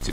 Se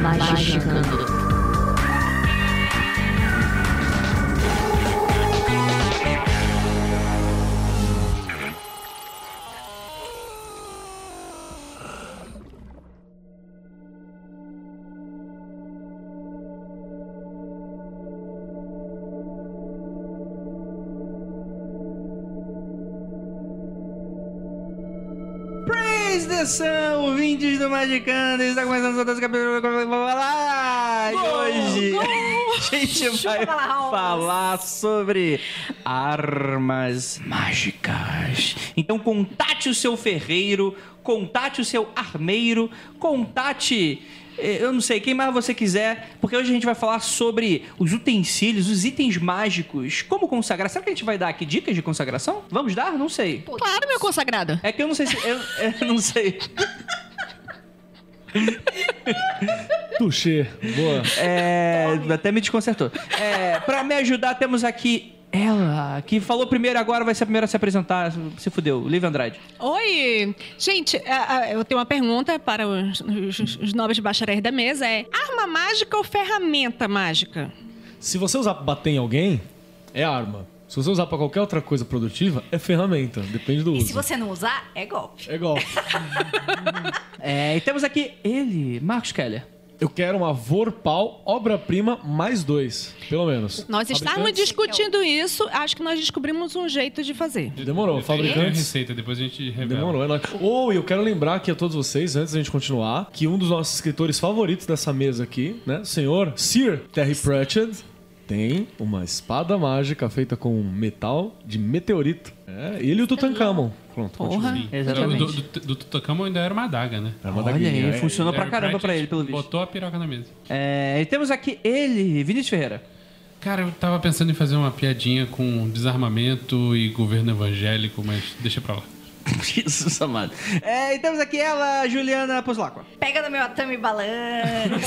Magicando. Presta atenção, ouvintes do Magicando, está começando outras capítulos. E hoje a gente vai lá, falar sobre armas mágicas. Então contate o seu ferreiro, contate o seu armeiro, contate. eh, Eu não sei, quem mais você quiser, porque hoje a gente vai falar sobre os utensílios, os itens mágicos, como consagrar. Será que a gente vai dar aqui dicas de consagração? Vamos dar? Não sei. Claro, meu consagrado. É que eu não sei se. Eu, eu não sei. Tuxê, boa. É, até me desconcertou. É, pra me ajudar, temos aqui ela, que falou primeiro, agora vai ser a primeira a se apresentar. Se fudeu, Liv Andrade. Oi! Gente, a- a- eu tenho uma pergunta para os, os, os nobres bacharéis da mesa. É arma mágica ou ferramenta mágica? Se você usar pra bater em alguém, é arma. Se você usar pra qualquer outra coisa produtiva, é ferramenta. Depende do E uso. se você não usar, é golpe. É igual. É, e temos aqui ele, Marcos Keller. Eu quero uma Vorpal obra-prima mais dois, pelo menos. Nós estávamos Fabricantes- discutindo isso, acho que nós descobrimos um jeito de fazer. Demorou, Tem a fabricantes. receita, depois a gente revela. Demorou, é nóis. Ou eu quero lembrar aqui a todos vocês, antes da gente continuar, que um dos nossos escritores favoritos dessa mesa aqui, né? o Senhor Sir Terry Pratchett. Tem uma espada mágica feita com metal de meteorito. É, ele e o Tutankhamon. Pronto, Porra, continua. exatamente. Do, do, do Tutankhamon ainda era uma adaga, né? É uma Olha daguinha, aí, é. funcionou pra Terry caramba pra Pratchett ele, pelo visto. Botou a piroca na mesa. É, e temos aqui ele, Vinícius Ferreira. Cara, eu tava pensando em fazer uma piadinha com desarmamento e governo evangélico, mas deixa pra lá. Jesus amado. É, e temos aqui ela, Juliana Puslacqua. Pega no meu atame balanço.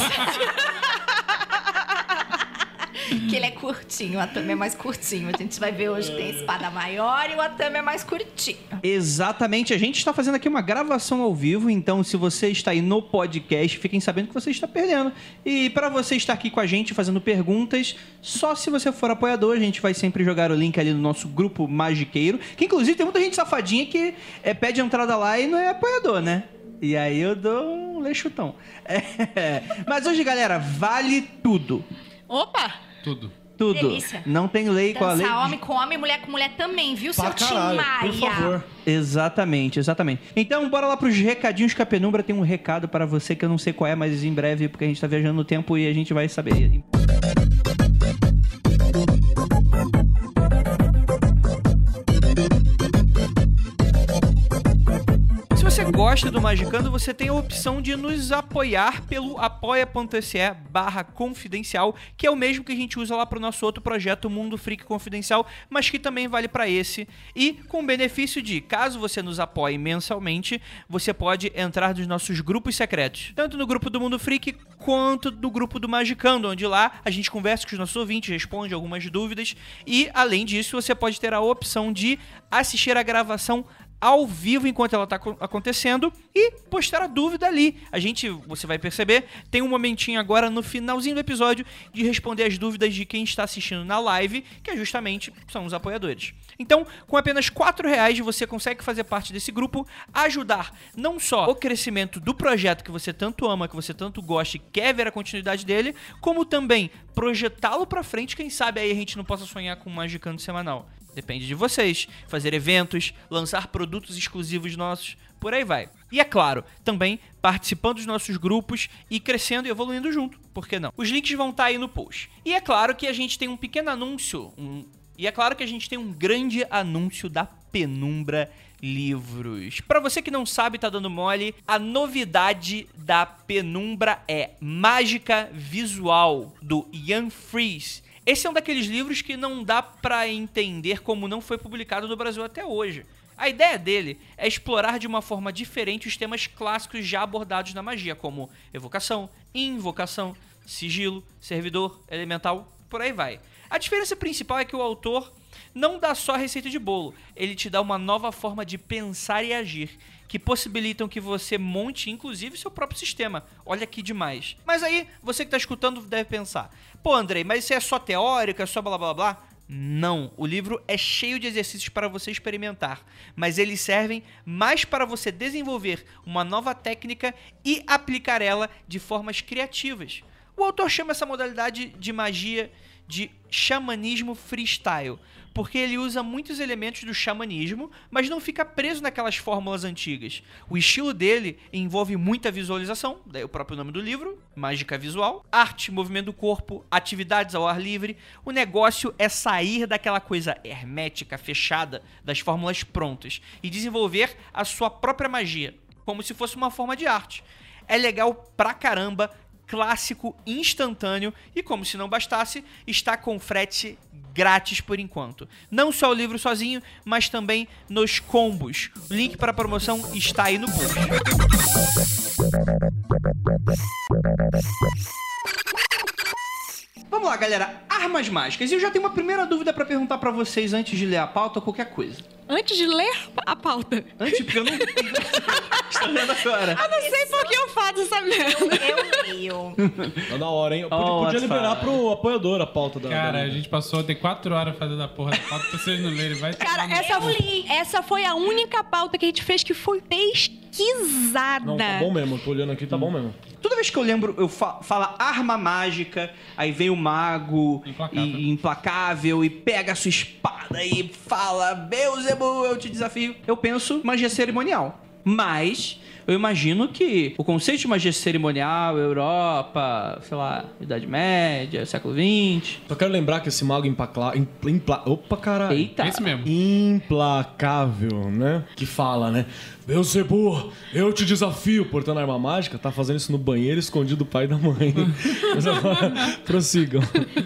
que ele é curtinho, o atame é mais curtinho. A gente vai ver hoje que tem espada maior e o atame é mais curtinho. Exatamente, a gente está fazendo aqui uma gravação ao vivo, então se você está aí no podcast, fiquem sabendo que você está perdendo. E para você estar aqui com a gente fazendo perguntas, só se você for apoiador, a gente vai sempre jogar o link ali no nosso grupo Magiqueiro, que inclusive tem muita gente safadinha que é, pede entrada lá e não é apoiador, né? E aí eu dou um lechutão. É. Mas hoje, galera, vale tudo. Opa! Tudo. Tudo. Delícia. Não tem lei com a lei. Dançar homem com homem, mulher com mulher também, viu, Pra seu Tim caralho, Maia? por favor. Exatamente, exatamente. Então, bora lá pros recadinhos que a Penumbra tem um recado para você que eu não sei qual é, mas em breve, porque a gente tá viajando no tempo e a gente vai saber. Se você gosta do Magicando, você tem a opção de nos apoiar pelo apoia.se barra confidencial, que é o mesmo que a gente usa lá pro nosso outro projeto, Mundo Freak Confidencial, mas que também vale para esse. E com o benefício de, caso você nos apoie mensalmente, você pode entrar nos nossos grupos secretos, tanto no grupo do Mundo Freak quanto no grupo do Magicando, onde lá a gente conversa com os nossos ouvintes, responde algumas dúvidas e, além disso, você pode ter a opção de assistir a gravação ao vivo enquanto ela tá co- acontecendo e postar a dúvida ali. A gente, você vai perceber, tem um momentinho agora no finalzinho do episódio de responder as dúvidas de quem está assistindo na live, que é justamente são os apoiadores. Então, com apenas R$ reais você consegue fazer parte desse grupo, ajudar não só o crescimento do projeto que você tanto ama, que você tanto gosta e quer ver a continuidade dele, como também projetá-lo pra frente, quem sabe aí a gente não possa sonhar com um Magicando semanal. Depende de vocês. Fazer eventos, lançar produtos exclusivos nossos, por aí vai. E é claro, também participando dos nossos grupos e crescendo e evoluindo junto, por que não? Os links vão estar aí no post. E é claro que a gente tem um pequeno anúncio, um- e é claro que a gente tem um grande anúncio da Penumbra Livros. Pra você que não sabe, tá dando mole, a novidade da Penumbra é Mágica Visual do Ian Freeze. Esse é um daqueles livros que não dá pra entender como não foi publicado no Brasil até hoje. A ideia dele é explorar de uma forma diferente os temas clássicos já abordados na magia, como evocação, invocação, sigilo, servidor, elemental, por aí vai. A diferença principal é que o autor não dá só receita de bolo, ele te dá uma nova forma de pensar e agir, que possibilitam que você monte inclusive seu próprio sistema. Olha que demais. Mas aí, você que está escutando deve pensar: pô, Andrei, mas isso é só teórico, é só blá blá blá? Não, o livro é cheio de exercícios para você experimentar, mas eles servem mais para você desenvolver uma nova técnica e aplicar ela de formas criativas. O autor chama essa modalidade de magia de xamanismo freestyle, porque ele usa muitos elementos do xamanismo, mas não fica preso naquelas fórmulas antigas. O estilo dele envolve muita visualização, daí o próprio nome do livro, mágica visual, arte, movimento do corpo, atividades ao ar livre. O negócio é sair daquela coisa hermética, fechada, das fórmulas prontas e desenvolver a sua própria magia, como se fosse uma forma de arte. É legal pra caramba, clássico, instantâneo e, como se não bastasse, está com frete grátis por enquanto. Não só o livro sozinho, mas também nos combos. O link para a promoção está aí no post. Vamos lá, galera. Armas mágicas. E eu já tenho uma primeira dúvida para perguntar para vocês antes de ler a pauta ou qualquer coisa. Antes de ler a pauta. Antes, porque eu não. Está Tá vendo agora. Eu não sei por que eu faço essa merda. Eu leio. Tá da hora, hein? Eu podia, Oh, podia that's liberar fine. pro apoiador a pauta da. Cara, da- a gente passou até quatro horas fazendo a porra da pauta pra vocês não lerem. Vai tomar Cara, no- essa, essa foi a única pauta que a gente fez que foi pesquisada. Não, Né. tá bom mesmo. Tô olhando Hum. aqui, tá bom mesmo. Toda vez que eu lembro, eu fa fala arma mágica, aí vem o mago Implacável. e implacável e pega a sua espada e fala: Beuzebu, eu te desafio. Eu penso magia cerimonial. Mas eu imagino que o conceito de magia cerimonial, Europa, sei lá, Idade Média, século XX. Só quero lembrar que esse mago impacla... impla- impla- Opa, caralho. Eita! Esse É mesmo. Implacável, né? Que fala, né? Meu Zebu, eu te desafio. Portando a arma mágica, tá fazendo isso no banheiro escondido do pai e da mãe. Mas agora, prossigam.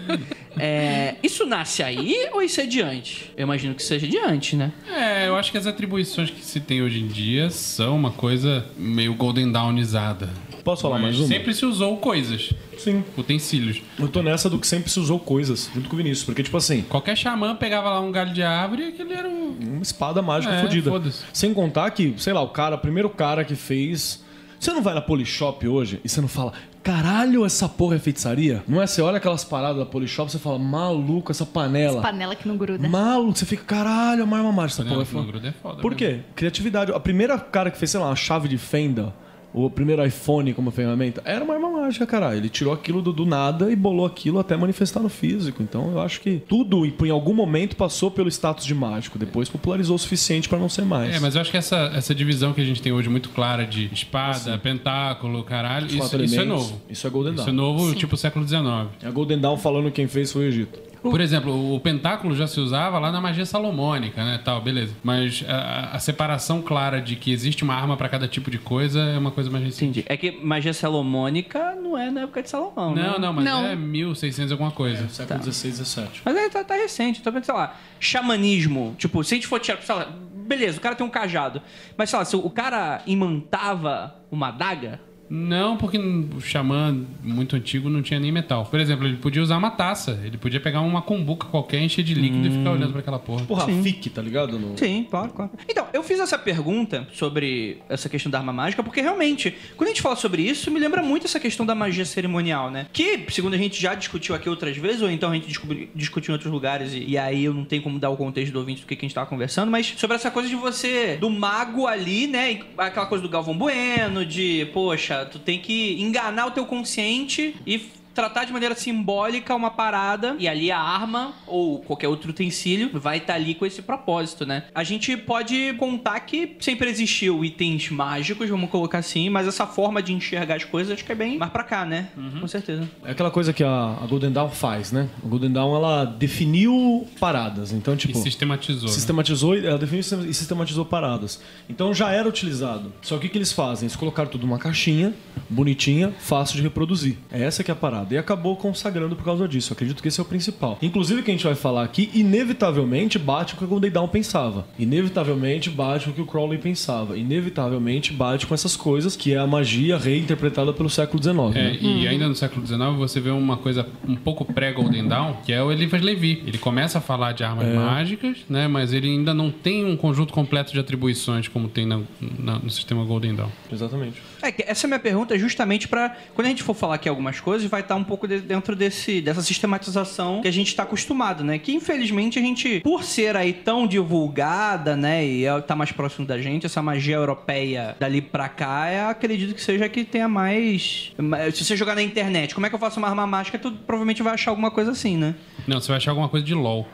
É, isso nasce aí ou isso é diante? Eu imagino que seja diante, né? É, eu acho que as atribuições que se tem hoje em dia são uma coisa meio golden downizada. Posso falar Ah, mais Mas uma? sempre se usou coisas, Sim. utensílios. Eu tô nessa do que sempre se usou coisas, junto com o Vinícius. Porque, tipo assim, Qualquer xamã pegava lá um galho de árvore e aquele era o... uma espada mágica É, fodida. foda-se. Sem contar que, sei lá, o cara, o primeiro cara que fez. Você não vai na Polishop hoje e você não fala, caralho, essa porra é feitiçaria? Não é? Você olha aquelas paradas da Polishop e você fala, maluco, essa panela. Panela que não gruda. Maluco, você fica, caralho, é uma arma mágica. Essa Panela porra é que não foda." gruda é foda Por quê? Criatividade. A primeira cara que fez, sei lá, uma chave de fenda, ou o primeiro iPhone como ferramenta, era uma arma mágica, caralho. Ele tirou aquilo do, do nada e bolou aquilo até manifestar no físico. Então eu acho que tudo, em em algum momento, passou pelo status de mágico. Depois popularizou o suficiente pra não ser mais. É, mas eu acho que essa, essa divisão que a gente tem hoje muito clara de espada, pentáculo, caralho, Os quatro isso, isso é elementos, novo. Isso é Golden Isso é Dawn. novo, tipo século XIX. É Golden Dawn falando quem fez foi o Egito. Por exemplo, o pentáculo já se usava lá na magia salomônica, né? Tal, beleza. Mas a, a separação clara de que existe uma arma pra cada tipo de coisa é uma coisa mais recente. Entendi. É que magia salomônica não é na época de Salomão, né? Não, não, mas Não. é 1600 alguma coisa. Século XVI, XVII. Mas aí tá, tá recente, então, sei lá, xamanismo. Tipo, se a gente for tirar, sei lá, beleza, o cara tem um cajado. Mas sei lá, se o cara imantava uma adaga. Não, porque o xamã muito antigo não tinha nem metal. Por exemplo, ele podia usar uma taça, ele podia pegar uma cumbuca qualquer, encher de líquido e Hum. ficar olhando pra aquela porra. Porra, Rafik, tá ligado? No... Sim, claro, claro. Então, eu fiz essa pergunta sobre essa questão da arma mágica, porque realmente, quando a gente fala sobre isso, me lembra muito essa questão da magia cerimonial, né? Que, segundo a gente já discutiu aqui outras vezes, ou então a gente descobri- discutiu em outros lugares, e, e aí eu não tenho como dar o contexto do ouvinte do que que a gente tava conversando, mas sobre essa coisa de você, do mago ali, né? e Aquela coisa do Galvão Bueno, de, poxa, tu tem que enganar o teu consciente e tratar de maneira simbólica uma parada e ali a arma ou qualquer outro utensílio vai estar ali com esse propósito, né? A gente pode contar que sempre existiu itens mágicos, vamos colocar assim, mas essa forma de enxergar as coisas acho que é bem mais pra cá, né? Com certeza. É aquela coisa que a, a Golden Dawn faz, né? A Golden Dawn, ela definiu paradas. Então, E tipo... sistematizou. né? Sistematizou, ela definiu e sistematizou paradas. Então já era utilizado. Só que o que, que eles fazem? Eles colocaram tudo numa caixinha, bonitinha, fácil de reproduzir. É essa que é a parada. E acabou consagrando por causa disso. Eu acredito que esse é o principal. Inclusive, o que a gente vai falar aqui, inevitavelmente bate com o que o Day Down pensava. Inevitavelmente bate com o que o Crowley pensava. Inevitavelmente bate com essas coisas que é a magia reinterpretada pelo século XIX. É, né? E ainda no século XIX você vê uma coisa um pouco pré-Golden Dawn, que é o Eliphas Levi. Ele começa a falar de É. armas mágicas, né? Mas ele ainda não tem um conjunto completo de atribuições como tem na- na- no sistema Golden Dawn. Exatamente. É, que essa minha pergunta é justamente pra. quando a gente for falar aqui algumas coisas, vai estar um pouco de- dentro desse dessa sistematização que a gente tá acostumado, né? Que infelizmente a gente, por ser aí tão divulgada, né, e é- tá mais próximo da gente, essa magia europeia dali pra cá, é, acredito que seja a que tenha mais, mais- se você jogar na internet, como é que eu faço uma arma mágica, tu provavelmente vai achar alguma coisa assim, né? Não, você vai achar alguma coisa de LOL.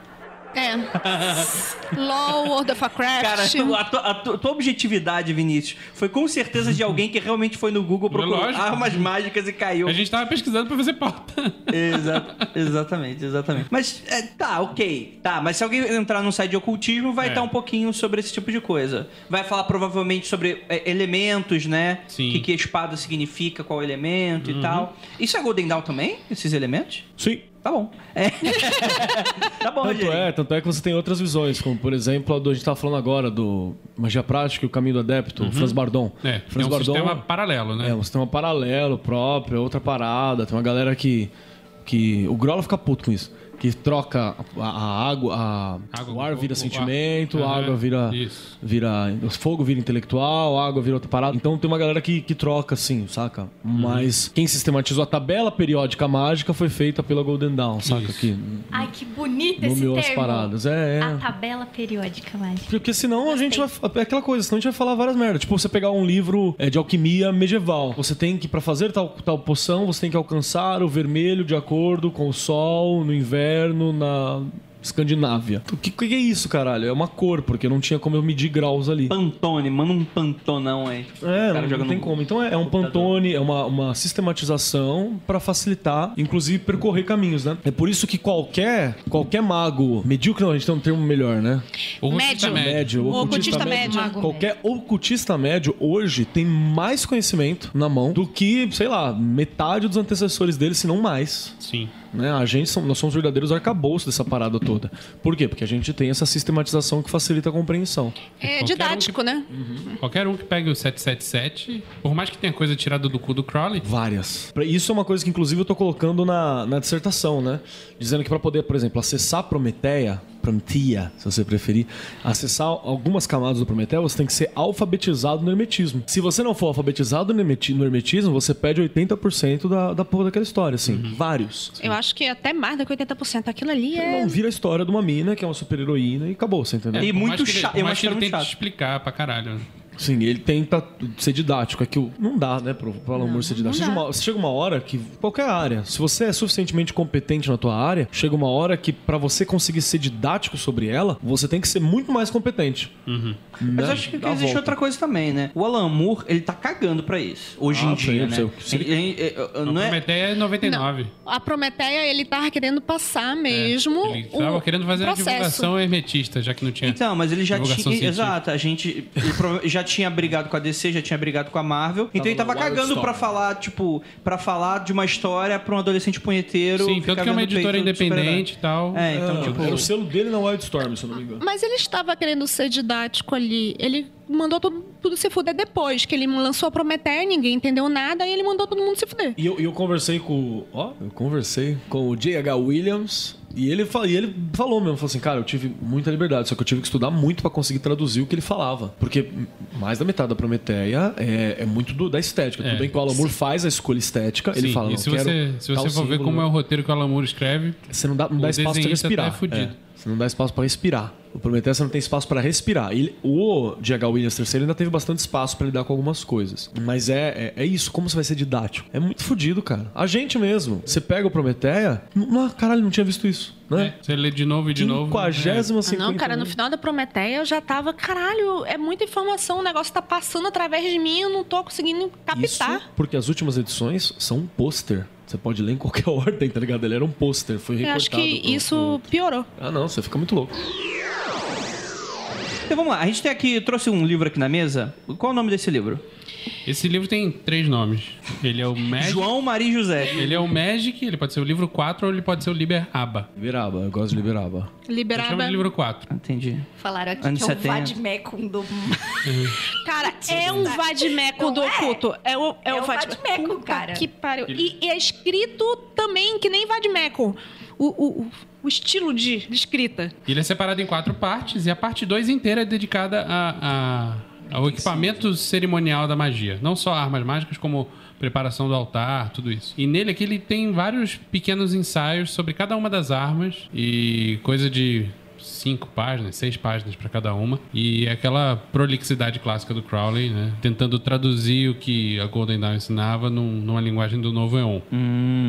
É. É. LOL, World of Warcraft. Cara, tu- a, tu- a tu- tua objetividade, Vinícius, foi com certeza de alguém que realmente foi no Google procurar é Lógico. armas mágicas e caiu. A gente tava pesquisando pra fazer pauta. Exa- exatamente, exatamente. Mas é, tá, ok. Tá, mas se alguém entrar num site de ocultismo, vai É. estar um pouquinho sobre esse tipo de coisa. Vai falar provavelmente sobre é, elementos, né? Sim. Uhum. O que, que a espada significa, qual elemento e tal. Isso é Golden Dawn também? Esses elementos? Sim. Tá bom. É. tá bom, Tanto gente. é, tanto é que você tem outras visões, como por exemplo a do a gente tava falando agora do Magia Prática e o Caminho do Adepto, Franz Bardon. É, é Franz um sistema paralelo, né? é um sistema paralelo, próprio, é outra parada. Tem uma galera que. que o Grola fica puto com isso. Que troca a, a água, a- Água o com ar fogo, vira o sentimento, ar. a água Aham, vira, isso. vira. O fogo vira intelectual, a água vira outra parada. Então tem uma galera que, que troca, assim, saca? Uhum. Mas quem sistematizou a tabela periódica mágica foi feita pela Golden Dawn, saca? Isso. Que Ai, que bonito esse nomeou as termo. Ah, paradas. É, é. A tabela periódica mágica. Porque senão a gente vai. É aquela coisa, senão a gente vai falar várias merdas. Tipo, você pegar um livro é, de alquimia medieval. Você tem que, pra fazer tal, tal poção, você tem que alcançar o vermelho de acordo com o sol no inverno, na. Escandinávia. O que, que é isso, caralho? É uma cor, porque não tinha como eu medir graus ali. Pantone, manda um pantonão aí. É, O não, não tem como. Então é, é um pantone, é uma, uma sistematização pra facilitar, inclusive percorrer caminhos, né? É por isso que qualquer qualquer mago medíocre, não, a gente tem um termo melhor, né? Ocultista Médio. médio. médio, O Um ocultista, ocultista médio. médio. Qualquer ocultista médio hoje tem mais conhecimento na mão do que, sei lá, metade dos antecessores dele, se não mais. Sim. Né? A gente, são- nós somos verdadeiros arcabouços dessa parada toda. Por quê? Porque a gente tem essa sistematização que facilita a compreensão. É Qualquer um didático, né? Qualquer um que pegue o 777, por mais que tenha coisa tirada do cu do Crowley, Várias. Pra- Isso é uma coisa que, inclusive, eu tô colocando na, na dissertação, né? Dizendo que pra poder, por exemplo, acessar Prometeia, Prometia, se você preferir, acessar algumas camadas do Prometeia, você tem que ser alfabetizado no hermetismo. Se você não for alfabetizado no hermeti- no hermetismo, você perde 80% da, da porra daquela história, assim. Vários. Eu acho que é até mais do que 80%. Aquilo ali é. Não vira a história de uma mina que é uma super heroína e acabou, você entendeu? E por mais muito que ele- chato. por Eu mais acho que que era ele muito tente chato. explicar pra caralho. Sim, ele tenta ser didático. É que o- não dá, né, pro pro Alan Moore ser didático. Chega uma, chega uma hora que, qualquer área, se você é suficientemente competente na tua área, chega uma hora que, pra você conseguir ser didático sobre ela, você tem que ser muito mais competente. Mas eu acho que Dá a existe volta. outra coisa também, né? O Alan Moore, ele tá cagando pra isso. Hoje Ah, em sim, dia, eu sei né? o que- se ele- Ele- ele- eu- eu- não é... Prometeia é 99. A Prometeia, ele tava querendo passar mesmo. É, Ele o tava querendo fazer processo. a divulgação hermetista, já que não tinha. Então, mas ele já É. Divulgação tinha. científica. Exato, a gente. Ele prova- já tinha brigado com a DC, já tinha brigado com a Marvel. então ele na tava cagando Wildstorm. pra falar, tipo, pra falar de uma história pra um adolescente punheteiro. Sim, ficar tanto que é uma vendo editora peito de super-herói. independente e tal. É, então, Ah, tipo. Era o selo dele na Wildstorm, se eu não me engano. Mas ele estava querendo ser didático ali. Ele mandou todo, tudo se fuder depois, que ele lançou a Prometeia, ninguém entendeu nada, e ele mandou todo mundo se fuder. E eu, eu conversei com. o- Ó, eu conversei com o J.H. Williams. E ele, fa- e ele falou mesmo, falou assim, cara, eu tive muita liberdade, só que eu tive que estudar muito pra conseguir traduzir o que ele falava. Porque m- mais da metade da Prometeia é, é muito do- da estética. É. Tudo bem que o Alan Moore faz a escolha estética, ele Sim, fala, e não, se quero você, se tal você for ver símbolo, como é né?" o roteiro que o Alan Moore escreve, Você não dá, não o dá espaço pra desenhista tá respirar. fudido. É, você não dá espaço pra respirar. O Prometheus não tem espaço pra respirar. E o G.H. Williams III ainda teve bastante espaço pra lidar com algumas coisas. Mas é, é, é isso, como você vai ser didático? É muito fodido, cara. A gente mesmo. Você pega o Prometeia, não, ah, caralho, não tinha visto isso, É. né? Você lê de novo e É, de novo. né? Quinquagésima, Ah, não, cara, no final da Prometeia eu já tava, caralho, é muita informação, o negócio tá passando através de mim, eu não tô conseguindo captar. Isso é porque as últimas edições são um pôster. Você pode ler em qualquer ordem, tá ligado? Ele era um pôster, foi Eu recortado. acho que pro- isso piorou. pro- Ah, não, você fica muito louco. Então vamos lá, a gente tem aqui, trouxe um livro aqui na mesa. Qual é o nome desse livro? Esse livro tem três nomes. Ele é o Magic. João Maria José. Ele é o Magic, ele pode ser o livro 4 ou ele pode ser o Liber Abba. Liberaba, eu gosto de Liberaba. Eu chamo Liberava. de livro 4. Entendi. Falaram aqui Anos que é o 70. Vadmecum do... Cara, é um vadimeco do Não é? oculto. É o, é É o um vadimeco. vadimeco, Puta cara. Que pariu. E, e é escrito também que nem vadimeco. O, o, o- o estilo de, de escrita. Ele é separado em quatro partes e a parte 2 inteira é dedicada a- a- ao equipamento cerimonial da magia. Não só armas mágicas, como preparação do altar, tudo isso. E nele aqui ele tem vários pequenos ensaios sobre cada uma das armas e coisa de cinco páginas, seis páginas para cada uma. E é aquela prolixidade clássica do Crowley, né? Tentando traduzir o que a Golden Dawn ensinava num- numa linguagem do novo Eon,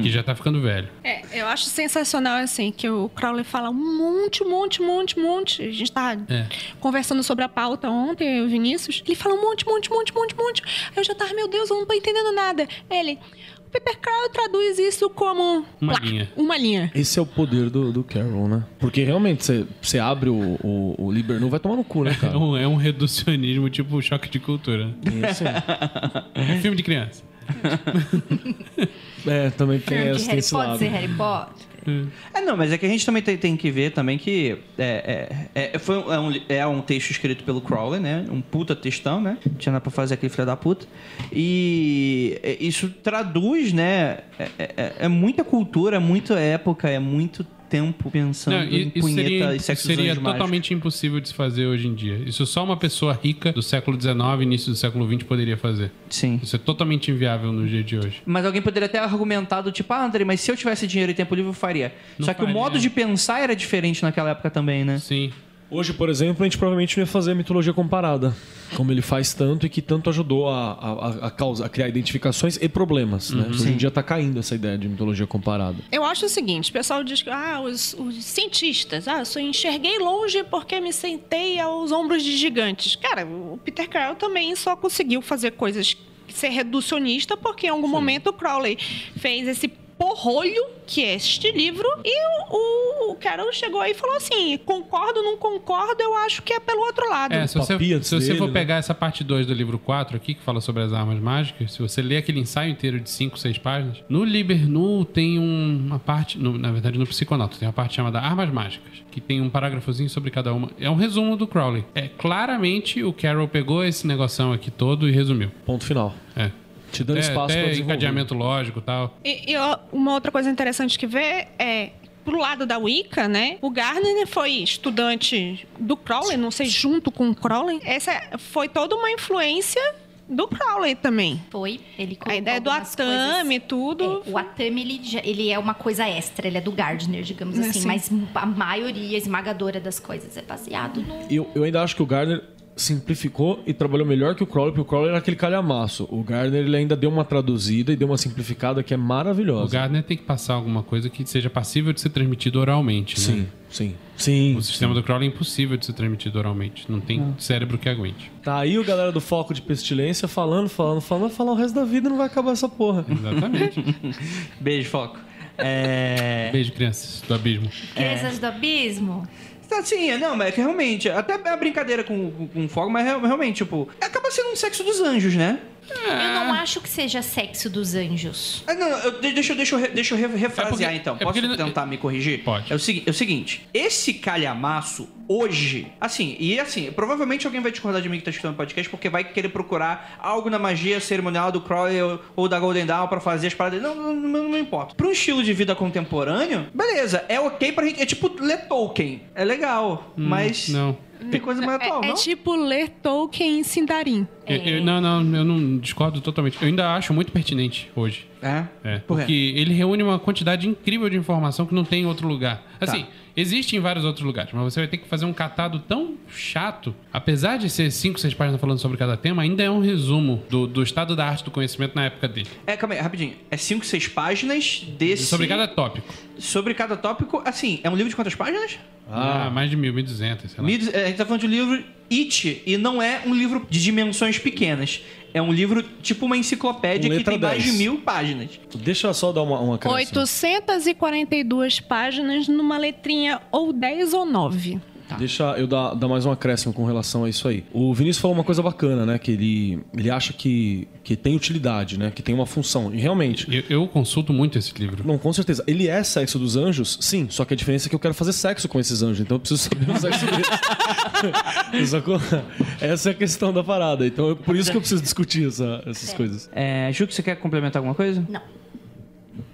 que já tá ficando velho. É, eu acho sensacional, assim, que o Crowley fala um monte, um monte, um monte, um monte. A gente tá É. conversando sobre a pauta ontem, eu e o Vinícius. Ele fala um monte, um monte, um monte, um monte, um monte. Aí eu já tava, meu Deus, eu não tô entendendo nada. Ele, o Pepper Crowley traduz isso como... Uma linha. Uma linha. Esse é o poder do, do Carol, né? Porque realmente, você, você abre o, o, o Libernu, vai tomar no cu, né, É cara? um, é um reducionismo tipo choque de cultura. É filme de criança. É, também tem, Filme de esse- tem Harry esse Potter, lado. ser Harry Potter. É, não, mas é que a gente também tem, tem que ver também que é, é, é, foi um- é, um, li- é um texto escrito pelo Crowley, né? Um puta textão, né? Tinha nada pra fazer aquele filho da puta. E é, isso traduz, né? É, é- é- é muita cultura, é muita época, é muito tempo pensando Não, e- em isso punheta seria, e sexo seria dos anjos mágicos. totalmente impossível de se fazer hoje em dia. Isso só uma pessoa rica do século XIX, início do século XX poderia fazer. Sim. Isso é totalmente inviável no dia de hoje. Mas alguém poderia até argumentar do tipo, ah, André, mas se eu tivesse dinheiro e tempo livre, eu faria. Não Só que faria. né? o modo de pensar era diferente naquela época também, né? Sim. Hoje, por exemplo, a gente provavelmente não ia fazer a mitologia comparada, como ele faz tanto e que tanto ajudou a, a, a- a causa, a criar identificações e problemas. Né? Hoje em dia tá caindo essa ideia de mitologia comparada. Eu acho o seguinte, o pessoal diz que ah, os, os cientistas, ah, eu só enxerguei longe porque me sentei aos ombros de gigantes. Cara, o Peter Crowley também só conseguiu fazer coisas ser reducionista porque em algum momento o Crowley fez esse porrolho que é este livro e o, o, o Carol chegou aí e falou assim, concordo, não concordo, eu acho que é pelo outro lado. É, se você, Papias se você dele, for né? pegar essa parte 2 do livro 4 aqui, que fala sobre as armas mágicas, se você ler aquele ensaio inteiro de 5, 6 páginas, no Libernu tem um- uma parte, no- na verdade no Psiconauta, tem uma parte chamada Armas Mágicas, que tem um parágrafozinho sobre cada uma. É um resumo do Crowley. É claramente o Carol pegou esse negocinho aqui todo e resumiu. Ponto final. É. Te dando É, espaço até para encadeamento lógico e tal. E, e, ó, uma outra coisa interessante que vê é pro lado da Wicca, né? O Gardner foi estudante do Crowley, não sei, junto com o Crowley. Essa foi toda uma influência do Crowley também. Foi, ele A colocou ideia do algumas Atame e coisas- tudo. É, o Atami, ele, já- ele é uma coisa extra, ele é do Gardner, digamos É, assim, sim. mas a maioria esmagadora das coisas é baseado no... Eu, eu ainda acho que o Gardner simplificou e trabalhou melhor que o Crowley, porque o Crowley era aquele calhamaço. O Gardner ele ainda deu uma traduzida e deu uma simplificada que é maravilhosa. O Gardner tem que passar alguma coisa que seja passível de ser transmitido oralmente, né? Sim, sim. Sim. O sistema do Crowley é impossível de ser transmitido oralmente. Não tem cérebro que aguente. Tá aí o galera do Foco de Pestilência falando, falando, falando, falar o resto da vida não vai acabar essa porra. Exatamente. Beijo, foco. É. Beijo, crianças do abismo. É. Crianças do Abismo. Tá, Sim, é, não, mas é que realmente, até a brincadeira com, com, com fogo, mas real- realmente, tipo, acaba sendo um sexo dos anjos, né? Ah. Eu não acho que seja sexo dos anjos. Ah, não, eu, de- deixa, eu- deixa, eu re- deixa eu re- refrasear É porque- então. é Posso porque ele não- tentar me corrigir? Pode. É o, segui- é o seguinte, esse calhamaço hoje, assim, e assim, provavelmente alguém vai discordar de mim que tá escutando o podcast porque vai querer procurar algo na magia cerimonial do Crowley ou, ou da Golden Dawn pra fazer as paradas. Não, não, não, não importa. Pra um estilo de vida contemporâneo, beleza, é ok pra gente. É tipo ler Tolkien. É legal, mas. Hum, Não. Tem coisa mais atual, É, é não? tipo ler Tolkien em Sindarin. Eu- eu- não, não, eu não discordo totalmente. Eu ainda acho muito pertinente hoje. É? É, Por quê? porque ele reúne uma quantidade incrível de informação que não tem em outro lugar. Tá. Assim, existe em vários outros lugares, mas você vai ter que fazer um catado tão chato. Apesar de ser cinco, seis páginas falando sobre cada tema, ainda é um resumo do, do estado da arte do conhecimento na época dele. É, calma aí, rapidinho. É 5, 6 páginas desse. Sobre cada tópico. sobre cada tópico. Assim, é um livro de quantas páginas? Ah, mais de mil, mil duzentas, sei lá. Mil- é, a gente tá falando de um livro It, e não é um livro de dimensões pequenas. É um livro tipo uma enciclopédia Com que letra tem mais de 10. mil páginas. Deixa eu só dar uma, uma crença. 842 páginas numa letrinha ou 10 ou 9. Tá. Deixa eu dar, dar mais um acréscimo com relação a isso aí. O Vinícius falou uma coisa bacana, né? Que ele, ele acha que, que tem utilidade, né? Que tem uma função. E realmente. Eu, eu consulto muito esse livro. Não, com certeza. Ele é sexo dos anjos? Sim. Só que a diferença é que eu quero fazer sexo com esses anjos. Então eu preciso saber o sexo deles. Sacou? Essa é a questão da parada. Então é por isso que eu preciso discutir essa- essas coisas. É, Ju, que você quer complementar alguma coisa? Não.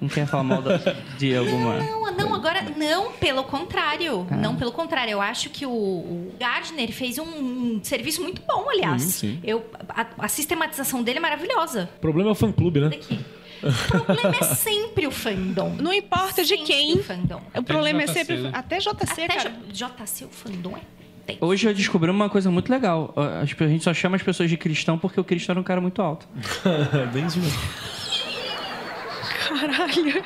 Não quer falar mal da- de alguma. Não, não, agora não, pelo contrário. Ah. Não, pelo contrário. Eu acho que o, o Gardner fez um, um serviço muito bom, aliás. Hum, sim. Eu, a, a sistematização dele é maravilhosa. O problema é o fã-clube, né? Daqui. O problema é sempre o fandom. Não importa de Sempre quem. O fandom. O problema é JC, sempre. né? Até JC, Até cara. J- JC, o fandom é. Tem. Hoje eu descobri uma coisa muito legal. As pe- A gente só chama as pessoas de cristão porque o cristão era um cara muito alto. Bem isso mesmo. Caralho.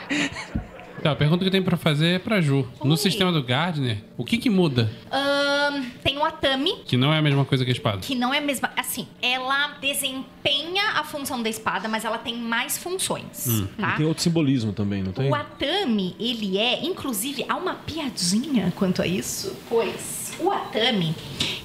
Tá, a pergunta que eu tenho pra fazer é pra Ju. No Oi. sistema do Gardner, o que que muda? Ahn, tem o Atami, Que não é a mesma coisa que a espada. que não é a mesma. Assim, ela desempenha a função da espada, mas ela tem mais funções. Tá? Tem outro simbolismo também, não tem? O atame, ele é, inclusive, há uma piadinha quanto a isso, pois o atame,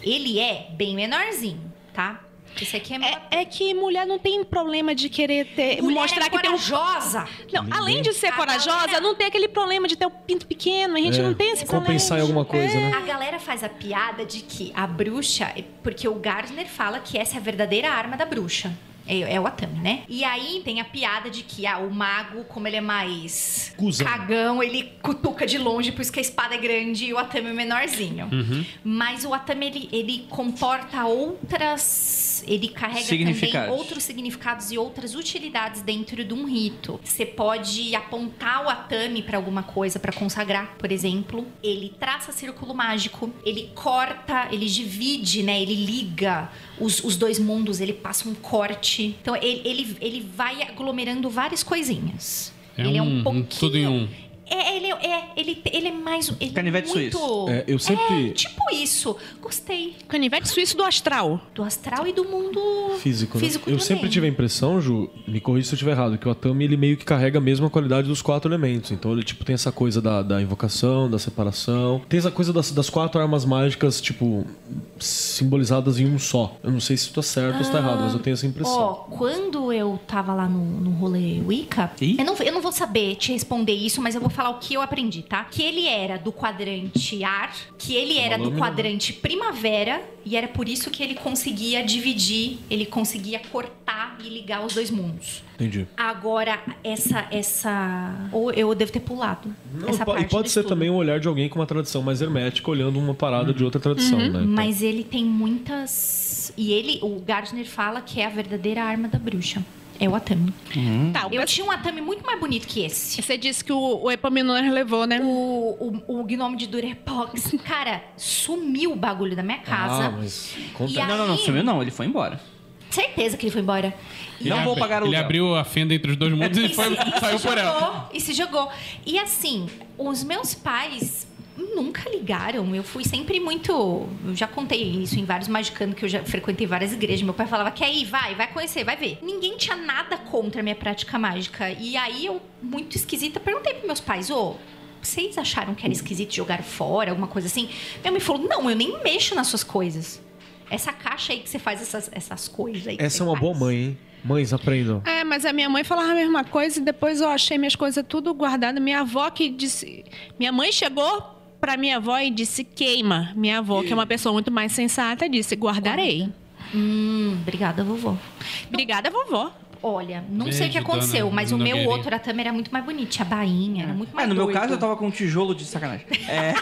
ele é bem menorzinho, tá? Esse aqui é, meu atame. É, é que mulher não tem problema de querer ter, Mulher mostrar é que tem um. corajosa. Não, além de ser A corajosa, galera- não tem aquele problema de ter o pinto pequeno. A gente É, não tem esse problema. É. compensar em alguma coisa, né? A galera faz a piada de que a bruxa, porque o Gardner fala que essa é a verdadeira arma da bruxa. É, é o Atami, né? E aí tem a piada de que ah, o mago, como ele é mais Cusão. cagão, ele cutuca de longe, por isso que a espada é grande e o Atami é menorzinho. Uhum. Mas o Atami, ele, ele comporta outras. Ele carrega também Significados. outros significados e outras utilidades dentro de um rito. Você pode apontar o atame para alguma coisa, para consagrar, por exemplo. Ele traça círculo mágico, ele corta, ele divide, né? Ele liga os, os dois mundos, ele passa um corte. Então ele, ele, ele vai aglomerando várias coisinhas. É ele um- um tudo em um. É, ele é, é, ele, ele é mais. Ele é Canivete muito- suíço. É, eu sempre- É, tipo isso. Gostei. Canivete suíço do astral. Do astral e do mundo Físico, né? físico Eu também. sempre tive a impressão, Ju, me corrija se eu estiver errado, que o Atami ele meio que carrega a mesma qualidade dos quatro elementos. Então ele tipo tem essa coisa da, da invocação, da separação, tem essa coisa das, das quatro armas mágicas, tipo, simbolizadas em um só. Eu não sei se tá certo ou se tá errado, mas eu tenho essa Ó, impressão. quando eu tava lá no, no rolê Wicca, Ih. eu não, eu não vou saber te responder isso, mas eu vou falar o que eu aprendi, tá? Que ele era do quadrante ar, que ele era do quadrante primavera, e era por isso que ele conseguia dividir, ele conseguia cortar e ligar os dois mundos. Entendi. Agora, essa. essa Ou eu devo ter pulado. Não, essa e po- parte e pode do ser estudo. também um o olhar de alguém com uma tradição mais hermética olhando uma parada de outra tradição, né? Então, Uhum. Mas ele tem muitas. E ele, o Gardner fala que é a verdadeira arma da bruxa. É o Atami. Hum. Tá, o Eu pessoal- tinha um Atami muito mais bonito que esse. Você disse que o, o Epaminondas levou, né? O, o, o gnome de Durepox, cara, sumiu o bagulho da minha casa. Ah, mas conta. E a- Não, não, não, Aí- sumiu não, ele foi embora. Certeza que ele foi embora. E Não aí- vou pagar o Ele aluguel. abriu a fenda entre os dois mundos e foi, se- saiu se por ela. jogou, E se jogou. E assim, os meus pais nunca ligaram. Eu fui sempre muito. Eu já contei isso em vários magicando que eu já frequentei várias igrejas. Meu pai falava: quer ir? Vai, vai conhecer, vai ver. Ninguém tinha nada contra a minha prática mágica. E aí eu, muito esquisita, perguntei pros meus pais: ô. vocês acharam que era esquisito jogar fora, alguma coisa assim? Minha mãe falou: não, eu nem mexo nas suas coisas. Essa caixa aí que você faz essas, essas coisas aí. que Essa você é uma boa faz." Ah, mãe, hein? Mães aprendam. É, mas a minha mãe falava a mesma coisa e depois eu achei minhas coisas tudo guardado. Minha avó que disse. Minha mãe chegou pra minha avó e disse: queima. Minha avó, que é uma pessoa muito mais sensata, disse: guardarei. Hum, obrigada, vovó. Obrigada, vovó. Olha, não Beijo, sei o que aconteceu, dona mas o meu Nogueirinha. outro Atama era muito mais bonito, tinha bainha, era muito É, mais no meu doido. caso eu tava com um tijolo de sacanagem. É,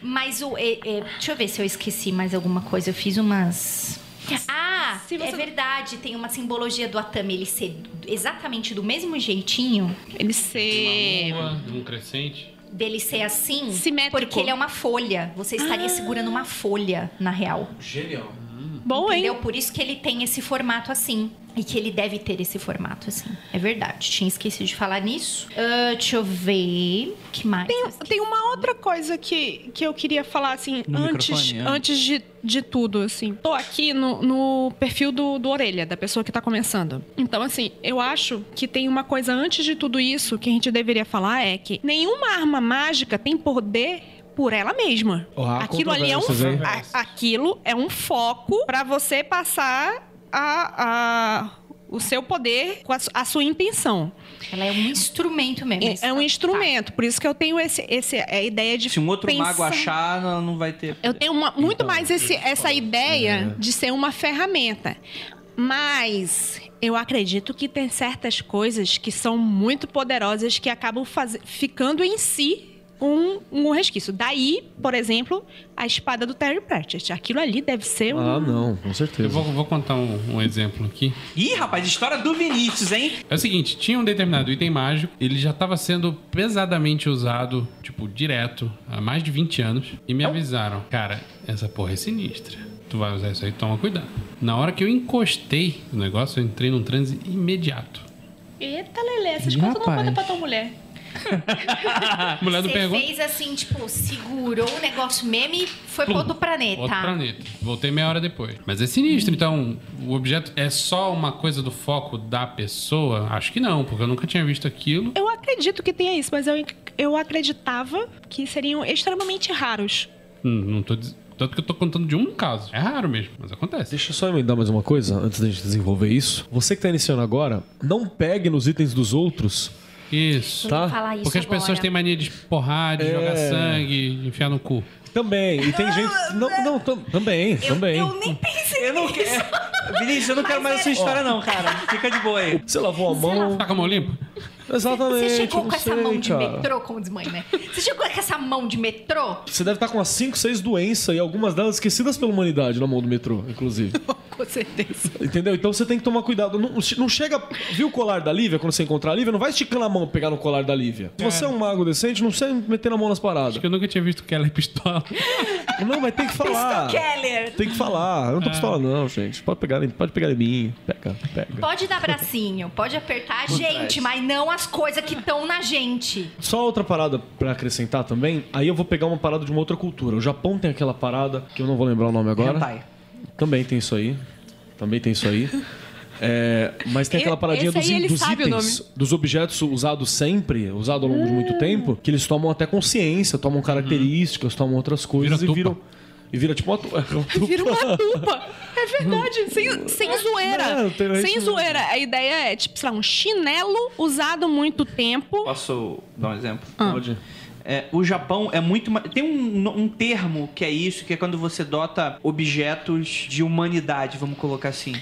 Mas o... é, é, deixa eu ver se eu esqueci mais alguma coisa, eu fiz umas... Ah, Ah, Se você- é verdade, tem uma simbologia do Atami ele ser exatamente do mesmo jeitinho, Ele ser. Uma lua, um crescente. dele ser assim, Simétrico. porque ele é uma folha. Você estaria segurando uma folha, na real. Genial. Bom, hein? Entendeu? Por isso que ele tem esse formato assim. E que ele deve ter esse formato assim. É verdade. Tinha esquecido de falar nisso. Ah, deixa eu ver. que mais? Tem uma outra coisa que, que eu queria falar, assim, No antes, microfone, é. antes de, de tudo, assim. Tô aqui no, no perfil do, do Orelha, da pessoa que tá começando. Então, assim, eu acho que tem uma coisa antes de tudo isso que a gente deveria falar é que nenhuma arma mágica tem poder por ela mesma. Ó, há aquilo ali é um controvérsias, hein? a- aquilo é um foco pra você passar a, a- o seu poder com a su- a sua intenção. Ela é um instrumento mesmo. É, é um instrumento, por isso que eu tenho esse, esse, a ideia de. Se um outro mago pensar- achar, Então, não não vai ter. Eu tenho uma- muito mais esse- essa ideia É. de ser uma ferramenta. Mas eu acredito que tem certas coisas que são muito poderosas que acabam faze- ficando em si um, um resquício. Daí, por exemplo, a espada do Terry Pratchett. Aquilo ali deve ser um. Ah, não, com Eu certeza. vou, vou contar um, um exemplo aqui. Ih, rapaz, história do Vinícius, hein? É o seguinte, tinha um determinado item mágico, ele já estava sendo pesadamente usado, tipo, direto, há mais de 20 anos, e me avisaram, cara, essa porra é sinistra. Tu vai usar isso aí, toma cuidado. Na hora que eu encostei no negócio, eu entrei num transe imediato. Eita, Lele, essas Ih, coisas não rapaz. conta pra tua mulher. A mulher Ah, do Você pergunta. fez assim, tipo, segurou o negócio mesmo e foi Plum. pro outro planeta. Outro planeta. Voltei meia hora depois. Mas é sinistro, então o objeto é só uma coisa do foco da pessoa? Acho que não, porque eu nunca tinha visto aquilo. Eu acredito que tenha isso, mas eu, eu acreditava que seriam extremamente raros. Hum, não tô diz- Tanto que eu tô contando de um caso. É raro mesmo, mas acontece. Deixa eu só emendar mais uma coisa antes da gente desenvolver isso. Você que tá iniciando agora, não pegue nos itens dos outros. Isso. Tá. Vou falar isso Porque as pessoas agora. têm mania de porrar, de jogar É. sangue, de enfiar no cu. Também, e tem gente. Não, não, tam- também, Ah, Eu, também. eu nem pensei. Eu não quero. Vinícius, eu não quero mais essa história, não, cara. Fica de boa aí. Você lavou a mão. Tá com a mão limpa? Exatamente. Você chegou não com essa sei, mão de cara. metrô, como diz mãe, né? Você chegou com essa mão de metrô? Você deve estar com umas 5, 6 doenças e algumas delas esquecidas pela humanidade na mão do metrô, inclusive. Com certeza. Entendeu? Então você tem que tomar cuidado. Não, não chega. Viu o colar da Lívia quando você encontrar a Lívia? Não vai esticando a mão pra pegar no colar da Lívia. Se você é um mago decente, não precisa meter na mão nas paradas. Acho que eu nunca tinha visto que ela é pistola. Não, mas tem que falar. Keller. Tem que falar. Eu não tô Ah. pistola, não, gente. Pode pegar, em- pode pegar em mim. Pega, pega. Pode dar bracinho, pode apertar a gente, mas não as coisas que estão na gente. Só outra parada pra acrescentar também. Aí eu vou pegar uma parada de uma outra cultura. O Japão tem aquela parada que eu não vou lembrar o nome agora. Hentai. Também tem isso aí. Também tem isso aí. É, mas tem E- aquela paradinha esse dos, aí ele dos sabe o itens, dos objetos usados sempre, usado ao longo de Hum. muito tempo, que eles tomam até consciência, tomam características, tomam outras coisas e Uhum. Vira viram. tupa. E vira tipo uma, tu- uma tupa. Vira uma tupa. É verdade. Sem, sem zoeira. Ah, Não, tem- sem zoeira. A ideia é, tipo, sei lá, um chinelo usado muito tempo. Posso dar um exemplo? Pode. É, o Japão é muito. ma- Tem um, um termo que é isso, que é quando você dota objetos de humanidade, vamos colocar assim.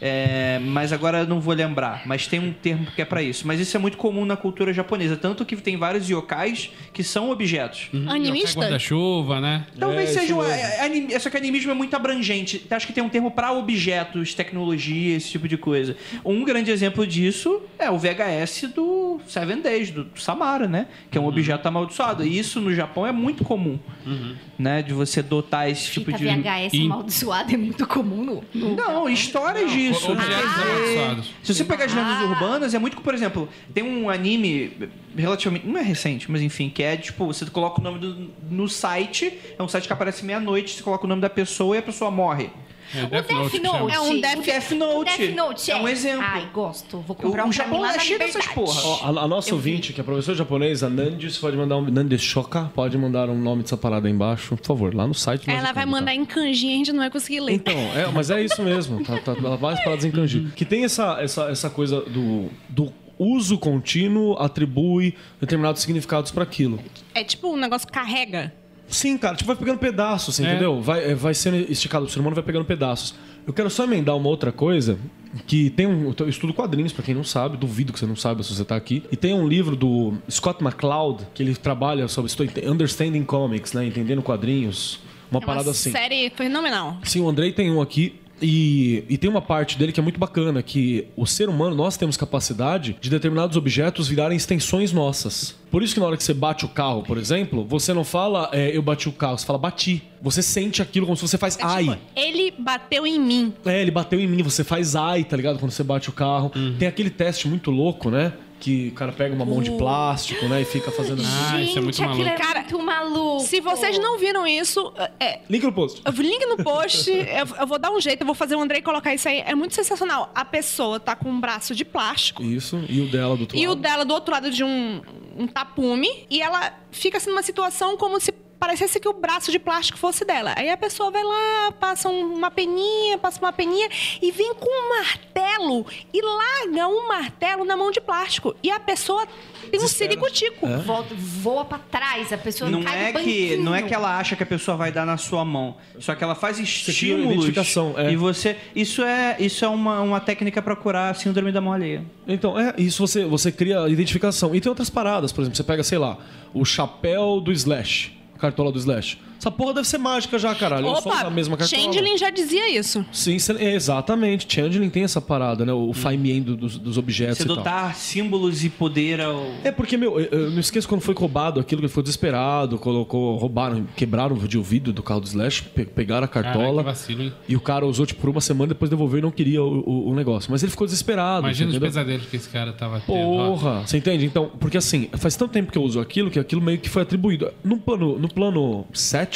É, mas agora eu não vou lembrar. Mas tem um termo que é pra isso. Mas isso é muito comum na cultura japonesa. Tanto que tem vários yokais que são objetos. um Sai Animista? é Guarda-chuva, né? Talvez É, seja isso um. mesmo. é, anim- é, só que animismo é muito abrangente. Acho que tem um termo pra objetos, tecnologia, esse tipo de coisa. Um grande exemplo disso é o VHS do Seven Days, do Samara, né? Que é um Uhum. objeto amaldiçoado. E isso no Japão é muito comum, Uhum. né? De você dotar esse tipo Fita de. VHS um In- amaldiçoada é muito comum no. no- Não, histórias disso. Objetos Ah, amaldiçoados. se você pegar as lendas Ah. urbanas, é muito. que, Por exemplo, tem um anime relativamente. Não é recente, mas enfim, que é tipo: você coloca o nome do, no site, é um site que aparece meia-noite, você coloca o nome da pessoa e a pessoa morre. É, O Death que Note. chama. É um O Death Death Note. Death Note é um exemplo. Ai, gosto. o Vou comprar um pra mim Japão lá é na cheio dessas Liberdade. porra. Ó, a, a nossa ouvinte, que é professora japonesa, Nandis, pode mandar um. Nandis Shoka, pode mandar um nome dessa parada aí embaixo, por favor, lá no site. do Ela Magic vai Kingdom, tá? mandar em kanji e a gente não vai conseguir ler. Então, é, mas é isso mesmo. Tá, tá, ela vai parar em kanji. Que tem essa, essa, essa coisa do, do uso contínuo atribui determinados significados pra aquilo. É tipo um negócio carrega. É Sim, cara, tipo, vai pegando pedaços, você É. entendeu? Vai, é, vai sendo esticado o ser humano, vai pegando pedaços. Eu quero só emendar uma outra coisa, que tem um. Eu estudo quadrinhos, pra quem não sabe, duvido que você não saiba se você tá aqui. E tem um livro do Scott McCloud, que ele trabalha sobre estou ent- Understanding Comics, né? Entendendo quadrinhos. É Uma uma parada assim. série fenomenal. Sim, o Andrei tem um aqui E, e tem uma parte dele que é muito bacana, que o ser humano, nós temos capacidade de determinados objetos virarem extensões nossas. Por isso que na hora que você bate o carro, por exemplo, você não fala é, eu bati o carro, você fala bati. Você sente aquilo como se você faz ai. É tipo, Ele bateu em mim. É, ele bateu em mim, você faz ai, tá ligado? Quando você bate o carro. Uhum. Tem aquele teste muito louco, né? Que o cara pega uma mão de plástico, né? E fica fazendo. Ah, isso é muito aquilo maluco. é Cara, muito maluco. Se vocês não viram isso, é, Link no post. Eu vou- Link no post, eu, eu vou dar um jeito, eu vou fazer o Andrei colocar isso aí. É muito sensacional. A pessoa tá com um braço de plástico Isso, e o dela do outro e o lado. dela do outro lado de um, um tapume e ela fica assim numa situação como se parecesse que o braço de plástico fosse dela. Aí a pessoa vai lá, passa um- uma peninha, passa uma peninha e vem com um martelo e larga um martelo na mão de plástico. E a pessoa tem um Desespera. É? siricutico. Volta, voa pra trás, a pessoa Não cai é, no que, não é banquinho. que ela acha que a pessoa vai dar na sua mão. Só que ela faz cria uma estímulos. identificação, é. E você. Isso é, isso é uma, uma técnica pra curar a síndrome da mão alheia. Então, é, isso você, você cria a identificação. E tem outras paradas, por exemplo, você pega, sei lá, o chapéu do Slash, a cartola do Slash. Essa porra deve ser mágica já, caralho. Eu só uso a mesma cartola. Changeling já dizia isso. Sim, cê- é, exatamente. Changeling tem essa parada, né? Hum. O Faimien do, dos, dos objetos Você e tal. dotar símbolos e poder ao. É porque, meu, eu, eu não esqueço quando foi roubado aquilo que ele ficou desesperado, colocou, roubaram, quebraram o de ouvido do carro do Slash, pe- pegaram a Caralho, cartola. que vacilo, hein? e o cara usou, tipo, por uma semana, depois devolveu e não queria o, o- o negócio. Mas ele ficou desesperado. Imagina os entendeu? pesadelos que esse cara tava tendo. ó. Porra! Você entende? Então, porque assim, faz tanto tempo que eu uso aquilo que aquilo meio que foi atribuído. No plano, no plano cético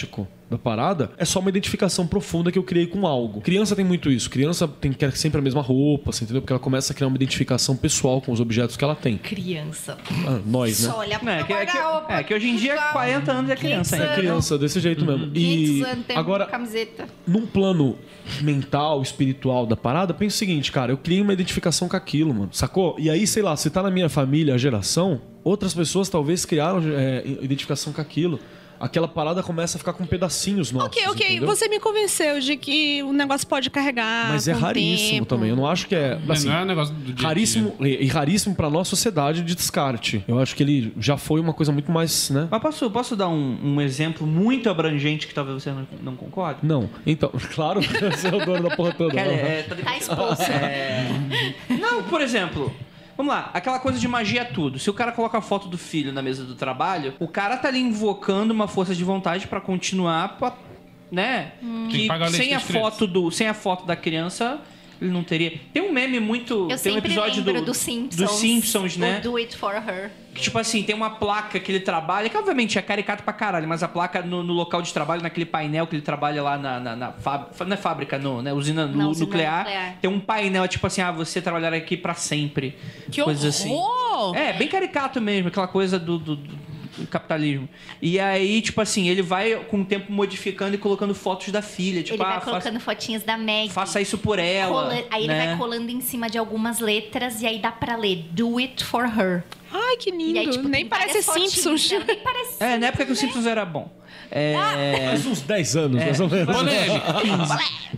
da parada, é só uma identificação profunda que eu criei com algo. Criança tem muito isso. Criança tem quer sempre a mesma roupa, você entendeu? Porque ela começa a criar uma identificação pessoal com os objetos que ela tem. Criança. Ah, nós, né? Só olha pra Não, é, que, é, que, guarda-roupa. é que hoje em dia, 40 anos é criança Criança. ainda. É criança, desse jeito mesmo. 500 E anos, tem agora, camiseta. num plano mental, espiritual da parada, pensa o seguinte, cara, eu criei uma identificação com aquilo, mano, sacou? E aí, sei lá, se tá na minha família, a geração, outras pessoas talvez criaram é, identificação com aquilo. Aquela parada começa a ficar com pedacinhos nossos, Ok, ok. entendeu? Você me convenceu de que o negócio pode carregar. Mas é com o raríssimo tempo. também. Eu não acho que é. Mas Assim, não é um negócio do dia a dia. raríssimo e e raríssimo para nossa sociedade de descarte. Eu acho que ele já foi uma coisa muito mais, né? Mas posso, posso dar um, um exemplo muito abrangente que talvez você não, não concorde? Não. Então, claro, você é o dono da porra toda. né? Cara, é, Tá exposto. É. Não, por exemplo. Vamos lá, aquela coisa de magia é tudo. Se o cara coloca a foto do filho na mesa do trabalho, o cara tá ali invocando uma força de vontade pra continuar, pra- né? Hum. Tem que Que pagar o leite sem a das crianças. foto do, sem a foto da criança, ele não teria. Tem um meme muito, Eu tem um sempre episódio lembro do, do, Simpsons. dos Simpsons, né? Do Do It For Her. Que, tipo assim, tem uma placa que ele trabalha, que obviamente é caricato pra caralho, mas a placa no, no local de trabalho, naquele painel que ele trabalha lá na, na, na fá- fa- não é fábrica, não, né? Usina, nu- Na usina nuclear, nuclear. Tem um painel, tipo assim, ah, você trabalhar aqui pra sempre. Que coisas horror! assim. É, bem caricato mesmo, aquela coisa do. do- do- do capitalismo. E aí, tipo assim, ele vai com o tempo modificando e colocando fotos da filha. Tipo, ele vai ah, faça, colocando fotinhas da Maggie. faça isso por ela. Cola- aí ele né? vai colando em cima de algumas letras e aí dá pra ler Do It For Her. Ai, que lindo. E aí, tipo, Nem tem parece várias fotinhas, Simpsons. né? Nem parece É, na né? época que o Simpsons era bom. É. Ah, Faz uns 10 anos, É. mais ou menos. Polêmica.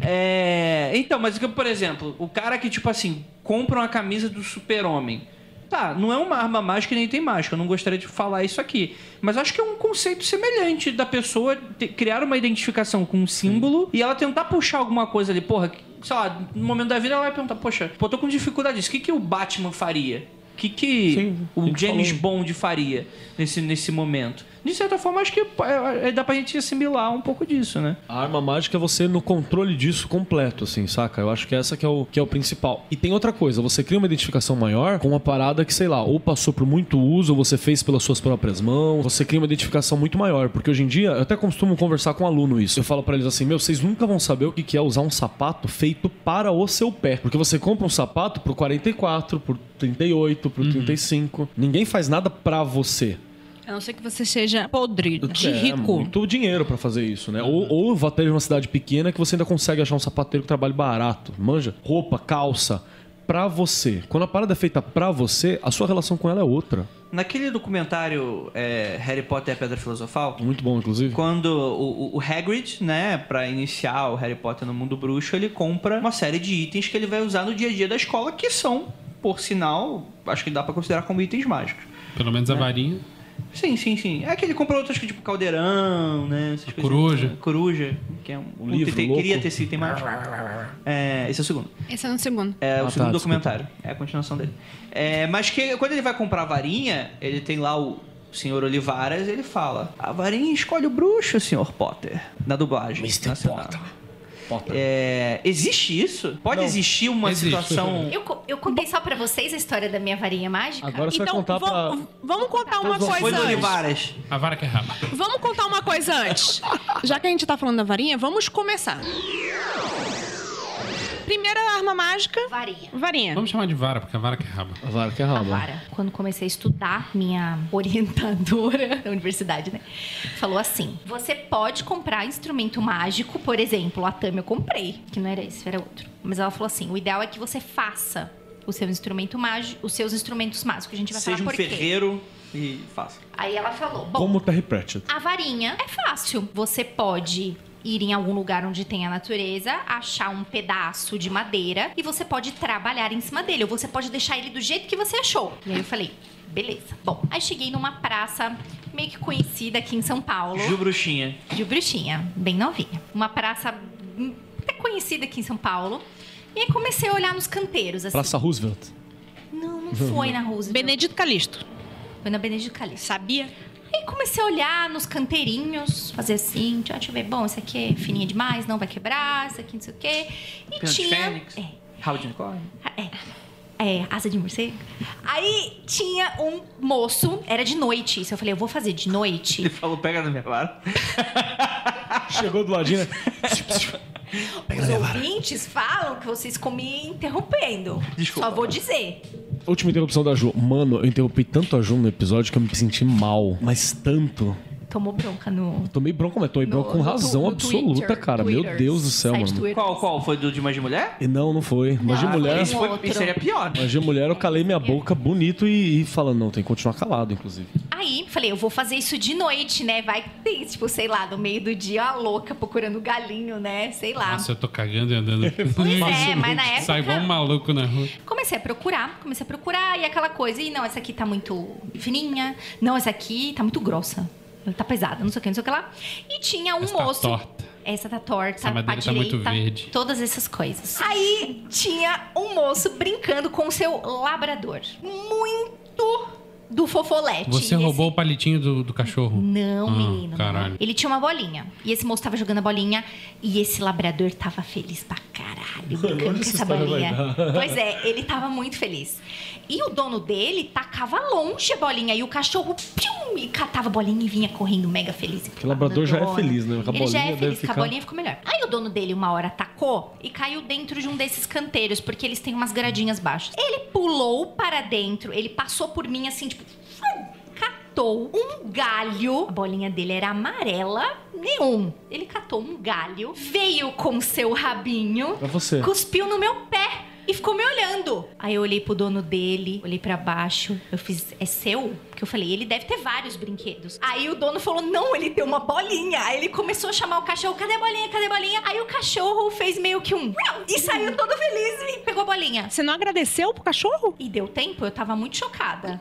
É, então, mas o que, por exemplo, o cara que, tipo assim, compra uma camisa do super-homem. Tá, não é uma arma mágica e nem tem mágica. Eu não gostaria de falar isso aqui. Mas acho que é um conceito semelhante da pessoa te- criar uma identificação com um símbolo e ela tentar puxar alguma coisa ali. Porra, que- sei lá, no momento da vida ela vai perguntar, poxa, pô, tô com dificuldade disso. O que, que o Batman faria? O que, que Sim, o ele James falou. Bond faria nesse, nesse momento? De certa forma, acho que é, é, dá pra gente assimilar um pouco disso, né? A arma mágica é você no controle disso completo, assim, saca? Eu acho que essa que é o, que é o principal. E tem outra coisa, você cria uma identificação maior com uma parada que, sei lá, ou passou por muito uso, ou você fez pelas suas próprias mãos, você cria uma identificação muito maior. Porque hoje em dia, eu até costumo conversar com um aluno isso. Eu falo pra eles assim, meu, vocês nunca vão saber o que que é usar um sapato feito para o seu pé. Porque você compra um sapato por 44, por 38, por 35. Ninguém faz nada pra você. A não ser que você seja podre, de É, rico. muito dinheiro pra fazer isso, né? Ou, ou vá até uma cidade pequena que você ainda consegue achar um sapateiro que trabalhe barato. Manja? Roupa, calça. Pra você. Quando a parada é feita pra você, a sua relação com ela é outra. Naquele documentário é, Harry Potter e a Pedra Filosofal, Muito bom, inclusive. quando o, o- o Hagrid, né, pra iniciar o Harry Potter no mundo bruxo, ele compra uma série de itens que ele vai usar no dia a dia da escola, que são, por sinal, acho que dá pra considerar como itens mágicos. É. Pelo menos a varinha. Sim, sim, sim. É que ele comprou outras que, tipo, caldeirão, né? Essas coisas. coruja. Coruja, que é um, Um livro item- louco. Queria ter esse item mais. É, esse é o segundo. Esse é no segundo. É o Ah, tá, segundo desculpa. documentário. É a continuação dele. É, mas que, quando ele vai comprar a varinha, ele tem lá o senhor Olivaras, ele fala: A varinha escolhe o bruxo, senhor Potter. Na dublagem. Mr. nacional." Potter. Potter. É, existe isso? Pode Não. existir uma Existe. situação. Eu, co- eu contei só pra vocês a história da minha varinha mágica. Agora você vai Então, contar pra. vam- vamos contar uma Então, Foi coisa do antes. Olivaras. A vara que é raba. Vamos contar uma coisa antes. Já que a gente tá falando da varinha, vamos começar. Primeira arma mágica, Varinha. varinha. Vamos chamar de vara, porque a vara que é raba. A vara que é A raba. vara. Quando comecei a estudar, minha orientadora da universidade, né? Falou assim: você pode comprar instrumento mágico, por exemplo, a Tami eu comprei, que não era esse, era outro. Mas ela falou assim: o ideal é que você faça o seu instrumento mágico, os seus instrumentos mágicos. A gente vai Seja um falar por quê. ferreiro e faça. Aí ela falou: bom, Como o Terry Pratchett. A varinha é fácil. Você pode ir em algum lugar onde tem a natureza, achar um pedaço de madeira e você pode trabalhar em cima dele. Ou você pode deixar ele do jeito que você achou. E aí eu falei, beleza. Bom, aí cheguei numa praça meio que conhecida aqui em São Paulo. Ju Bruxinha. De bruxinha, bem novinha. Uma praça hum, até conhecida aqui em São Paulo. E aí comecei a olhar nos canteiros, assim. Praça Roosevelt. Não, não foi na Roosevelt. Benedito Calixto. Foi na Benedito Calixto. Sabia? Aí comecei a olhar nos canteirinhos, fazer assim, deixa deixa eu ver, bom, esse aqui é fininho demais, não vai quebrar, esse aqui não sei o quê. E Pena de tinha. fênix. É, Rabo de unicórnio. é, é, asa de morcego. Aí tinha um moço, era de noite, isso eu falei, eu vou fazer de Ele noite. falou: pega na minha vara. Chegou do ladinho, né? Os ouvintes falam que vocês ficam me interrompendo. Desculpa. Só vou dizer. Última interrupção da Ju. Mano, eu interrompi tanto a Ju no episódio que eu me senti mal. Mas tanto. Tomou bronca no. Tomei bronca, mas tomei no- bronca com no tu- razão no absoluta, Twitter- cara. Meu Twitter, Deus do céu, site mano. Twitter. Qual, qual? Foi do de mais de mulher? Ah, E não, não foi. Mas de Não, mulher. Ah, foi Isso, foi, outro. isso seria pior. né? Mas de mulher eu calei minha boca bonito e, e falando, não, tem que continuar calado, inclusive. Aí, falei, eu vou fazer isso de noite, né? Vai que tem, tipo, sei lá, no meio do dia, a louca procurando galinho, né? Sei lá. Nossa, eu tô cagando e andando. Pois é, mas na época- Sai igual um maluco na rua. Comecei a procurar, comecei a procurar e aquela coisa, e não, essa aqui tá muito fininha, não, essa aqui tá muito grossa, tá pesada, não sei o que, não sei o que lá. E tinha um Essa tá moço. torta. Essa tá torta, Essa madeira pra tá muito direita, verde. Todas essas coisas. Aí tinha um moço brincando com o seu labrador. Muito do fofolete. Você E esse- roubou o palitinho do, do cachorro. Não, Ah, menino. Caralho. Ele tinha uma bolinha. E esse moço tava jogando a bolinha. E esse labrador tava feliz pra caralho. Onde Brincando com essa essa história vai bolinha. dar? Pois é, ele tava muito feliz. E o dono dele tacava longe a bolinha. E o cachorro pium, e catava a bolinha e vinha correndo mega feliz. Porque o labrador já é feliz, né? Com a ele já bolinha deve é feliz, com a ficar- bolinha ficou melhor. Aí o dono dele uma hora atacou e caiu dentro de um desses canteiros, porque eles têm umas gradinhas baixas. Ele pulou para dentro, ele passou por mim assim, tipo, fum, catou um galho. A bolinha dele era amarela, neon. Ele catou um galho, veio com seu rabinho, Pra você. cuspiu no meu pé. E ficou me olhando. Aí eu olhei pro dono dele, olhei pra baixo. Eu fiz, é seu? Porque eu falei, ele deve ter vários brinquedos. Aí o dono falou, não, ele tem uma bolinha. Aí ele começou a chamar o cachorro, cadê a bolinha, cadê a bolinha? Aí o cachorro fez meio que um... "Miau", E saiu todo feliz e pegou a bolinha. Você não agradeceu pro cachorro? E deu tempo, eu tava muito chocada.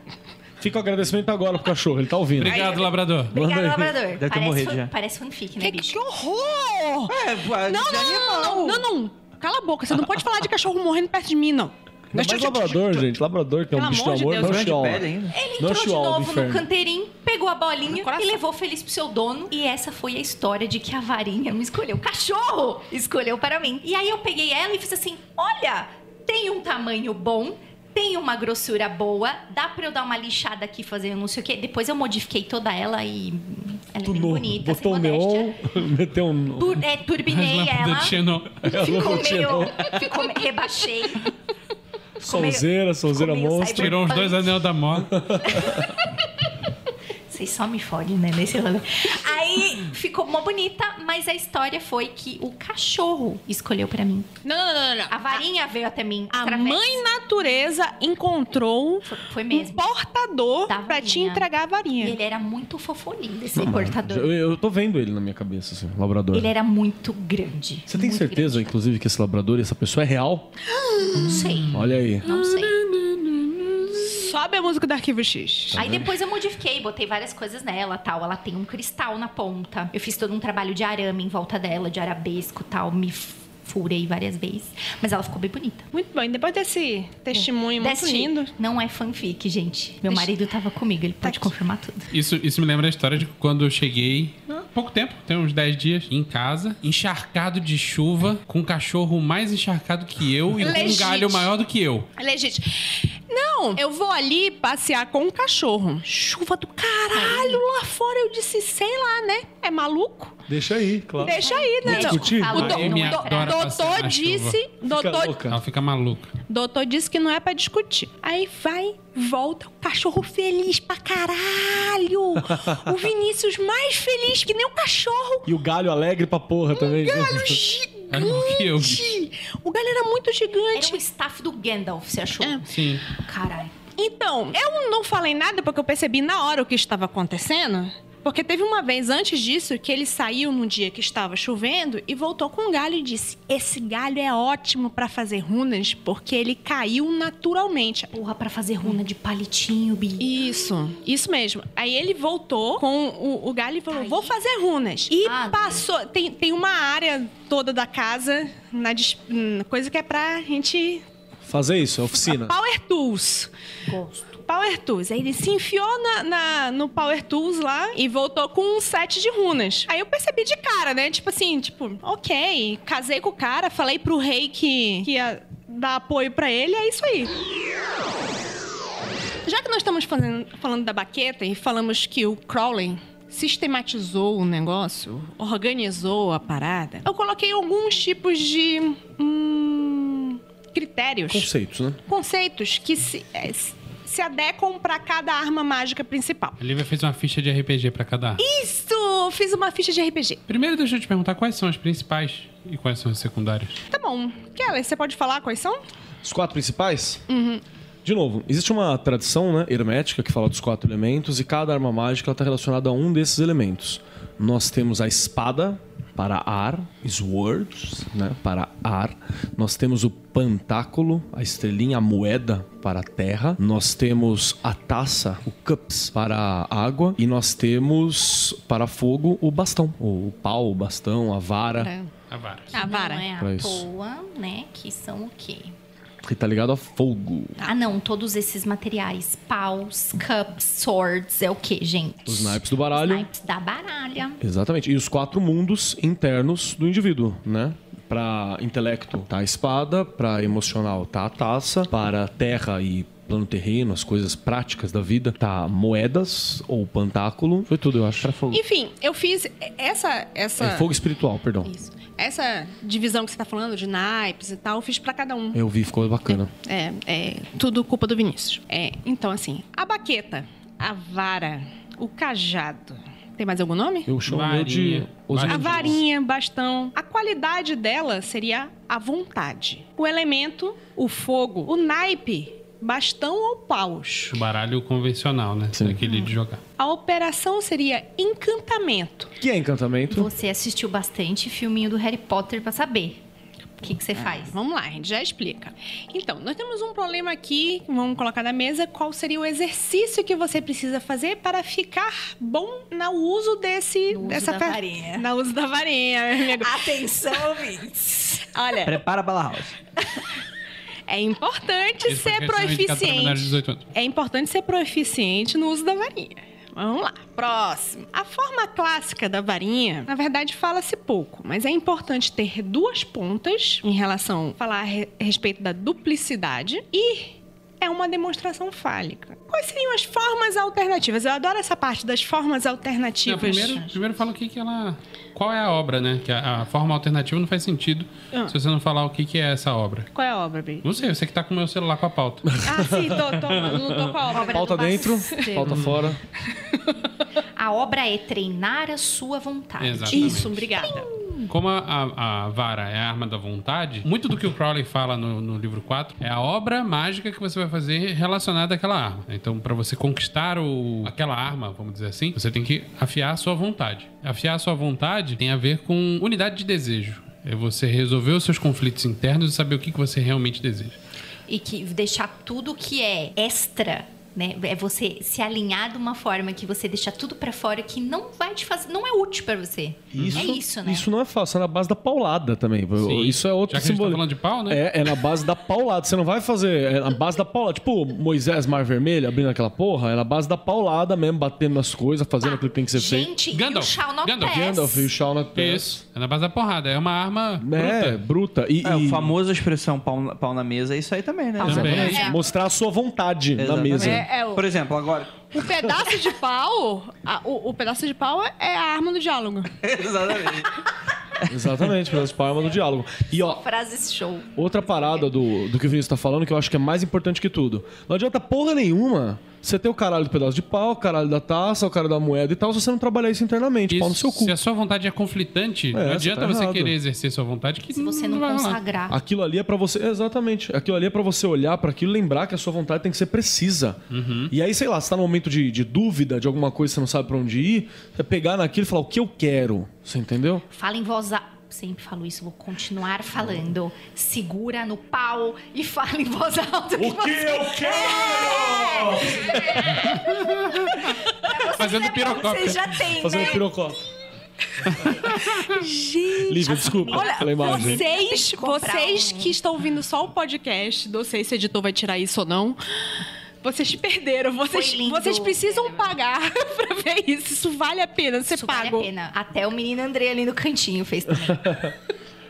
Fica o agradecimento agora pro cachorro, ele tá ouvindo. Obrigado, labrador. Obrigada, Manda aí. labrador. ter parece, morrido fan- já. parece fanfic, né, Que, bicho? que horror! É, vai, Não, de não, não, animal. não, não, não. Cala a boca, você não pode falar de cachorro morrendo perto de mim, não. Mas labrador, gente, labrador que é um Pelo bicho amor do de Deus, amor, não grande chiola. pele ainda. Ele Não entrou de chiola do novo no inferno. canteirinho, pegou a bolinha coração. e levou feliz pro seu dono. E essa foi a história de que a varinha não escolheu. O cachorro escolheu para mim. E aí eu peguei ela e fiz assim: olha, tem um tamanho bom. Tem uma grossura boa, dá pra eu dar uma lixada aqui, fazer não sei o quê. Depois eu modifiquei toda ela e hum, ela é bem Tudo novo. bonita, Botou um sem modéstia. neon, meteu um... Tur- é, turbinei ela, Xenon. ficou Tirou. meio, ficou me- rebaixei. Solzeira, solzeira meio monstro. Tirou uns cyberpunk. dois anel da moto. Vocês só me fodem, né? Nesse rolê. Aí ficou mó bonita, mas a história foi que o cachorro escolheu pra mim. Não, não, não, não. não. A varinha veio até mim. A através- mãe natureza encontrou Foi, foi um mesmo. portador Da pra te varinha. entregar a E varinha. ele era muito fofolinho, esse Eu, portador. eu tô vendo ele na minha cabeça, assim, labrador. Ele era muito grande. Você tem muito certeza, inclusive, que esse labrador e essa pessoa é real? Hum. grande. Não sei. Olha aí. Não sei. Sobe a música do Arquivo X. Aí depois eu modifiquei, botei várias coisas nela, tal. Ela tem um cristal na ponta. Eu fiz todo um trabalho de arame em volta dela, de arabesco, tal. Me f- furei várias vezes, mas ela ficou bem bonita. Muito bem, depois desse testemunho muito Deste- lindo. Tá Não é fanfic, gente. Meu marido tava comigo, ele pode confirmar tudo. Isso, isso me lembra a história de quando eu cheguei há pouco tempo, tem uns 10 dias, em casa, encharcado de chuva, com um cachorro mais encharcado que eu e com um Legítimo. galho maior do que eu. Legítimo. Não, eu vou ali passear com o cachorro. Chuva do caralho lá fora. Eu disse, sei lá, né? É maluco? Deixa aí, Tá claro. Deixa aí, né? Vamos Não. discutir? Fala, O A do- não Amy é do- pra- adora passear doutor na disse, Fica doutor, louca. Ela fica maluca. doutor disse que não é pra discutir. Aí vai, volta, o cachorro feliz pra caralho. o Vinícius mais feliz que nem o cachorro. E o galho alegre pra porra também. Galho Olha o que eu vi. gigante. O galho era muito Era gigante. o staff do Gandalf, você achou? É. Sim. Caralho. Então, eu não falei nada porque eu percebi na hora o que estava acontecendo. Porque teve uma vez antes disso que ele saiu num dia que estava chovendo e voltou com um galho e disse: Esse galho é ótimo para fazer runas porque ele caiu naturalmente. Porra, pra fazer runa de palitinho, bi. Isso, isso mesmo. Aí ele voltou com o, o galho e falou: Aí. Vou fazer runas. E Ah, passou. Tem, tem uma área toda da casa, na dis- hum, coisa que é pra gente Fazer isso, é oficina. Power Tools. Gosto. Power Tools. Aí ele se enfiou na, na- no Power Tools lá e voltou com um set de runas. Aí eu percebi de cara, né? Tipo assim, tipo, ok, casei com o cara, falei pro rei que, que ia dar apoio pra ele, é isso aí. Já que nós estamos fazendo- falando da baqueta e falamos que o Crowley sistematizou o negócio, organizou a parada, eu coloquei alguns tipos de. hum, critérios Conceitos, né? conceitos que se, eh, se- se adequam para cada arma mágica principal. A Lívia fez uma ficha de RPG pra cada arma. Isso! Fiz uma ficha de RPG. Primeiro, deixa eu te perguntar quais são as principais e quais são as secundárias. Tá bom. Kelly, você pode falar quais são? Os quatro principais? De novo, existe uma tradição né, hermética que fala dos quatro elementos e cada arma mágica está relacionada a um desses elementos. Nós temos a espada para ar, swords, né, para ar. Nós temos o pantáculo, a estrelinha, a moeda para a terra. Nós temos a taça, o cups para água e nós temos para fogo o bastão, o pau, o bastão, a vara. É. A vara. A vara. Não é Pra à isso. toa, né? Que são o quê? que tá ligado a fogo. Tá. Ah, não. Todos esses materiais. Paus, cups, swords. É o quê, gente? Os naipes do baralho. Os naipes da baralha. Exatamente. E os quatro mundos internos do indivíduo, né? Para intelecto tá a espada, para emocional tá a taça, para terra e plano terreno, as coisas práticas da vida, tá moedas ou pantáculo. Foi tudo, eu acho. Pra fogo. Enfim, eu fiz essa essa É fogo espiritual, perdão. Isso. essa divisão que você tá falando de naipes e tal, eu fiz para cada um. Eu vi, ficou bacana. É, é tudo culpa do Vinícius. É, então assim, a baqueta, a vara, o cajado. Tem mais algum nome? Eu chamo meu de Varinha. os Varinha. A varinha, bastão. A qualidade dela seria a vontade. O elemento, o fogo, o naipe, bastão ou paus. O baralho convencional, né? Sim. Daquele Uhum. de jogar. A operação seria encantamento. que é encantamento. Você assistiu bastante filminho do Harry Potter pra saber. O que, É. que você faz? Vamos lá, a gente já explica. Então, nós temos um problema aqui, vamos colocar na mesa qual seria o exercício que você precisa fazer para ficar bom no uso desse No uso dessa da fa- varinha. Na uso da varinha. minha amiga. Atenção, Vince. Olha, Prepara a bala house. é importante Esse ser podcast não é indicado para menores de proeficiente. 18 anos. É importante ser proeficiente no uso da varinha. Vamos lá. Próximo. A forma clássica da varinha, na verdade, fala-se pouco, mas é importante ter duas pontas em relação falar a re- respeito da duplicidade e é uma demonstração fálica. Quais seriam as formas alternativas? Eu adoro essa parte das formas Não, alternativas. primeiro, primeiro fala o que, que ela. Qual é a obra, né? Que a, a forma alternativa não faz sentido Ah. se você não falar o que, que é essa obra. Qual é a obra, Bri? Não sei, você que tá com o meu celular com a pauta. Ah, sim, tô, tô, não tô com a obra. Obra- Pauta do dentro, parceiro. pauta fora. A obra é treinar a sua vontade. Exato. Ah, Isso, obrigada. Como a, a- a vara é a arma da vontade, muito do que o Crowley fala no, no livro 4 é a obra mágica que você vai fazer relacionada àquela arma. Então, para você conquistar o, aquela arma, vamos dizer assim, você tem que afiar a sua vontade. Afiar a sua vontade tem a ver com unidade de desejo. É você resolver os seus conflitos internos e saber o que, que você realmente deseja. E que deixar tudo que é extra né? É você se alinhar de uma forma que você deixa tudo pra fora que não vai te fazer, não é útil pra você. é isso, né? Isso não é fácil, é na base da paulada também. Isso é outro Já que a gente tá simbolismo. falando de pau, né? É, é na base da paulada. Você não vai fazer. É na base da paulada. Tipo, Moisés Mar Vermelho abrindo aquela porra. É na base da paulada mesmo, batendo nas coisas, fazendo aquilo que tem que ser feito. Gente, é Gandalf, you shall not Gandalf, pass. Gandalf e o Shaun of the- Isso. É na base da porrada. É uma arma É, bruta. bruta. E, É, e o famoso expressão pau, na- pau na mesa é isso aí também, né? Também. Exatamente. É. mostrar a sua vontade na Exatamente. mesa. É, é o- Por exemplo, agora. O pedaço de pau, a- o, o pedaço de pau é a arma do diálogo. Exatamente. Exatamente, pelas palmas do diálogo. E ó, Frases show. Outra parada do, do que o Vinícius tá falando, que eu acho que é mais importante que tudo. Não adianta porra nenhuma você ter o caralho do pedaço de pau, o caralho da taça, o cara da moeda e tal, se você não trabalhar isso internamente, pau no seu cu. Se a sua vontade é conflitante, não você adianta tá você errado. querer exercer sua vontade que Se você não não vai rolar. consagrar. Aquilo ali é pra você. Exatamente. Aquilo ali é pra você olhar pra aquilo e lembrar que a sua vontade tem que ser precisa. E aí, sei lá, você tá num momento de, de dúvida de alguma coisa, que você não sabe pra onde ir, você pegar naquilo e falar o que eu quero. Você entendeu? Fala em voz alta. Sempre falo isso, vou continuar falando. Segura no pau e fala em voz alta. que você- quero! Você Fazendo lembra- pirocópio. Você já tem, Fazendo né? um pirocó. Gente, Lívia, desculpa olha, pela imagem. vocês, que comprar vocês um- que estão ouvindo só o podcast, não sei se o editor vai tirar isso ou não. Vocês perderam, vocês, Foi lindo. vocês precisam pagar pra ver isso. Isso vale a pena ser Isso vale pago. a pena. Até o menino André ali no cantinho fez também.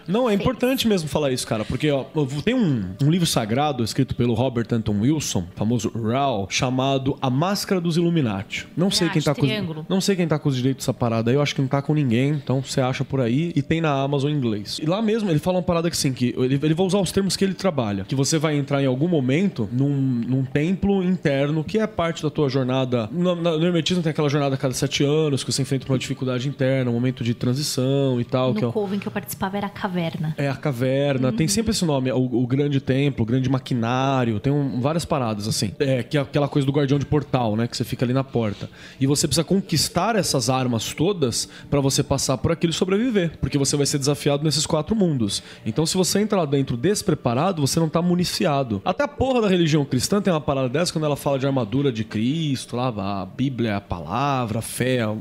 Não, é importante mesmo falar isso, cara, porque ó, tem um, um livro sagrado escrito pelo Robert Anton Wilson, famoso Rao, chamado A Máscara dos Illuminati. Não sei quem tá com É, Triângulo. não sei quem tá com os direitos dessa parada aí, eu acho que não tá com ninguém, então você acha por aí e tem na Amazon em inglês. E lá mesmo ele fala uma parada que assim, que ele, ele vai usar os termos que ele trabalha, que você vai entrar em algum momento num, num templo interno que é parte da tua jornada. No, na- no Hermetismo tem aquela jornada a cada sete anos, que você enfrenta uma dificuldade interna, um momento de transição e tal. que é No o- coven que eu participava era a caverna. é a caverna, tem sempre esse nome, é o, o grande templo, o grande maquinário, tem um- várias paradas assim. É, que é aquela coisa do guardião de portal, né, que você fica ali na porta. E você precisa conquistar essas armas todas pra você passar por aquilo e sobreviver, porque você vai ser desafiado nesses quatro mundos. Então se você entra lá dentro despreparado, você não tá municiado. Até a porra da religião cristã tem uma parada dessa quando ela fala de armadura de Cristo, lá a Bíblia é a palavra, a fé, é o,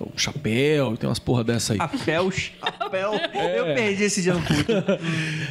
é o chapéu, tem umas porra dessa aí. Apels. Apel. Eu perdi esse dia no culto.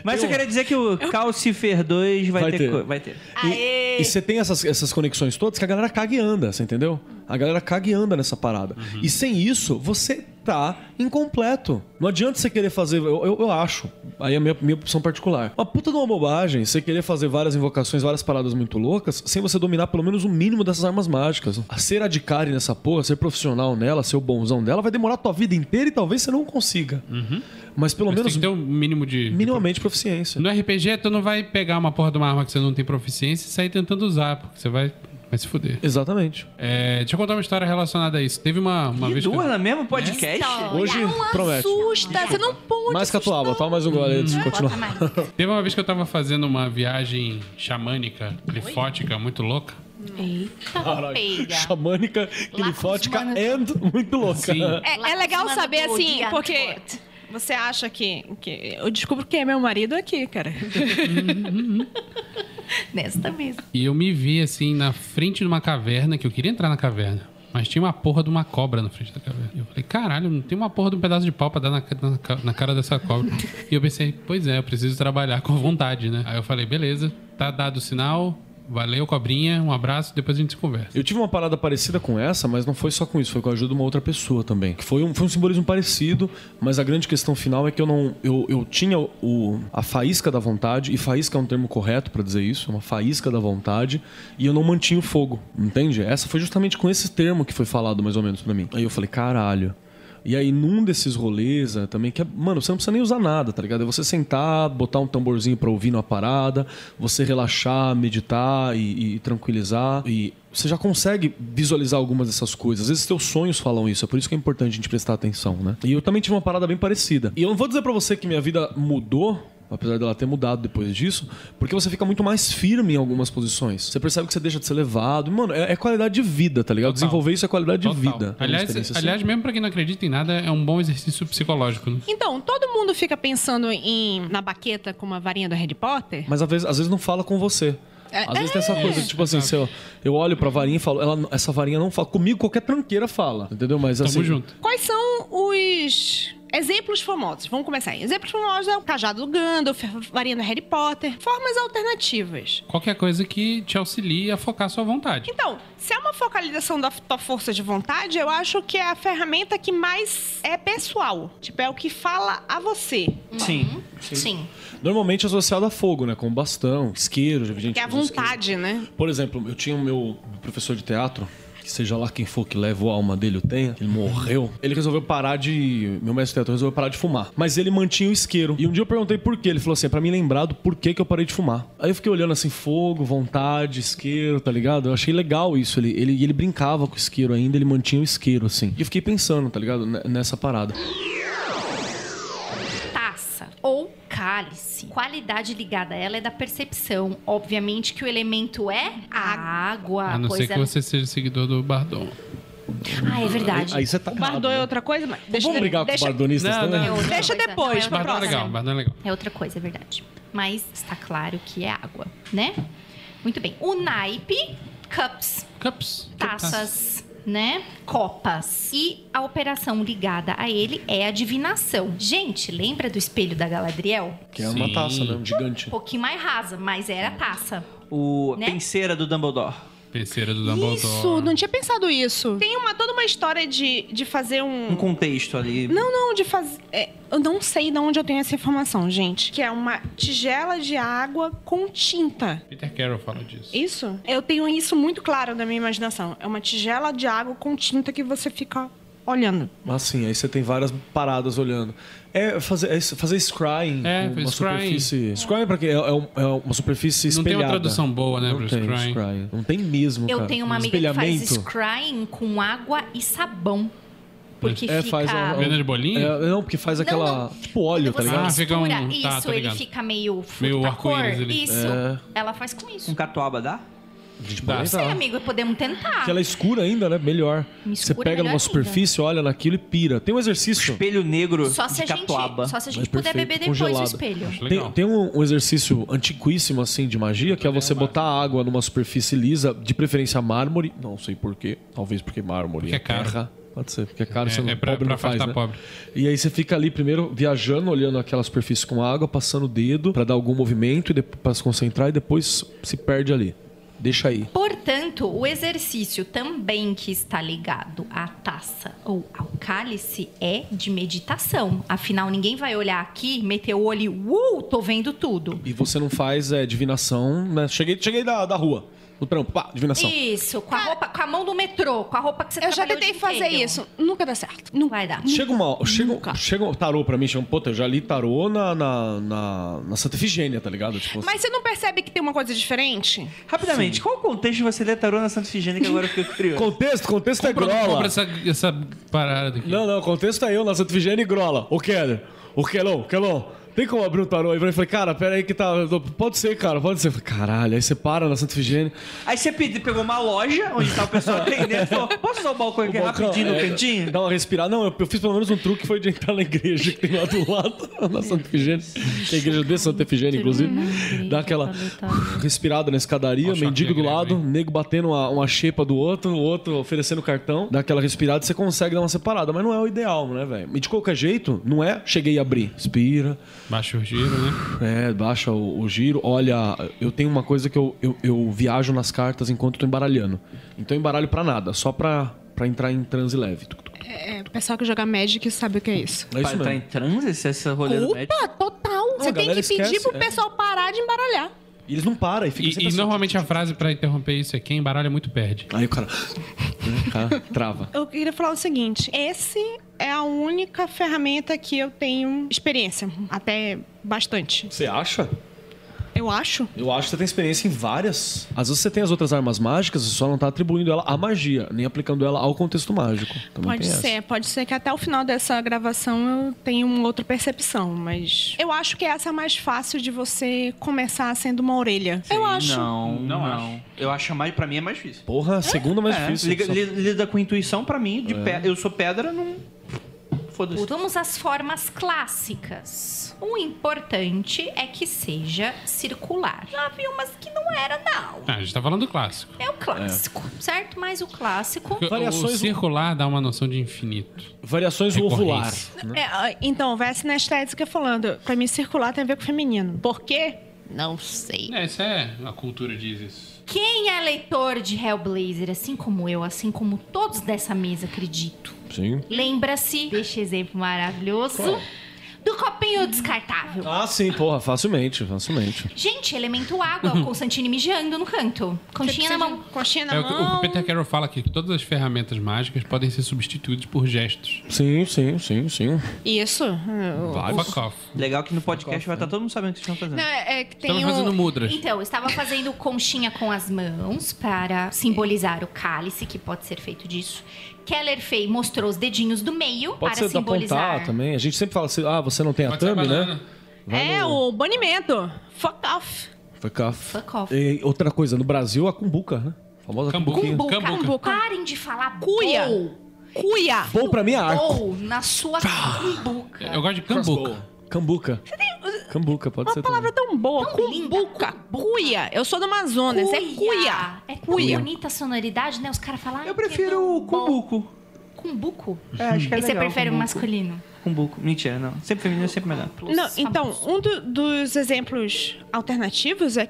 Mas eu queria dizer que o Calcifer 2 vai, Vai ter, ter. co- Vai ter. Aê! E você tem essas, essas conexões todas que a galera caga e anda, você entendeu? A galera caga e anda nessa parada. Uhum. E sem isso, você tá incompleto. Não adianta você querer fazer. Eu, eu, eu acho. Aí é a minha, minha opção particular. Uma puta de uma bobagem você querer fazer várias invocações, várias paradas muito loucas, sem você dominar pelo menos o mínimo dessas armas mágicas. A ser adicare nessa porra, ser profissional nela, ser o bonzão dela, vai demorar a tua vida inteira e talvez você não consiga. Mas pelo Uhum. Mas tem menos que ter Uhum. um mínimo de... de minimamente proficiência. No RPG, tu não vai pegar uma porra de uma arma que você não tem proficiência e sair tentando usar, porque você vai, vai se fuder. Exatamente. É, deixa eu contar uma história relacionada a isso. Teve uma, uma E vez. que eu- duas no mesmo podcast? Então, Hoje Não promete. assusta, você não pode. Mais catuaba, toma mais um gole antes de continuar. Hum, bota mais. Teve uma vez que eu tava fazendo uma viagem xamânica, clifótica, muito louca. Eita, peiga. Xamânica, glifótica Lá com os and muito louca. Sim. É, é legal Lá com saber o assim, Diário porque Corte. você acha que, que. Eu descubro quem é meu marido aqui, cara. Nesta mesa. E eu me vi assim na frente de uma caverna, que eu queria entrar na caverna. Mas tinha uma porra de uma cobra na frente da caverna. E Eu falei, caralho, não tem uma porra de um pedaço de pau pra dar na, ca- na ca- na cara dessa cobra. e eu pensei, pois é, eu preciso trabalhar com vontade, né? Aí eu falei, beleza, tá dado o sinal, valeu, cobrinha, um abraço, depois a gente se conversa. Eu tive uma parada parecida com essa, mas não foi só com isso, foi com a ajuda de uma outra pessoa também. Que foi um, foi um simbolismo parecido, mas a grande questão final é que eu não. Eu, eu tinha o, a faísca da vontade, e faísca é um termo correto pra dizer isso, uma faísca da vontade, e eu não mantinha o fogo, entende? Essa foi justamente com esse termo que foi falado mais ou menos pra mim. Aí eu falei, caralho. E aí, num desses rolês né, também, que é, mano, você não precisa nem usar nada, tá ligado? É você sentar, botar um tamborzinho pra ouvir numa parada, você relaxar, meditar e, e tranquilizar. E você já consegue visualizar algumas dessas coisas. Às vezes, teus sonhos falam isso, é por isso que é importante a gente prestar atenção, né? E eu também tive uma parada bem parecida. E eu não vou dizer pra você que minha vida mudou, apesar dela ter mudado depois disso, porque você fica muito mais firme em algumas posições. Você percebe que você deixa de ser levado. Mano, é, é qualidade de vida, tá ligado? Desenvolver isso é qualidade de Total. vida. É uma experiência Aliás, assim. aliás, mesmo pra quem não acredita em nada, é um bom exercício psicológico. né? Então, todo mundo fica pensando em na baqueta com uma varinha do Harry Potter? É. Mas às vezes, às vezes não fala com você. É, Às vezes tem essa coisa, tipo assim, se eu, eu olho pra varinha e falo, ela, não- essa varinha não fala. Comigo qualquer tranqueira fala, entendeu? Mas Tamo assim. junto. Quais são os exemplos famosos? Vamos começar aí. Exemplos famosos é o cajado do Gandalf, a varinha do Harry Potter. Formas alternativas. Qualquer coisa que te auxilie a focar a sua vontade. Então, se é uma focalização da tua força de vontade, eu acho que é a ferramenta que mais é pessoal. Tipo, é o que fala a você. Sim. Sim. Normalmente associado a fogo, né? Com bastão, isqueiro, gente. Que é a usa isqueiro. vontade, né? Por exemplo, eu tinha o meu professor de teatro, que seja lá quem for que leva a alma dele o tenha, ele morreu. Ele resolveu parar de. Meu mestre de teatro resolveu parar de fumar. Mas ele mantinha o isqueiro. E um dia eu perguntei por quê. Ele falou assim: é pra mim lembrar do porquê que eu parei de fumar. Aí eu fiquei olhando assim: fogo, vontade, isqueiro, tá ligado? Eu achei legal isso. Ele, ele, e ele brincava com o isqueiro ainda, ele mantinha o isqueiro assim. E eu fiquei pensando, tá ligado? N- Nessa parada. taça ou cálice. Qualidade ligada a ela é da percepção. Obviamente que o elemento é a água. a não ser coisa... que você seja seguidor do Bardon. Ah, é verdade. Aí você tá. O Bardô é outra coisa, mas deixa, Vamos brigar com deixa, os bardonistas Não, também? não. outra deixa coisa. depois, Não, é pra outra Bardon é próxima. legal, Bardon é legal. É outra coisa, é verdade. Mas está claro que é água, né? Muito bem. O naipe, cups, Cups. taças, né? Copas. E a operação ligada a ele é a divinação. Gente, lembra do espelho da Galadriel? Que é uma Sim. taça, né? Um gigante. Um pouquinho mais rasa, mas era taça. O Né? penseira do Dumbledore. Penseira do Dumbledore. Isso, né? não tinha pensado isso. Tem uma toda uma história de, de fazer Hum. Um contexto ali. Não, não, de fazer. é, eu não sei de onde eu tenho essa informação, gente. Que é uma tigela de água com tinta. Peter Carroll fala disso. Isso? Eu tenho isso muito claro na minha imaginação. É uma tigela de água com tinta que você fica olhando. Mas sim, aí você tem várias paradas olhando. É fazer, é fazer scrying. É, uma fez scrying. superfície. Scrying pra quê? É, é um- é uma superfície Não espelhada. tem uma tradução boa, né, Não pro tem scrying. Não tem mesmo, Eu cara. tenho uma Um amiga que faz espelhamento. scrying com água e sabão. Porque É, fica... faz a- Venda Tá de bolinha? É, não, porque faz Não, aquela... não. Tipo óleo, tá Quando ligado? você ligado? mistura Ah, fica um- tá, Isso, tô ele ligado. fica meio fruta Meio cor. arco-íris ali. Isso. É. Ela faz com isso. Com catuaba dá? A gente Dá. pode Sei, Sei, entrar. amigo, podemos tentar. Porque ela é escura ainda, né? Melhor. Escura você é pega melhor numa ainda. superfície, olha naquilo e pira. Tem um exercício... Espelho negro Só se de a gente, catuaba. só se a gente Mas puder perfeito, beber depois congelada. o espelho. Acho Tem, legal. tem um, um exercício antiquíssimo, assim, de magia, que é você botar água numa superfície lisa, de preferência mármore. Não sei porquê. Talvez porque mármore Porque é caro. terra. Pode ser, porque é caro, É, você não, é pra- pobre pra não faz, afastar né? pobre. E aí você fica ali primeiro viajando, olhando aquela superfície com água, passando o dedo pra dar algum movimento, e depois- pra se concentrar, e depois se perde ali. Deixa aí. Portanto, o exercício também que está ligado à taça ou ao cálice é de meditação. Afinal, ninguém vai olhar aqui, meter o olho, e, uh, tô vendo tudo. E você não faz é, divinação, né? Cheguei, cheguei da, da rua. Do trampo, pá, divinação. Isso, com a roupa, com a mão do metrô, com a roupa que você Eu já trabalhou o tentei dia fazer inteiro. isso. Nunca dá certo. Nunca. Vai dar. Chega uma. Chega, um- chega um tarô pra mim, chega um. Puta, eu já li tarô na, na, na, na Santa Efigênia, tá ligado? Tipo, Mas você não percebe que tem uma coisa diferente? Rapidamente, qual o contexto você detalhou na Santa Figênia que agora eu fico curioso? Contexto, contexto Compra, é compra grola. essa, essa parada aqui. Não, não, contexto é eu na Santa Efigênia e grola. Ô, Keller. Ô, Kelon, Kelon. Tem como abrir um tarô aí? Eu falei, cara, pera aí que tá. Pode ser, cara, pode ser. Eu falei, Caralho, aí você para na Santa Efigênia. Aí você pedi- pegou uma loja onde tá o pessoal atendendo e falou: posso usar o balcão aqui balcão, rapidinho no é, cantinho? Dá uma respirada. Não, eu, eu fiz pelo menos um truque, foi de entrar na igreja que tem lá do lado, na Santa Efigênia. Que é a igreja de Santa Efigênia, inclusive. Dá aquela respirada na escadaria, Olha o mendigo choque do da igreja, lado, hein? nego batendo uma, uma xepa do outro, o outro oferecendo cartão. Dá aquela respirada e você consegue dar uma separada. Mas não é o ideal, né, velho? E de qualquer jeito, não é cheguei a abrir. Respira, Baixa o giro, né? é, baixa o, o giro. Olha, eu tenho uma coisa que eu, eu, eu viajo nas cartas enquanto eu tô embaralhando. Então eu embaralho pra nada, só pra, pra entrar em transe leve. Tuc, tuc, tuc. É, o pessoal que joga Magic sabe o que é isso. Pra É isso entrar mesmo. tá em transe, esse- essa rolê do médico? Opa, total. você tem a que galera pedir esquece, pro é. pessoal parar de embaralhar. E eles não param e ficam E, sempre e assim. normalmente a frase pra interromper isso é quem embaralha muito perde. Aí o cara. né, cara, Trava. Eu queria falar o seguinte: esse é a única ferramenta que eu tenho experiência, até bastante. Você acha? Eu acho. Eu acho que você tem experiência em várias. Às vezes você tem as outras armas mágicas, você só não tá atribuindo ela à magia, nem aplicando ela ao contexto mágico. Também Pode tem essa. ser, pode ser que até o final dessa gravação eu tenha uma outra percepção, mas eu acho que essa é a mais fácil de você começar sendo uma orelha. eu acho. Não, não, Eu acho mais, pra mim é mais difícil. Porra, a segunda mais É, difícil. liga- Só- É. li- lida com intuição pra mim, de pe- eu sou pedra, não. Foda-se. Vamos às formas clássicas. O importante é que seja circular. Já vi umas que não era, não. Ah, a gente tá falando do clássico. É o clássico, certo? Mas o clássico. Porque o- Variações- O circular dá uma noção de infinito. Variações do ovular. Recorrência. É, ó, então, vai na estética falando. Pra mim, circular tem a ver com feminino. Por quê? Não sei. É, isso é. A cultura diz isso. Quem é leitor de Hellblazer, assim como eu, assim como todos dessa mesa, acredito, Sim. lembra-se deste exemplo maravilhoso do copinho descartável. Ah, sim, porra, facilmente, facilmente. Gente, elemento água, o Constantine mijando no canto. Conchinha na mão. um Coxinha na É, o, que- o que mão. o Peter Carroll fala aqui que todas as ferramentas mágicas podem ser substituídas por gestos. Sim, sim, sim, sim. Isso. é, o- Fuck off. Legal que no podcast vai estar todo mundo sabendo o que vocês estão fazendo. Não, é, é que tem Estamos o... fazendo mudras. Então, eu estava fazendo conchinha com as mãos para simbolizar o cálice, que pode ser feito disso. Keller Fey mostrou os dedinhos do meio Pode para ser da simbolizar. pontar também. A gente sempre fala assim, ah, você não tem a Pode ser a thumb, banana. né? É, o banimento. Fuck off. Fuck off. Fuck off. E outra coisa, no Brasil, a cumbuca, né? A famosa Cambuca. cumbuquinha. Cumbuca. Cumbuca. Parem de falar Cuia. bowl. Cuia. Bom pra mim é arco. Bowl na sua cumbuca. Eu gosto de cambuca. Cambuca. Cambuca, pode ser Uma palavra também. tão boa. Tão linda, Cumbuca. Cuia. Eu sou do Amazonas. É cuia. É tão Cuia. bonita a sonoridade, né? Os caras falam... "Ai, Eu que prefiro o bom, bom." cumbuco. Cumbuco? É, acho que é e você legal, prefere o cumbuco. masculino? Cumbuco. Mentira, não. Sempre feminino é sempre melhor. Plus, Não, então, famoso. um do- dos exemplos alternativos é,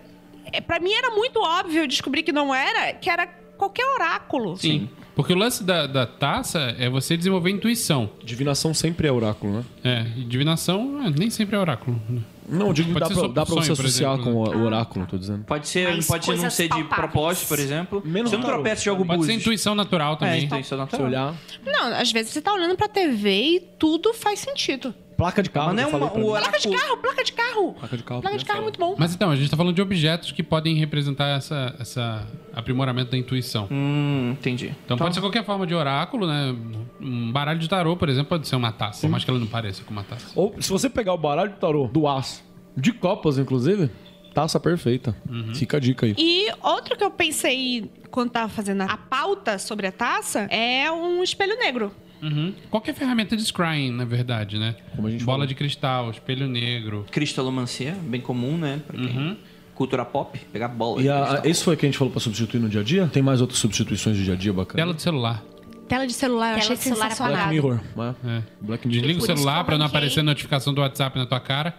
é. Pra mim era muito óbvio eu descobrir que não era, que era qualquer oráculo. Sim. Porque o lance da, da taça é você desenvolver intuição. Divinação sempre é oráculo, né? É, e divinação ah, nem sempre é oráculo. né? Não, eu digo, Pode dá ser pra, sobre dá pra você sonho, por associar exemplo, com o- o oráculo, tô dizendo. Pode ser, Mas pode ser não coisas ser de palpáveis. propósito, por exemplo. Menos você não tarô. tropeça e joga o Pode ser búzios. intuição né? natural É, também. então isso é Se natural. olhar, Não, às vezes você tá olhando pra TV e tudo faz sentido. placa de carro. Mas não é eu falei uma- pra o mim. oráculo- Placa de carro, placa de carro. Placa de carro. Placa de carro é muito bom. Mas então, a gente tá falando de objetos que podem representar essa, essa aprimoramento da intuição. Hum, entendi. Então pode ser qualquer forma de oráculo, né? Um baralho de tarô, por exemplo, pode ser uma taça, por mais que ela não pareça com uma taça. Ou se você pegar o baralho de tarô do aço, de copas, inclusive, taça perfeita. Fica a dica aí. E outro que eu pensei quando tava fazendo a pauta sobre a taça é um espelho negro. Uhum. Qualquer ferramenta de scrying, na verdade, né? Como a gente Bola falou. de cristal, espelho negro. Cristalomancia, bem comum, né? Pra quem... Cultura pop, pegar bola. Uhum. E de a, cristal. esse foi o que a gente falou pra substituir no dia a dia? Tem mais outras substituições do dia a dia Tela bacana? do celular. Tela de celular, eu Tela achei de celular é sensacional. Black apagada. Mirror. né? É. Black Mirror. Desliga o Por isso que celular eu pra não brinquei. aparecer notificação do WhatsApp na tua cara.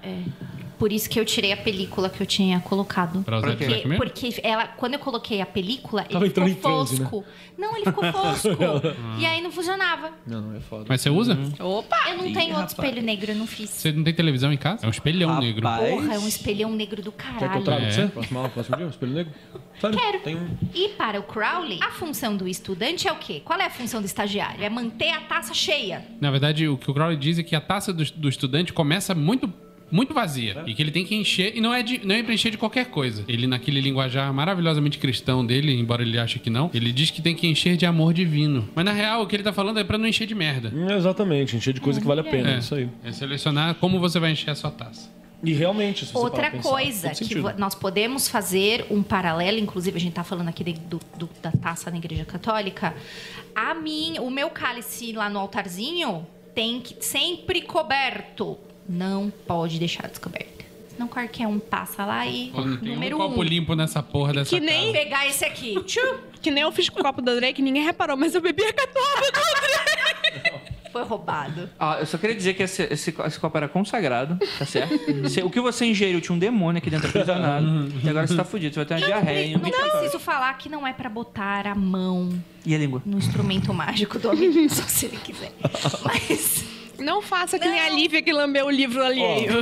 Por isso que eu tirei a película que eu tinha colocado. Pra usar de porque, Black Mirror? porque ela, quando eu coloquei a película, Tava ele ficou entrando em transe, né? Ah. fosco. Não, ele ficou fosco. e aí não funcionava. Não, não é foda. Mas você usa? Opa! Eu não Ih, tenho rapaz. outro espelho negro, eu não fiz. Você não tem televisão em casa? É um espelhão Rapaz. negro. Porra, é um espelhão negro do Quer que eu caralho. traga um pra É. você? Próximo, aula, próximo dia? Espelho negro? Sério? Quero. Tem um. E para o Crowley, a função do estudante é o quê? Qual é a função do estagiário? É manter a taça cheia. Na verdade, o que o Crowley diz é que a taça do, do estudante começa muito muito vazia e que ele tem que encher e não é de, não é preencher de qualquer coisa. Ele naquele linguajar maravilhosamente cristão dele, embora ele ache que não, ele diz que tem que encher de amor divino. Mas na real, o que ele tá falando é pra não encher de merda. Hum, Exatamente, encher de coisa que vale a Hum, pena. É. Isso aí. É selecionar como você vai encher a sua taça. E realmente, se você parar Outra pra pensar, coisa faz que sentido. vo- nós podemos fazer um paralelo, inclusive a gente tá falando aqui de- do- do- da taça na Igreja Católica. A mim, o meu cálice lá no altarzinho tem que sempre coberto. Não pode deixar descoberto. Senão qualquer um passa lá e Pô, não tem número um copo um. limpo nessa porra dessa Que nem- casa. Pegar esse aqui. Tchum! Que nem eu fiz com o copo da Drake, ninguém reparou, mas eu bebi a catorra do Drake. Foi roubado. Ah, eu só queria dizer que esse, esse, esse copo era consagrado, tá certo? Você- o que você ingeriu tinha um demônio aqui dentro aprisionado. Uhum. e agora você tá fudido, você vai ter uma diarreia. e um Não bicho fora. preciso falar que não é pra botar a mão E a língua? no instrumento mágico do amigo, só se ele quiser. Mas Não faça que nem a Lívia que lambeu o livro alheio.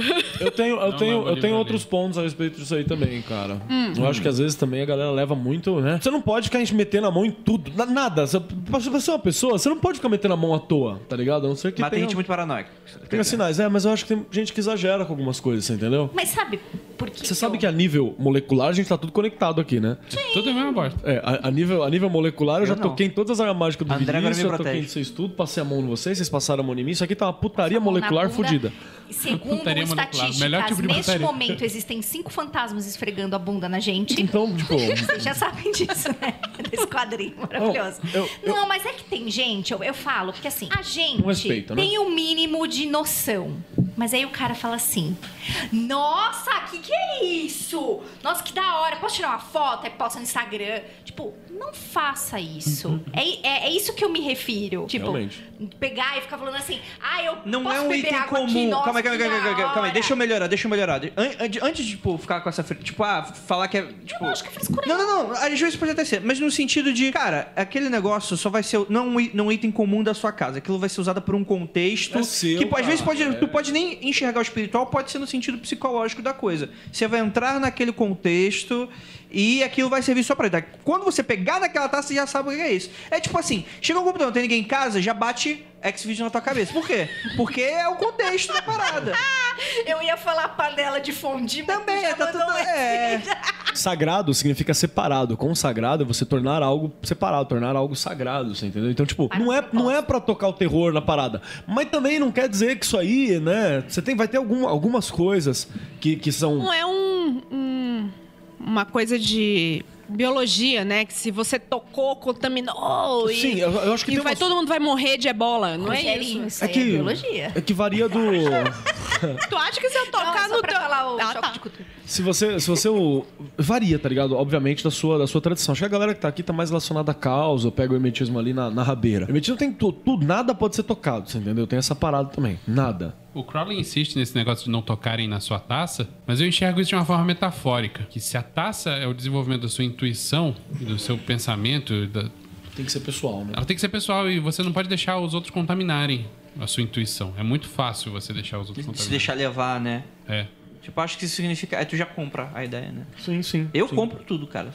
Eu tenho, eu Não, é um tenho, mas vou eu tenho livrar outros dele. pontos a respeito disso aí também, cara. Hum. Eu acho que às vezes também a galera leva muito, né? Você não pode ficar metendo a mão em tudo, na- nada. Você, pra você ser uma pessoa, você não pode ficar metendo a mão à toa, tá ligado? A não ser que Mas tem tenha, um gente muito paranoica. tenha sinais. É, mas eu acho que tem gente que exagera com algumas coisas, você entendeu? Mas sabe Porque Você sabe que a nível molecular a gente tá tudo conectado aqui, né? Tudo é a mesma bosta. É, a, a nível, a nível molecular eu, Eu já não. toquei em todas as mágicas do André agora me Vinícius, eu toquei protege. em vocês tudo, passei a mão em vocês, vocês passaram a mão em mim. Isso aqui tá uma putaria mão na molecular bunda. fodida. Segundo Putaria molecular. estatísticas, Melhor tipo de neste putaria. momento existem cinco fantasmas esfregando a bunda na gente. Então, tipo, Vocês já sabem disso, né? Desse quadrinho maravilhoso. eu- eu- Não, mas é que tem gente, eu, eu falo, porque assim, a gente Um respeito, né? tem o mínimo de noção. Mas aí o cara fala assim: Nossa, que que é isso? Nossa, que da hora. Posso tirar uma foto? Aí posta no Instagram. Tipo, não faça isso. É, é, é isso que eu me refiro. Tipo, Uhum. Realmente. pegar e ficar falando assim: Ah, eu Não posso é um beber item água comum. Aqui, nossa, calma aí, calma aí, que calma aí, da calma aí, calma aí. hora." Deixa eu melhorar, deixa eu melhorar. An- an- Antes de tipo, ficar com essa. fri- Tipo, ah, falar que é. Tipo, não acho que é frescura, Não, não, não. Às vezes pode até ser. Mas no sentido de, cara, aquele negócio só vai ser. Não é um i- não é um item comum da sua casa. Aquilo vai ser usado por um contexto. É seu, que pô, às cara, vezes pode, é. tu pode nem enxergar o espiritual, pode ser no sentido psicológico da coisa. Você vai entrar naquele contexto e aquilo vai servir só pra ele. Quando você pegar naquela taça, você já sabe o que é isso. É tipo assim, chega um computador, não tem ninguém em casa, já bate X-Video na tua cabeça. Por quê? Porque é o contexto da parada. Eu ia falar panela de fondue, mas Também, tu já tá tudo... mandou um essa. É, sagrado significa separado. Consagrado é você tornar algo separado, tornar algo sagrado, você entendeu? Então, tipo, não é, não é pra tocar o terror na parada. Mas também não quer dizer que isso aí, né? Você tem, vai ter algum, algumas coisas que, que são. Não é um, um- uma coisa de biologia, né? Que se você tocou, contaminou e, Sim, eu, eu acho que e tem vai, umas... todo mundo vai morrer de ebola, não é Rogerinho, isso? isso aí é biologia. É que varia do. Tu acha que se eu Não, tocar só no pra teu... falar o Ah, choque tá. de cultura. Se você. Se você o- varia, tá ligado? Obviamente, da sua, da sua tradição. Acho que a galera que tá aqui tá mais relacionada à causa. Eu pego o hermetismo ali na, na rabeira. Hermetismo tem tu- tudo, nada pode ser tocado, você entendeu? Tem essa parada também. Nada. O Crowley insiste nesse negócio de não tocarem na sua taça, mas eu enxergo isso de uma forma metafórica. Que se a taça é o desenvolvimento da sua intuição, e do seu pensamento, da- Tem que ser pessoal, né? ela tem que ser pessoal e você não pode deixar os outros contaminarem a sua intuição. É muito fácil você deixar os outros se contaminarem. deixar levar, né? É. Tipo, acho que isso significa... Aí tu já compra a ideia, né? Sim, sim. Eu compro tudo, cara.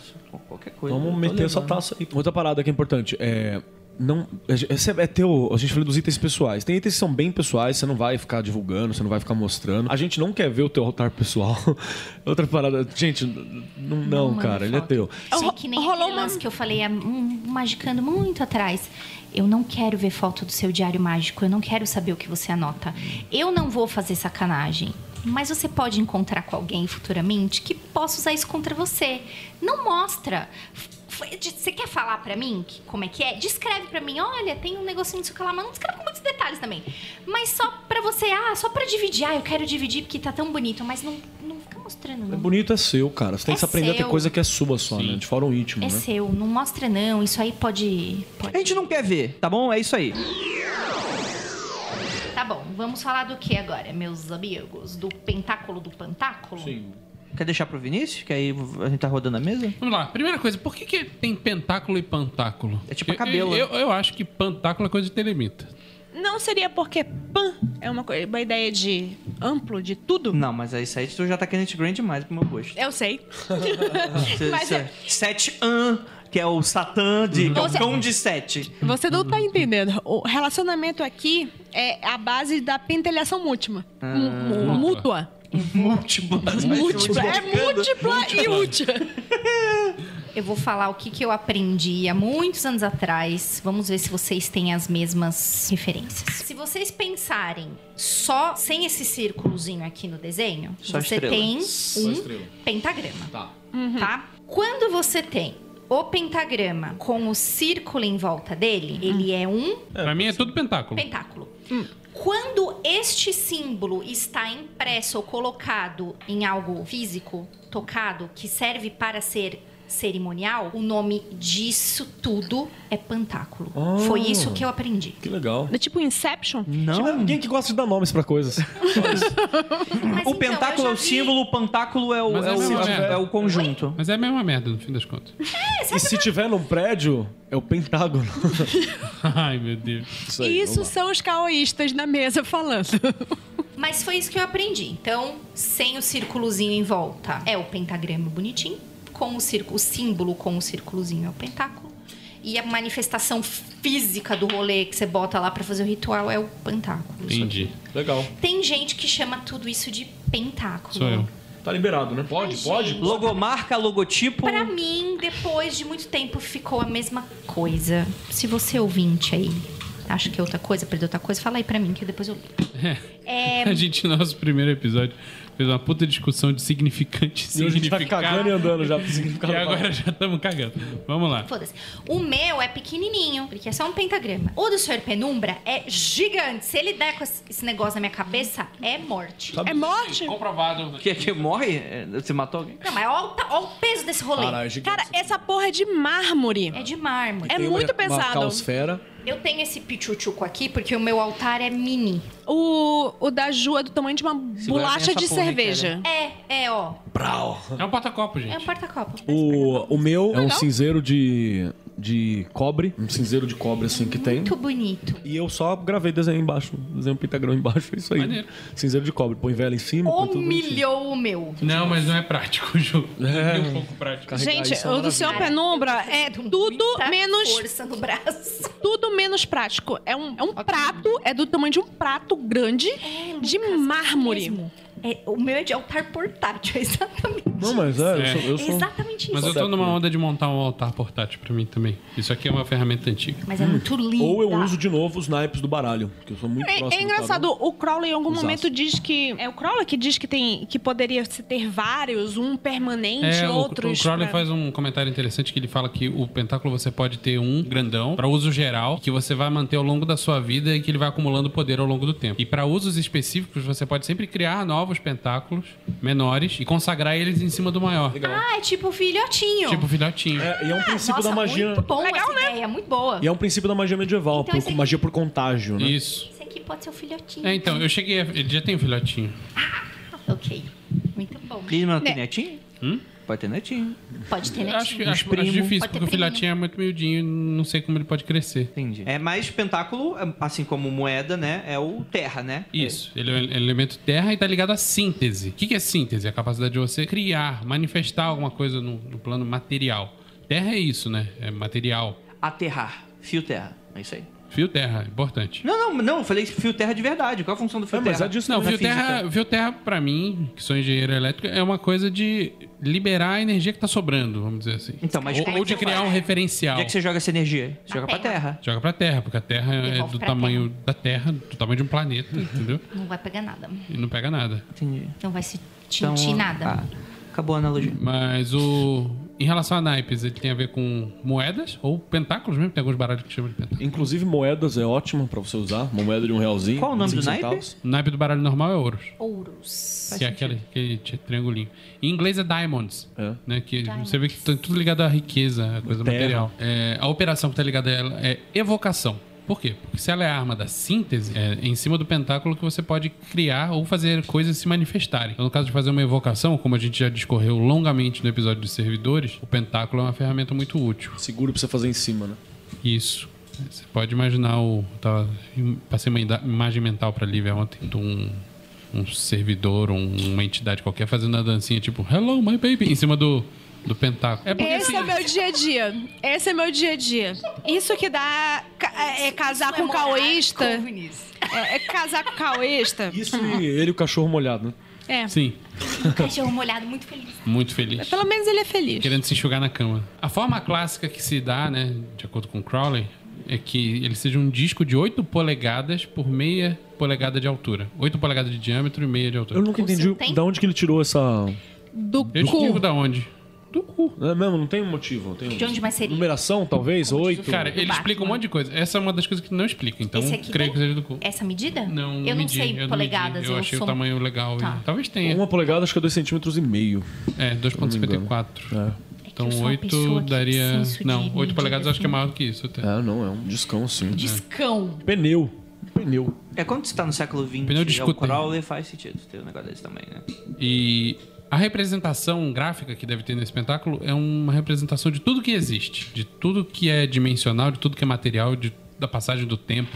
Qualquer coisa. Eu Vamos tô meter essa levando. taça aí. Outra parada que é importante é. Não, esse é teu. A gente falou dos itens pessoais. Tem itens que são bem pessoais, você não vai ficar divulgando, você não vai ficar mostrando. A gente não quer ver o teu altar pessoal. Outra parada. Gente, n- não, não, manda cara, ele é foto. teu. Sei que nem Rolou aquele uma- lance que eu falei há um- magicando muito atrás. Eu não quero ver foto do seu diário mágico, eu não quero saber o que você anota. Eu não vou fazer sacanagem. Mas você pode encontrar com alguém futuramente que possa usar isso contra você. Não mostra. F- de- Você quer falar pra mim que- como é que é? Descreve pra mim. Olha, tem um negocinho disso que lá, mas não descreve com muitos detalhes também. Mas só pra você, ah, só pra dividir. Ah, eu quero dividir porque tá tão bonito, mas não, não fica mostrando. É Não. bonito é seu, cara. Você tem É que se aprender a ter seu. coisa que é sua só, né? De fórum íntimo, É né? seu, não mostra não. Isso aí pode. A pode. Uhum. gente não quer ver, tá bom? É isso aí. Tá bom, vamos falar do que agora, meus amigos? Do pentáculo do pentáculo? Sim. Quer deixar pro Vinícius? Que aí a gente tá rodando a mesa? Vamos lá. Primeira coisa, por que, que tem pentáculo e pantáculo? É tipo Eu- cabelo. Eu, eu, eu acho que pantáculo é coisa de telemita. Não seria porque pan é uma, coi- uma ideia de amplo, de tudo? Não, mas aí isso aí tu já tá querendo grande demais pro meu gosto. Eu sei. Você- Mas você- é- Sete An, que é o Satã de. que é o cão de sete. Você não Uhum. tá entendendo. O relacionamento aqui é a base da pentelhação múltima. Ah. Mu- mu- mútua. Múltiplo. tá Múltipla. É múltipla e útil. Eu vou falar o que, que eu aprendi há muitos anos atrás. Vamos ver se vocês têm as mesmas referências. Se vocês pensarem só sem esse círculozinho aqui no desenho, Só você estrela. tem um estrela. pentagrama. Tá. tá? Quando você tem o pentagrama com o círculo em volta dele, ele é um pra mim é tudo pentáculo. Pentáculo. Hum. Quando este símbolo está impresso ou colocado em algo físico, tocado, que serve para ser cerimonial, o nome disso tudo é pentáculo. Oh. Foi isso que eu aprendi. Que legal. É tipo Inception. Tipo, Não. alguém que gosta de dar nomes pra coisas. Mas, O então, pentáculo eu é o já vi- símbolo, o pantáculo é o, Mas é é o, mesmo, é é. o conjunto. Mas é a mesma merda, no fim das contas. e se tiver num prédio, é o pentágono. Ai, meu Deus. Isso E isso vamos lá. são os caoístas na mesa falando. Mas foi isso que eu aprendi. Então, sem o círculozinho em volta é o pentagrama bonitinho, com o círculo, o símbolo com o círculozinho é o pentáculo. E a manifestação física do rolê que você bota lá para fazer o ritual é o pentáculo. Entendi. Legal. Tem gente que chama tudo isso de pentáculo. Sou eu. Tá liberado, né? Pode, Ai, pode? gente. Logomarca, logotipo. Pra mim, depois de muito tempo, ficou a mesma coisa. Se você ouvinte aí, acha que é outra coisa, perdeu outra coisa, fala aí pra mim que depois eu li. A gente, no nosso primeiro episódio, fez uma puta discussão de significante E hoje a gente tá significado. cagando e andando já pro significado. E agora já estamos cagando. Vamos lá. Foda-se. O meu é pequenininho, porque é só um pentagrama. O do Senhor Penumbra é gigante. Se ele der com esse esse negócio na minha cabeça, é morte. Sabe- É morte? Comprovado. Que, que morre? É, Você matou alguém? Não, mas olha, o peso desse rolê. Caralho, é gigante. Cara, essa porra é de mármore. É de mármore. É Tem muito uma, Uma pesado. calosfera. Eu tenho esse pichuchuco aqui porque o meu altar é mini. O, o da Ju é do tamanho de uma Segura bem bolacha essa de né? porra aí, cerveja. É, é, ó. É um porta-copo, gente. É um porta-copo. O, o meu é um Legal. cinzeiro de, de cobre. Um cinzeiro de cobre, assim, que tem. Muito bonito. E eu só gravei desenho embaixo. Desenho um pentagrama embaixo, é isso aí. Maneiro. Cinzeiro de cobre. Põe vela em cima, Um põe tudo bonitinho. Humilhou o meu. Não, mas não é prático o jogo. É. um pouco prático. Carregar Gente, isso é o do Senhor Penumbra é tudo Muita menos, Força no braço. tudo menos prático. É um, é um prato, é do tamanho de um prato grande de mármore. Mesmo. É, o meu é de altar portátil, é exatamente. Não, mas é, É. eu sou. Eu É sou... exatamente isso. Mas Mas, eu tô numa onda de montar um altar portátil pra mim também. Isso aqui é uma ferramenta antiga. é muito lindo. Ou eu uso de novo os naipes do baralho, que eu sou muito É, próximo. é do tá engraçado, o Crowley em algum Os momento aços. diz que. É o Crowley que diz que tem que poderia se ter vários, um permanente, É, o, o outros. Crowley pra- faz um comentário interessante que ele fala que o pentáculo você pode ter um grandão pra uso geral, que você vai manter ao longo da sua vida e que ele vai acumulando poder ao longo do tempo. E pra usos específicos, você pode sempre criar novos pentáculos menores e consagrar eles em cima do maior. Ah, é tipo filhotinho. Tipo filhotinho. tarô. É, e é um princípio Ah, Nossa, da magia. Muito bom Legal, essa né? ideia, muito boa. E é um princípio da magia medieval, Então, por- esse- magia por contágio, né? Isso. Esse aqui pode ser o filhotinho. É, então, eu cheguei. A... Ele já tem um filhotinho. Ok. Muito bom. Clisma tem Né. netinho? Pode ter netinho. Pode ter Eu acho, que- netinho. acho, acho primo. difícil, Pode ter porque o primo. filhotinho é muito miudinho, não sei como ele pode crescer. Entendi. É, mas pentáculo, assim como moeda, né? É o terra, né? Isso, ele é um elemento terra e tá ligado à síntese. O que que é síntese? É a capacidade de você criar, manifestar alguma coisa no, no plano material. Terra é isso, né? É material. Aterrar. Fio terra. É isso aí. Fio terra, importante. Não, não, não. Eu falei fio terra de verdade. Qual a função do fio É, terra? mas é disso Não, também. fio terra, fio terra pra mim, que sou engenheiro elétrico, é uma coisa de liberar a energia que tá sobrando, vamos dizer assim. Então, mas como ou, é ou que de você criar faz? um referencial. Onde é que você joga essa energia? Você Na joga pra terra. terra. Joga pra terra, porque a terra é Devolve do pra tamanho da terra, do tamanho de um planeta, entendeu? Não vai pegar nada. E não pega nada. Entendi. Então, Não vai se tintir nada. ah, acabou a analogia. Mas o. Em relação a naipes, ele tem a ver com moedas ou pentáculos mesmo, tem alguns baralhos que chamam de pentáculos. Inclusive, moedas é ótima pra você usar. Uma moeda de um realzinho. Qual o nome cinco do naipe? centavos. O naipe do baralho normal é ouros, Ouros. que é aquele, aquele ti- triangulinho. Em inglês é diamonds, É. né? Que você vê que tá tudo ligado à riqueza, à coisa Terra. material. É, a operação que tá ligada a ela é evocação. Por quê? Porque se ela é a arma da síntese, é em cima do pentáculo que você pode criar ou fazer coisas se manifestarem. Então, no caso de fazer uma evocação, como a gente já discorreu longamente no episódio dos servidores, o pentáculo é uma ferramenta muito útil. Seguro pra você fazer em cima, né? Isso. Você pode imaginar o. Tava, passei uma ida- imagem mental pra Lívia ontem de um, um servidor, um- uma entidade qualquer fazendo a dancinha tipo Hello, my baby, em cima do, do pentáculo. É porque Esse é o meu dia a dia. Esse é meu dia a dia. Isso que dá ca- é, é Tá casar com o caoísta. É, é casar com o caoísta. Isso e ele e o cachorro molhado, né? É. Sim, Um cachorro molhado muito feliz. muito feliz. Pelo menos ele é feliz. Querendo se enxugar na cama. A forma clássica que se dá, né, de acordo com Crowley, é que ele seja um disco de 8 polegadas por meia polegada de altura. 8 polegadas de diâmetro e meia de Eu altura. nunca O seu entendi tem? da onde que ele tirou essa. Do Eu te digo cu. da onde? Do cu. É mesmo, não tem um motivo. não Tem um- De onde mais seria? Numeração, talvez? Oito. Cara, ele Batman. explica um monte de coisa. Essa é uma das coisas que não explica, então Esse aqui creio tem? que seja do cu. Essa medida? Não, eu não medi, sei eu polegadas. medi. Eu, achei sou... o tamanho legal. e- Tá. Talvez tenha. Uma polegada, acho que é dois centímetros e meio. É, É. 2,54. que Então eu sou uma 8 pessoa que daria. preciso de Não, 8 medidas, polegadas eu acho que é né? maior do que isso. Até. Ah, não, é um discão, sim. Discão. Pneu. Pneu. É quando você tá no século XX, Pneu de é o scooter. crawler faz sentido ter um negócio desse também, né? E a representação gráfica que deve ter nesse pentáculo é uma representação de tudo que existe, de tudo que é dimensional, de tudo que é material, de- da passagem do tempo,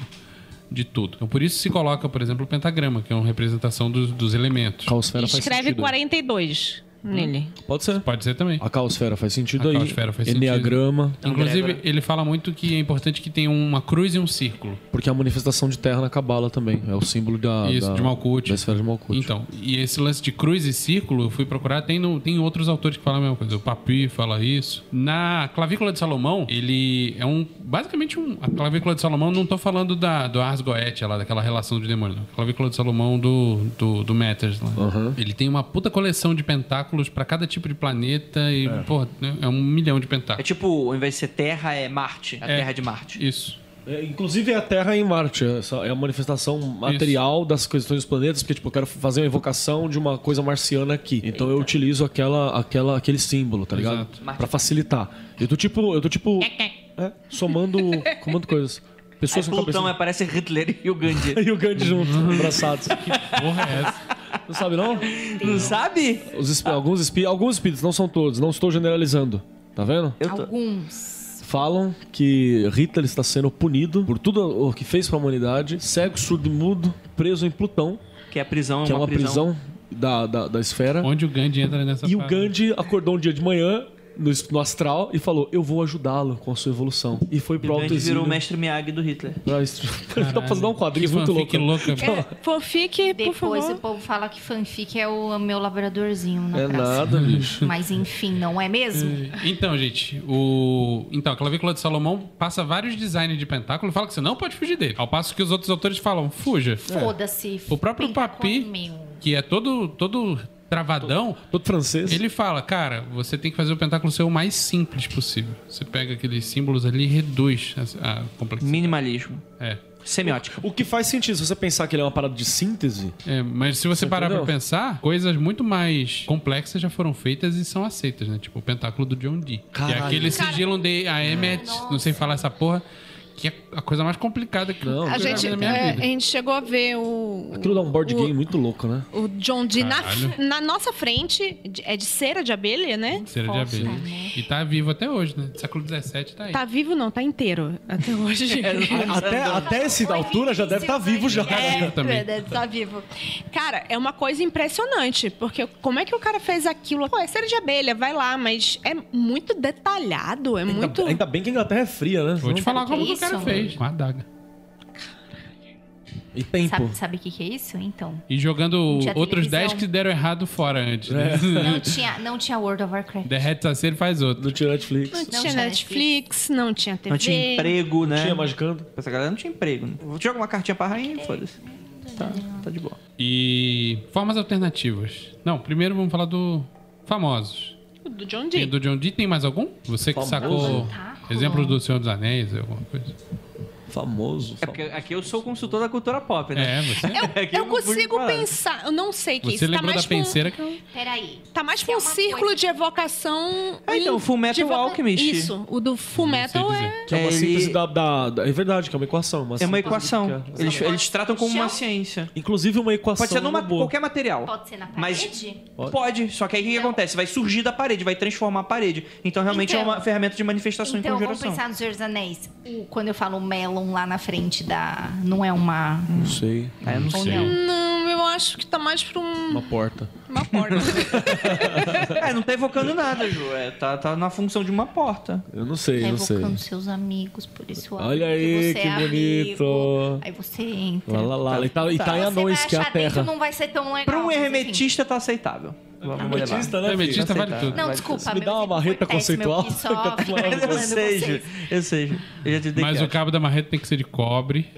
de tudo. Então por isso se coloca, por exemplo, o pentagrama, que é uma representação dos, dos elementos. Calosfera faz Escreve sentido. 42. nele. Pode ser. Pode ser também. A caosfera faz sentido A aí. caosfera faz sentido. Enneagrama, Inclusive, ele fala muito que é importante que tenha uma cruz e um círculo. porque a manifestação de terra na cabala também. É o símbolo da, Isso, da, de Malkuth. da esfera de Malkuth. Então, e esse lance de cruz e círculo, eu fui procurar, tem, no- tem outros autores que falam a mesma coisa. O Papi fala isso. Na Clavícula de Salomão, ele é um. Basicamente, um, a Clavícula de Salomão, não tô falando da, do Ars Goetia lá, daquela relação de demônio, não. A Clavícula de Salomão do, do, do Metas lá. Ele tem uma puta coleção de pentáculos pra cada tipo de planeta e, porra, né, é um milhão de É pentáculos. tipo, ao invés de ser Terra, é Marte. A É. Terra de Marte. Isso. É, inclusive é a Terra em Marte. Essa é a manifestação material das questões dos planetas, porque tipo, eu quero fazer uma evocação de uma coisa marciana aqui. Então eu utilizo aquela, aquela, aquele símbolo, tá ligado? Exato. Pra facilitar. Eu tô tipo. Eu tô tipo. é, somando. comando coisas. Aí Pessoas com Plutão é, cabeça. parece Hitler e o Gandhi. E o Gandhi junto, abraçados. Porra, é essa. Não sabe, não? Não sabe? Os esp- alguns, espí- alguns espíritos, não são todos, não estou generalizando. Tá vendo? Eu tô... Alguns. Falam que Hitler está sendo punido por tudo o que fez pra humanidade, cego, surdo e mudo, preso em Plutão, Que a prisão é que é uma, uma prisão, da, da, da esfera. Onde tá o Gandhi entra nessa E o parada? Gandhi acordou um dia de manhã no, es- no astral e falou: Eu vou ajudá-lo com a sua evolução. E foi E pro o alto Gandhi virou exílio. o mestre Miyagi do Hitler. pra est- Ele tá fazendo um quadrinho Que muito fanfic louco. louca. Hum. Fanfic, por Depois o favor. povo fala que fanfic é o meu labradorzinho na É praça. nada, bicho. Mas enfim, não é mesmo? Então, gente, o. Então, a clavícula de Salomão passa vários designs de pentáculo e fala que você não pode fugir dele. Ao passo que os outros autores falam, fuja. É. É. Foda-se. O próprio fica com Papi- o meu. Que é todo, todo travadão. Todo francês. Ele fala, cara, você tem que fazer o pentáculo ser o mais simples possível. Você pega aqueles símbolos ali e reduz a, a complexidade. Minimalismo. É. Semiótica. O que faz sentido, se você pensar que ele é uma parada de síntese, É, mas se você Você parar pra entendeu? pensar, coisas muito mais complexas já foram feitas e são aceitas, né? Tipo o pentáculo do John Dee. Que é Caralho. aquele sigilo de Aemet, não sei falar essa porra, que é a coisa mais complicada que Não, eu A já gente, vi na minha é, a vida. gente chegou a ver o. aquilo dá um board o- game muito louco, né? O John Dee na, Caralho. na nossa frente, de- é de cera de abelha, né? Cera de Foda, abelha. né? E tá vivo até hoje, né? Século XVII tá aí. Tá vivo não, tá inteiro até hoje. Até, até essa Foi altura já deve estar vivo já. Tá vivo também. É, tá vivo. Cara, é uma coisa impressionante, porque como é que o cara fez aquilo? Pô, é cera de abelha, vai lá, mas é muito detalhado, é muito... Ainda, ainda bem que a Inglaterra é fria, né? Vou te falar Que como que o isso? cara fez. Com a adaga. E tempo. Sabe, sabe o que, que é isso? Então. E jogando Tinha outros televisão. 10 que deram errado fora antes. Né? Não tinha, não tinha World of Warcraft. Derrete a cera e faz outro. Do Tio Netflix. Não Não tinha tinha Netflix, não tinha TV. Não tinha emprego, né? Tinha magicando. Essa galera não tinha emprego. Né? Vou jogar uma cartinha pra rainha É. e foda-se. Tá, tá de boa. E formas alternativas. Não, primeiro vamos falar do famosos. Do John Tem Dee. do John Dee, tem mais algum? Você que Famoso. sacou Tentáculo. exemplos do Senhor dos Anéis, alguma coisa. Famoso. É porque aqui eu sou consultor da cultura pop, né? É, você. Aqui Eu não pude consigo falar. pensar, eu não sei o que é Você isso. Tá lembrou mais da pra um- penseira que eu... Peraí. Tá mais Isso pra é um uma círculo coisa- de evocação. Ah, então, em- Fullmetal de evoca- Alchemist. Isso, o do Full Metal sei é. Que é uma Ele- síntese da, da- da- É verdade, que é uma equação. É uma síntese do que é. equação. Eles, Sabe? eles tratam como uma Chão. ciência. Inclusive uma equação. Pode ser numa, robô. qualquer material. um Pode ser na Mas- parede? Pode. só que aí o que acontece? Vai surgir da parede, vai transformar a parede. Então realmente é Então- uma ferramenta de manifestação e Então, vamos conjuração. pensar nos Senhor dos Anéis. O- quando eu falo melon lá na frente da... Não é uma... Não sei. Ah, eu não Ou sei. não. Não, eu acho que tá mais pra um- Uma porta. uma porta. É, não tá evocando nada, Ju. É, tá, tá na função de uma porta. Eu não sei, Tá eu não sei. evocando seus amigos, por isso abre, Olha porque aí, você que é bonito. amigo. Aí você entra. Então Lá, lá, lá. E tá, e tá em Você Anões, vai que é a achar dentro, terra. Não vai ser tão legal. Pra um mas, enfim. hermetista tá aceitável. Vamos levar. Hermetista, né, É, filho? metista vale aceitar. tudo. Não, Mas desculpa. me meu dá uma marreta cortex, meu conceitual. que só fica Eu manipulando sei, Ju. vocês. Eu sei, Ju. Eu já te dei Mas o crédito. cabo da marreta tem que ser de cobre.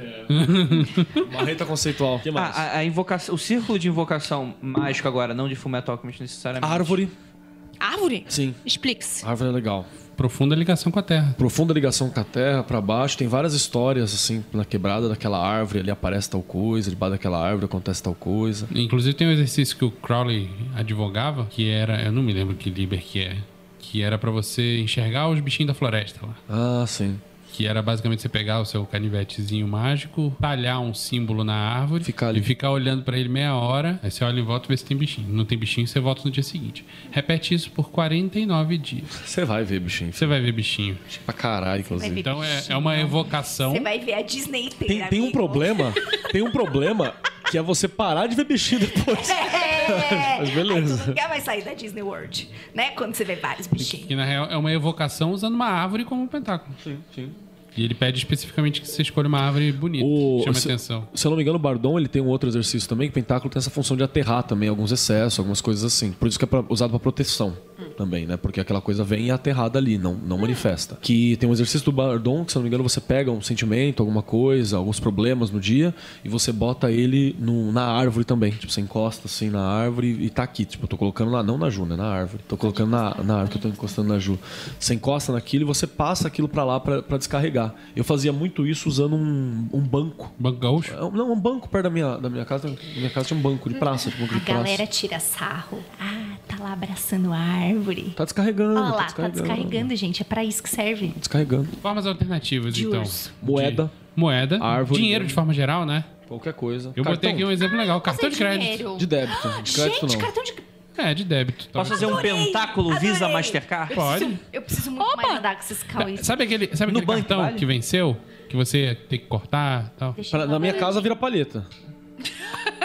Marreta conceitual. O que mais? Ah, a, a invocação, o círculo de invocação mágico agora, não de Fullmetal Alchemist necessariamente. Árvore. Árvore? Sim. Explique-se. Árvore é legal. Profunda ligação com a terra. Profunda ligação com a terra, pra baixo. Tem várias histórias, assim, na quebrada daquela árvore. Ali aparece tal coisa, debaixo daquela árvore acontece tal coisa. Inclusive tem um exercício que o Crowley advogava, que era, eu não me lembro que liber que é, que era pra você enxergar os bichinhos da floresta lá. Ah, sim. Que era basicamente você pegar o seu canivetezinho mágico, talhar um símbolo na árvore Ficar ali. e ficar olhando pra ele meia hora. Aí você olha em volta e vê se tem bichinho. Não tem bichinho, você volta no dia seguinte. Repete isso por 49 dias. Você vai ver, bichinho. Você vai ver bichinho. Pra caralho, inclusive. Então é, é uma evocação. Você vai ver a Disney Tem, inteira, tem um amigo. problema. Tem um problema que é você parar de ver bichinho depois. É, É. Mas beleza. Aí tu nunca vai sair da Disney World, né? Quando você vê vários bichinhos. Que na real é uma evocação usando uma árvore como um pentáculo. Sim, sim. E ele pede especificamente que você escolha uma árvore bonita. O- Chama se, atenção. Se eu não me engano, o Bardon ele tem um outro exercício também, que o pentáculo tem essa função de aterrar também alguns excessos, algumas coisas assim. Por isso que é pra- usado pra proteção também, né? Porque aquela coisa vem e é aterrada ali, não, não manifesta. Que tem um exercício do Bardon, que se eu não me engano, você pega um sentimento, alguma coisa, alguns problemas no dia, e você bota ele no- na árvore também. Tipo, você encosta assim na árvore e tá aqui. Tipo, eu tô colocando lá, não na Ju, né? Na árvore. Tô colocando na, na árvore que eu tô encostando na Ju. Você encosta naquilo e você passa aquilo pra lá pra pra descarregar. Eu fazia muito isso usando um- um banco. Banco Gaúcho. É um- Não, um banco perto da minha, da minha casa. Na minha casa tinha um banco de praça, tipo um banco A de galera praça. tira sarro. Ah, tá lá abraçando a árvore. Tá descarregando, Olha lá, tá descarregando. descarregando, gente. É pra isso que serve. Descarregando. Formas alternativas, De então. urso. De- Moeda. Moeda. Árvore. Dinheiro de forma geral, né? Qualquer coisa. Eu botei aqui um exemplo legal. Cartão de crédito. Dinheiro. De débito. De crédito gente, não. cartão de É, de débito. Posso talvez. fazer um pentáculo Visa Mastercard? Pode. Eu preciso muito mais andar com esses cauês. Sabe aquele, sabe No aquele banco, cartão vale? que venceu? Que você tem que cortar e tal? Deixa Pra- eu na minha falar. casa vira palheta.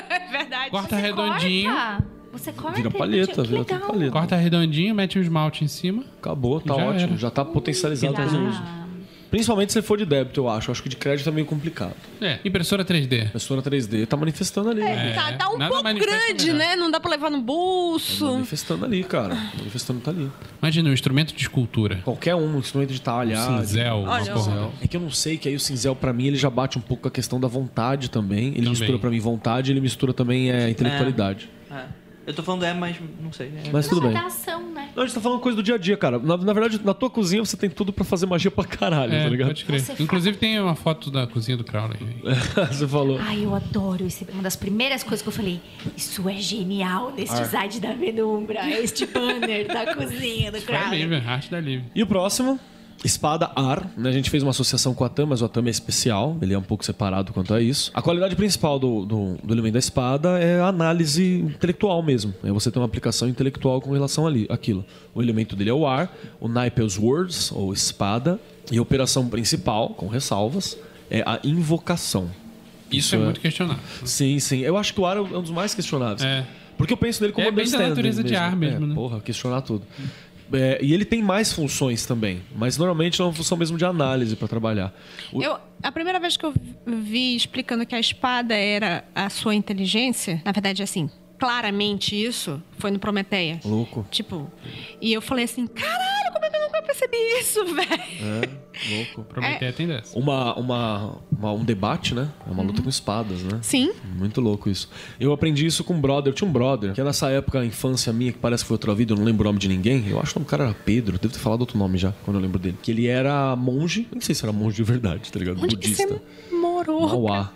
É verdade. Corta Você redondinho. corta. Você corta. Vira ele, palheta, que vira tudo legal. palheta. Corta redondinho, mete o esmalte em cima. Acabou, tá Já ótimo. era. Já tá potencializado Ah, todo o uso. Principalmente se for de débito, eu acho. Eu acho que de crédito é meio complicado. É. Impressora 3D. Impressora 3D tá manifestando ali. É. né? Tá, tá um nada pouco manifesta grande, melhor. né? Não dá pra levar no bolso. Manifestando ali, cara. Manifestando tá ali. Imagina um instrumento de escultura. Qualquer um, instrumento de talhar. Ah, de- Cinzel, uma Olha, porra. É que eu não sei, que aí o cinzel pra mim ele já bate um pouco com a questão da vontade também. Ele Também. mistura pra mim vontade, ele mistura também é, intelectualidade. É. Eu tô falando é, mas não sei. É. Mas tudo Só bem. dá ação, né? Não, a gente tá falando coisa do dia a dia, cara. Na, na verdade, na tua cozinha você tem tudo pra fazer magia pra caralho, tá É, ligado? pode crer. Você faz- Inclusive tem uma foto da cozinha do Crowley. aí. você falou. Ai, eu adoro esse. Uma das primeiras coisas que eu falei, isso é genial neste Ah. site da Penumbra, este banner da cozinha é do Vai Crowley. livre, É arte da livre. E o próximo, espada ar. né? A gente fez uma associação com a TAM, mas o TAM é especial, ele é um pouco separado quanto a isso. A qualidade principal do, do, do elemento da espada é a análise intelectual mesmo. É você ter uma aplicação intelectual com relação ali, aquilo. O elemento dele é o ar, o naipe é os words, ou espada, e a operação principal, com ressalvas, é a invocação. Isso, é, é- muito questionável. Sim, sim. Eu acho que o ar é um dos mais questionáveis. É. Porque eu penso nele como É bem da understanding natureza de ar mesmo, É, né? Porra, questionar tudo. É, e ele tem mais funções também, mas normalmente é uma função mesmo de análise pra trabalhar. O- Eu, a primeira vez que eu vi explicando que a espada era a sua inteligência, na verdade, assim, claramente isso foi no Prometeia. Louco. Tipo, e eu falei assim, caralho, como é que eu nunca percebi isso, velho? É, louco. Prometeia tem dessa. Uma, uma, uma- um debate, né? É uma Uhum. luta com espadas, né? Sim. Muito louco isso. Eu aprendi isso com um brother. Eu tinha um brother, que nessa época, a infância minha, que parece que foi outra vida, eu não lembro o nome de ninguém. Eu acho que o nome do cara era Pedro. Devo ter falado outro nome já, quando eu lembro dele. Que ele era monge. Nem sei se era monge de verdade, tá ligado? Onde que Budista. você morou? Mauá.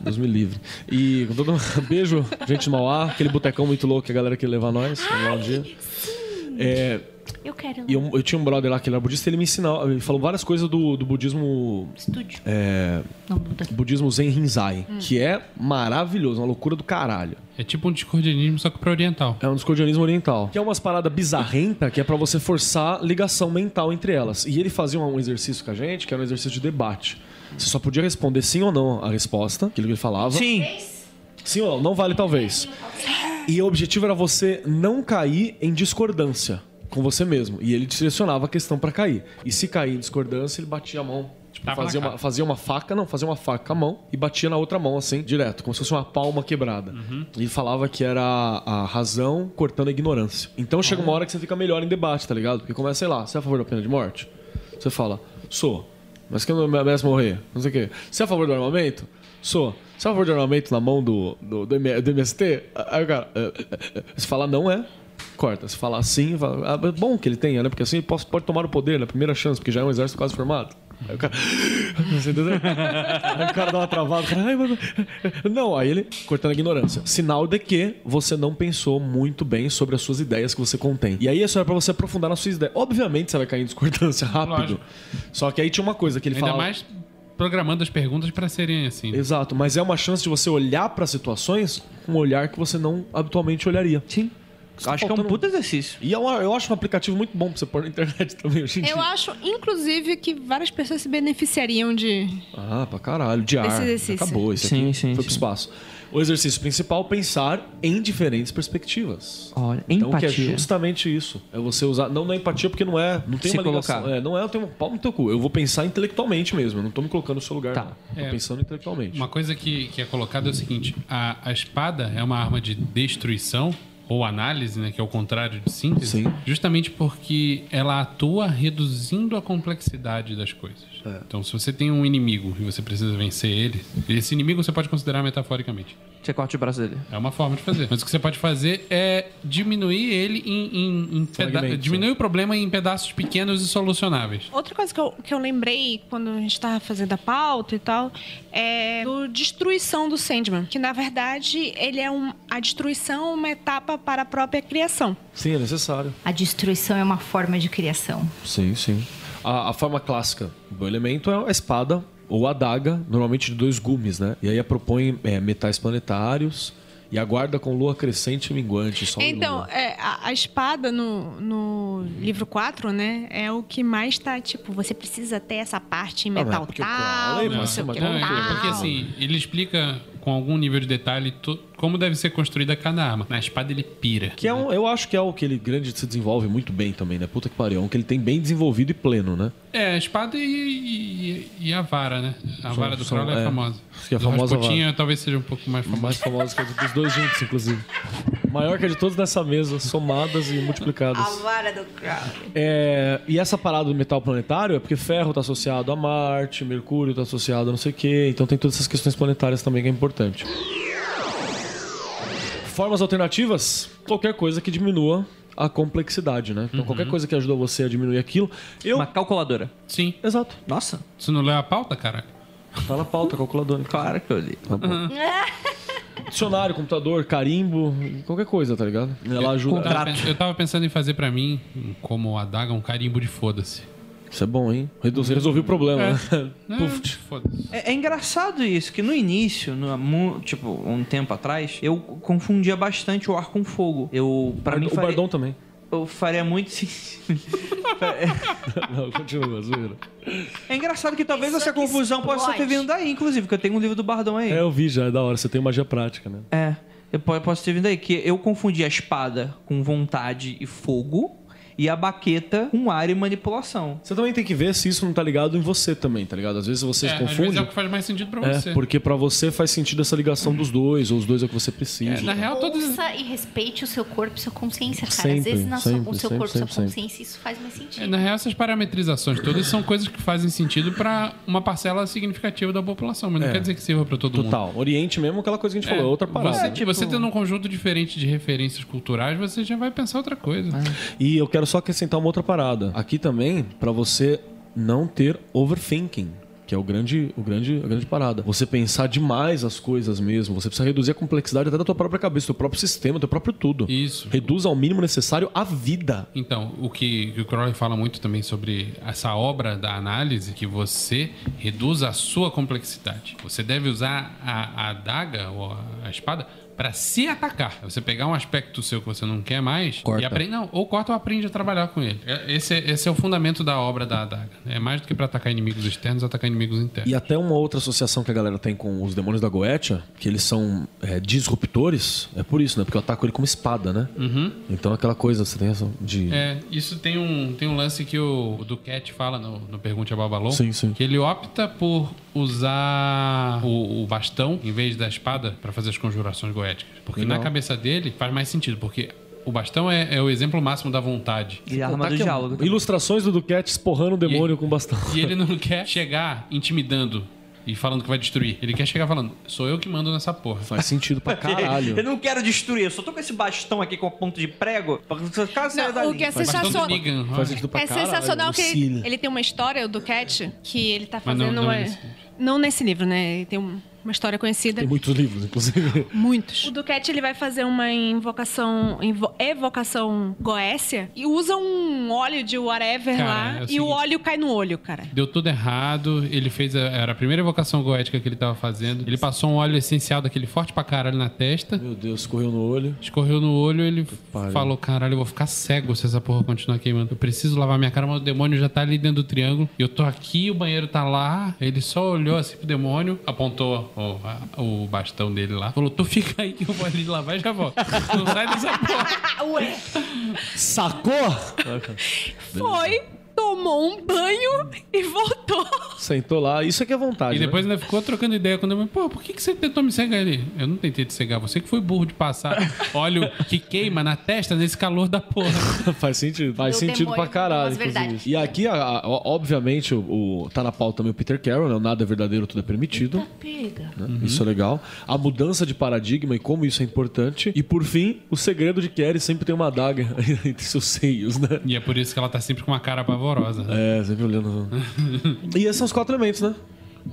Deus me livre. E com todo um beijo, gente de Mauá, aquele botecão muito louco que a galera queria levar nós. lá um dia. É, Eu quero e ir lá eu, eu tinha um brother lá que ele era budista, ele me ensinou, ele falou várias coisas do, do budismo no estúdio. é, Não, Hum. não, não. budismo Zen Rinzai, que é maravilhoso, uma loucura do caralho. É tipo um discordianismo, só que pra oriental. É um discordianismo oriental. Que é umas paradas bizarrenta que é pra você forçar ligação mental entre elas. E ele fazia um exercício com a gente, que era um exercício de debate. Você só podia responder sim ou não a resposta, aquilo que ele falava. Sim. Sim ou não? Não vale talvez. E o objetivo era você não cair em discordância com você mesmo. E ele direcionava a questão pra cair. E se cair em discordância, ele batia a mão. Tipo, Tapa na fazia cara. uma, fazia uma faca, não, fazia uma faca com a mão e batia na outra mão, assim, direto, como se fosse uma palma quebrada. E ele falava que era a a razão cortando a ignorância. Então chega uma hora que você fica melhor em debate, tá ligado? Porque começa, sei lá, você é a favor da pena de morte? Você fala, sou. Mas que eu não merece morrer? Não sei o quê. Você é a favor do armamento? Sou. Você é a favor do armamento na mão do, do, do M- do MST? Aí o cara. "É, é, é." Você fala, não é. Corta. Se falar sim, fala, "Ah, é bom que ele tenha, né? Porque assim ele pode, pode tomar o poder na primeira chance, porque já é um exército quase formado. Aí o cara. Você entendeu? Aí o cara dá uma travada. o cara, "Ai, mas- Não, aí ele cortando a ignorância. Sinal de que você não pensou muito bem sobre as suas ideias que você contém. E aí é só pra você aprofundar nas suas ideias. Obviamente você vai cair em discordância rápido. Lógico. Só que aí tinha uma coisa que ele Ainda falava. mais programando as perguntas pra serem assim. né? Exato, mas é uma chance de você olhar pra situações com um olhar que você não habitualmente olharia. Sim. Tá acho que é um faltando- puto exercício. E é uma- eu acho um aplicativo muito bom pra você pôr na internet também hoje em Eu dia. acho, inclusive, que várias pessoas se beneficiariam de. Ah, pra caralho, de ar. Esse exercício. Acabou, isso Sim, aqui sim, foi pro sim. espaço. O exercício principal, pensar em diferentes perspectivas. Olha, Então, empatia. que é justamente isso. É você usar. Não na empatia, porque não é. Não tem Se uma ligação. colocar. É, não é eu tenho um pau no teu cu. Eu vou pensar intelectualmente mesmo. Eu não tô me colocando no seu lugar. Tá. não. Eu Tô É. pensando intelectualmente. Uma coisa que, que é colocada é o seguinte: a, a espada é uma arma de destruição ou análise, né, que é o contrário de síntese, Sim. justamente porque ela atua reduzindo a complexidade das coisas. É. Então, se você tem um inimigo e você precisa vencer ele, esse inimigo você pode considerar metaforicamente. Você corta o braço dele. É uma forma de fazer. Mas o que você pode fazer é diminuir ele em, em- em peda- Fragmentos, né? diminuir o problema em pedaços pequenos e solucionáveis. Outra coisa que eu, que eu lembrei quando a gente tava fazendo a pauta e tal é do Destruição do Sandman. Que na verdade ele é um, a destruição é uma etapa para a própria criação. Sim, é necessário. A destruição é uma forma de criação. Sim, sim. A, a forma clássica do elemento é a espada ou a adaga, normalmente de dois gumes, né? E aí a propõe é, metais planetários e aguarda com lua crescente e minguante. Sol e Então, lua. é, a, a espada no, no livro 4, né? É o que mais tá, tipo, você precisa ter essa parte em mas é metal porque o tal, Crowley, não mas sei o é que uma- Não, é tal. porque assim, ele explica com algum nível de detalhe to- como deve ser construída cada arma. Na espada ele pira. Que é um, eu acho que é o que ele grande se desenvolve muito bem também, né? Puta que pariu. É um que ele tem bem desenvolvido e pleno, né? É, a espada e, e- e a vara, né? A São- vara do são- Crowley é, é. famosa. Acho que é a Do famosa Uhum. Rasputin, talvez seja um pouco mais famosa. mais famosa que a dos dois juntos, inclusive. Maior que a de todos nessa mesa, somadas e multiplicadas. vara do Crowley. É, e essa parada do metal planetário é porque ferro tá associado a Marte, Mercúrio tá associado a não sei o quê, então tem todas essas questões planetárias também que é importante. Formas alternativas? Qualquer coisa que diminua a complexidade, né? Então Uhum. qualquer coisa que ajuda você a diminuir aquilo. Eu. Uma calculadora. Sim. Exato. Nossa, Você não leu a pauta, caralho? Tá na pauta, calculadora. claro que eu li. Dicionário, computador, carimbo, qualquer coisa, tá ligado? Ela Eu ajuda. tava pen- Eu tava pensando em fazer pra mim, como adaga, um carimbo de foda-se. Isso é bom, hein? Reduz, resolvi o problema, né? É, Puf. foda-se. É, é engraçado isso, que no início, no, mu- tipo, um tempo atrás, eu confundia bastante o ar com fogo. Eu, pra mim, É, o faria, Bardon também. eu faria muito sim. Não, continua, zoeira. É engraçado que talvez essa confusão possa ter explode. vindo daí, inclusive, porque eu tenho um livro do Bardão aí. É, eu vi já, é da hora. Você tem magia prática, né? É, eu po- posso ter vindo aí, que eu confundi a espada com vontade e fogo e a baqueta com ar e manipulação. Você também tem que ver se isso não tá ligado em você também, tá ligado? Às vezes você se É, às vezes confunde. é o que faz mais sentido pra É, você. porque pra você faz sentido essa ligação dos dois, ou os dois é o que você precisa. É, né? na real, todos. Ouça e respeite o seu corpo e sua consciência, cara. Sempre, Às vezes na sua- sempre, o seu sempre, corpo e sua sempre, sempre. consciência, isso faz mais é, sentido. Na real, essas parametrizações todas são coisas que fazem sentido pra uma parcela significativa da população, mas não É. quer dizer que sirva pra todo mundo. Total. Oriente mesmo, aquela coisa que a gente É, falou, é outra parada. Você, né? você tendo um conjunto diferente de referências culturais, você já vai pensar outra coisa. E eu quero só acrescentar uma outra parada. Aqui também, pra você não ter overthinking. Que é o grande, o grande, a grande parada. Você pensar demais as coisas mesmo. Você precisa reduzir a complexidade até da tua própria cabeça, do teu próprio sistema, do teu próprio tudo. Isso. Reduz ao mínimo necessário a vida. Então, o que o Crowley fala muito também sobre essa obra da análise, que você reduz a sua complexidade. Você deve usar a, a adaga ou a, a espada para se atacar. Você pegar um aspecto seu que você não quer mais Corta. e aprende, não, ou corta ou aprende a trabalhar com ele. É- Esse, é- esse é o fundamento da obra da adaga. É mais do que para atacar inimigos externos, atacar inimigos internos. E até uma outra associação que a galera tem com os demônios da Goetia, que eles são é, disruptores, é por isso, né? Porque eu ataco ele com uma espada, né? Então aquela coisa, você tem essa de. Uhum. É, isso tem um, tem um lance que o, o Duquette fala no, no Pergunte a Babalon. Sim, sim. Que ele opta por usar o, o bastão em vez da espada pra fazer as conjurações goéticas. Porque na cabeça dele faz mais sentido, porque o bastão é, é o exemplo máximo da vontade. E a arma Tá do que é- diálogo. Ilustrações do Duquette esporrando o demônio com bastão. E ele não quer chegar intimidando e falando que vai destruir. Ele quer chegar falando, sou eu que mando nessa porra. Faz sentido pra caralho. Eu não quero destruir, eu só tô com esse bastão aqui com a ponta de prego. pra- Caso saia Não, o dali. que é Bastão do sensacional. Negan, olha. Faz sentido pra É caralho. sensacional que ele, Lucille. ele tem uma história do Cat que ele tá Mas não- fazendo não é uma. nesse livro. Não nesse livro, né? Ele tem um- uma história conhecida. Tem muitos livros, inclusive. Muitos. O Duquette ele vai fazer uma invocação, invo- evocação Goécia e usa um óleo de whatever Cara, lá é o e seguinte- o óleo cai no olho, cara. Deu tudo errado, ele fez a, era a primeira evocação goética que ele tava fazendo. Ele passou um óleo essencial daquele forte pra caralho na testa, Meu Deus, correu no olho. escorreu no olho ele pariu. falou: caralho, eu vou ficar cego se essa porra continuar queimando. Eu preciso lavar minha cara, mas o demônio já tá ali dentro do triângulo. Eu tô aqui, o banheiro tá lá. Ele só olhou assim pro demônio, apontou o, a- o bastão dele lá, falou: tu fica aí que eu vou ali lavar e já volto. Não sai dessa porra. Ué, Sacou? foi, tomou um banho e voltou. Sentou lá. Isso aqui é vontade. E depois ainda ficou trocando ideia com o demônio. Pô, por que, que você tentou me cegar ali? Eu não tentei te cegar. Você que foi burro de passar óleo que queima na testa nesse calor da porra. né? Faz sentido. Faz O sentido demônio pra caralho, falou as inclusive. verdades. E aqui, a- a- ó, obviamente, o, o- tá na pauta também o Peter Carroll, né? O nada é verdadeiro, tudo é permitido. Pega. né? Isso é legal. A mudança de paradigma e como isso é importante. E por fim, o segredo de Kerry sempre tem uma adaga entre seus seios, né? E é por isso que ela tá sempre com uma cara pavorosa. né? É, sempre olhando. e esses são os quatro elementos, né?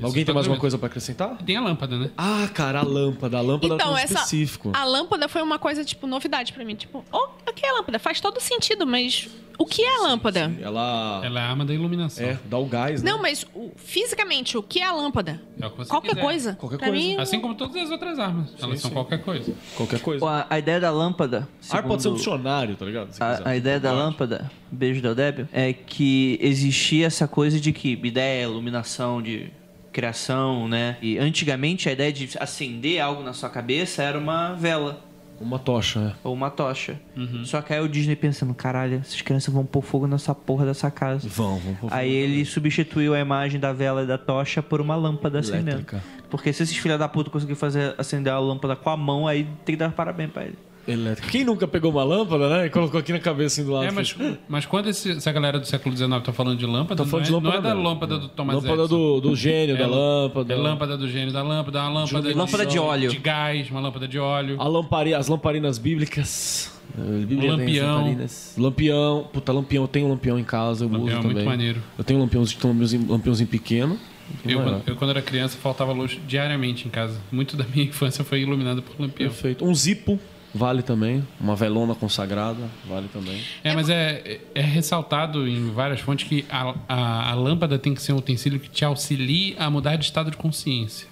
Alguém tem quatro mais uma elementos. coisa pra acrescentar? Tem a lâmpada, né? Ah, cara, a lâmpada. A lâmpada Então, é um essa específico. a lâmpada foi uma coisa tipo novidade pra mim, tipo, oh, o que é lâmpada? Faz todo sentido, mas o que é a lâmpada? Ela... Ela é a arma da iluminação. Ah. é, dá o gás, né? Não, mas o- fisicamente, o que é a lâmpada? É o que você Qualquer quiser. coisa. Qualquer pra coisa. Mim, Assim como todas as outras armas. Elas são sim. qualquer coisa. Qualquer coisa. A, a ideia da lâmpada. Ar pode ser segundo- um dicionário, tá ligado? Se quiser. A, a ideia da lâmpada, beijo Del Débio, é que existia essa coisa de que ideia, iluminação, de criação, né? E antigamente a ideia de acender algo na sua cabeça era uma vela Uma tocha, né? ou uma tocha. Uhum. Só que aí o Disney pensando, caralho, essas crianças vão pôr fogo nessa porra dessa casa. Vão, vão pôr fogo Aí ele substituiu a imagem da vela e da tocha por uma lâmpada acendendo. Elétrica. Porque se esses filha da puta conseguirem fazer acender a lâmpada com a mão, aí tem que dar parabéns pra ele. Elétrica. é. Quem nunca pegou uma lâmpada, né? E colocou aqui na cabeça assim do lado. É, mas, mas quando esse- essa galera do século XIX tá falando de lâmpada, Tá falando não, é, de lâmpada não é da mesmo. lâmpada do Thomas Lâmpada Edison. do, do gênio, da lâmpada. É lâmpada do gênio da lâmpada, uma lâmpada, de, Lâmpada de óleo. de gás, uma lâmpada de óleo. A lampari, as lamparinas bíblicas. Eh, Bíblia tem as Lampião. lamparinas. Lampião. Puta, lampião. Eu tenho um lampião em casa, eu Lampião uso é também. muito maneiro. Eu tenho um lampiãozinho, um lampiãozinho, lampiãozinho pequeno. é Eu, Mano, quando- eu, quando era criança, faltava luz diariamente em casa. Muito da minha infância foi iluminada por lampião. Perfeito. Um zipo vale também. Uma velona consagrada vale também. É, mas é, é ressaltado em várias fontes que a, a, a lâmpada tem que ser um utensílio que te auxilie a mudar de estado de consciência.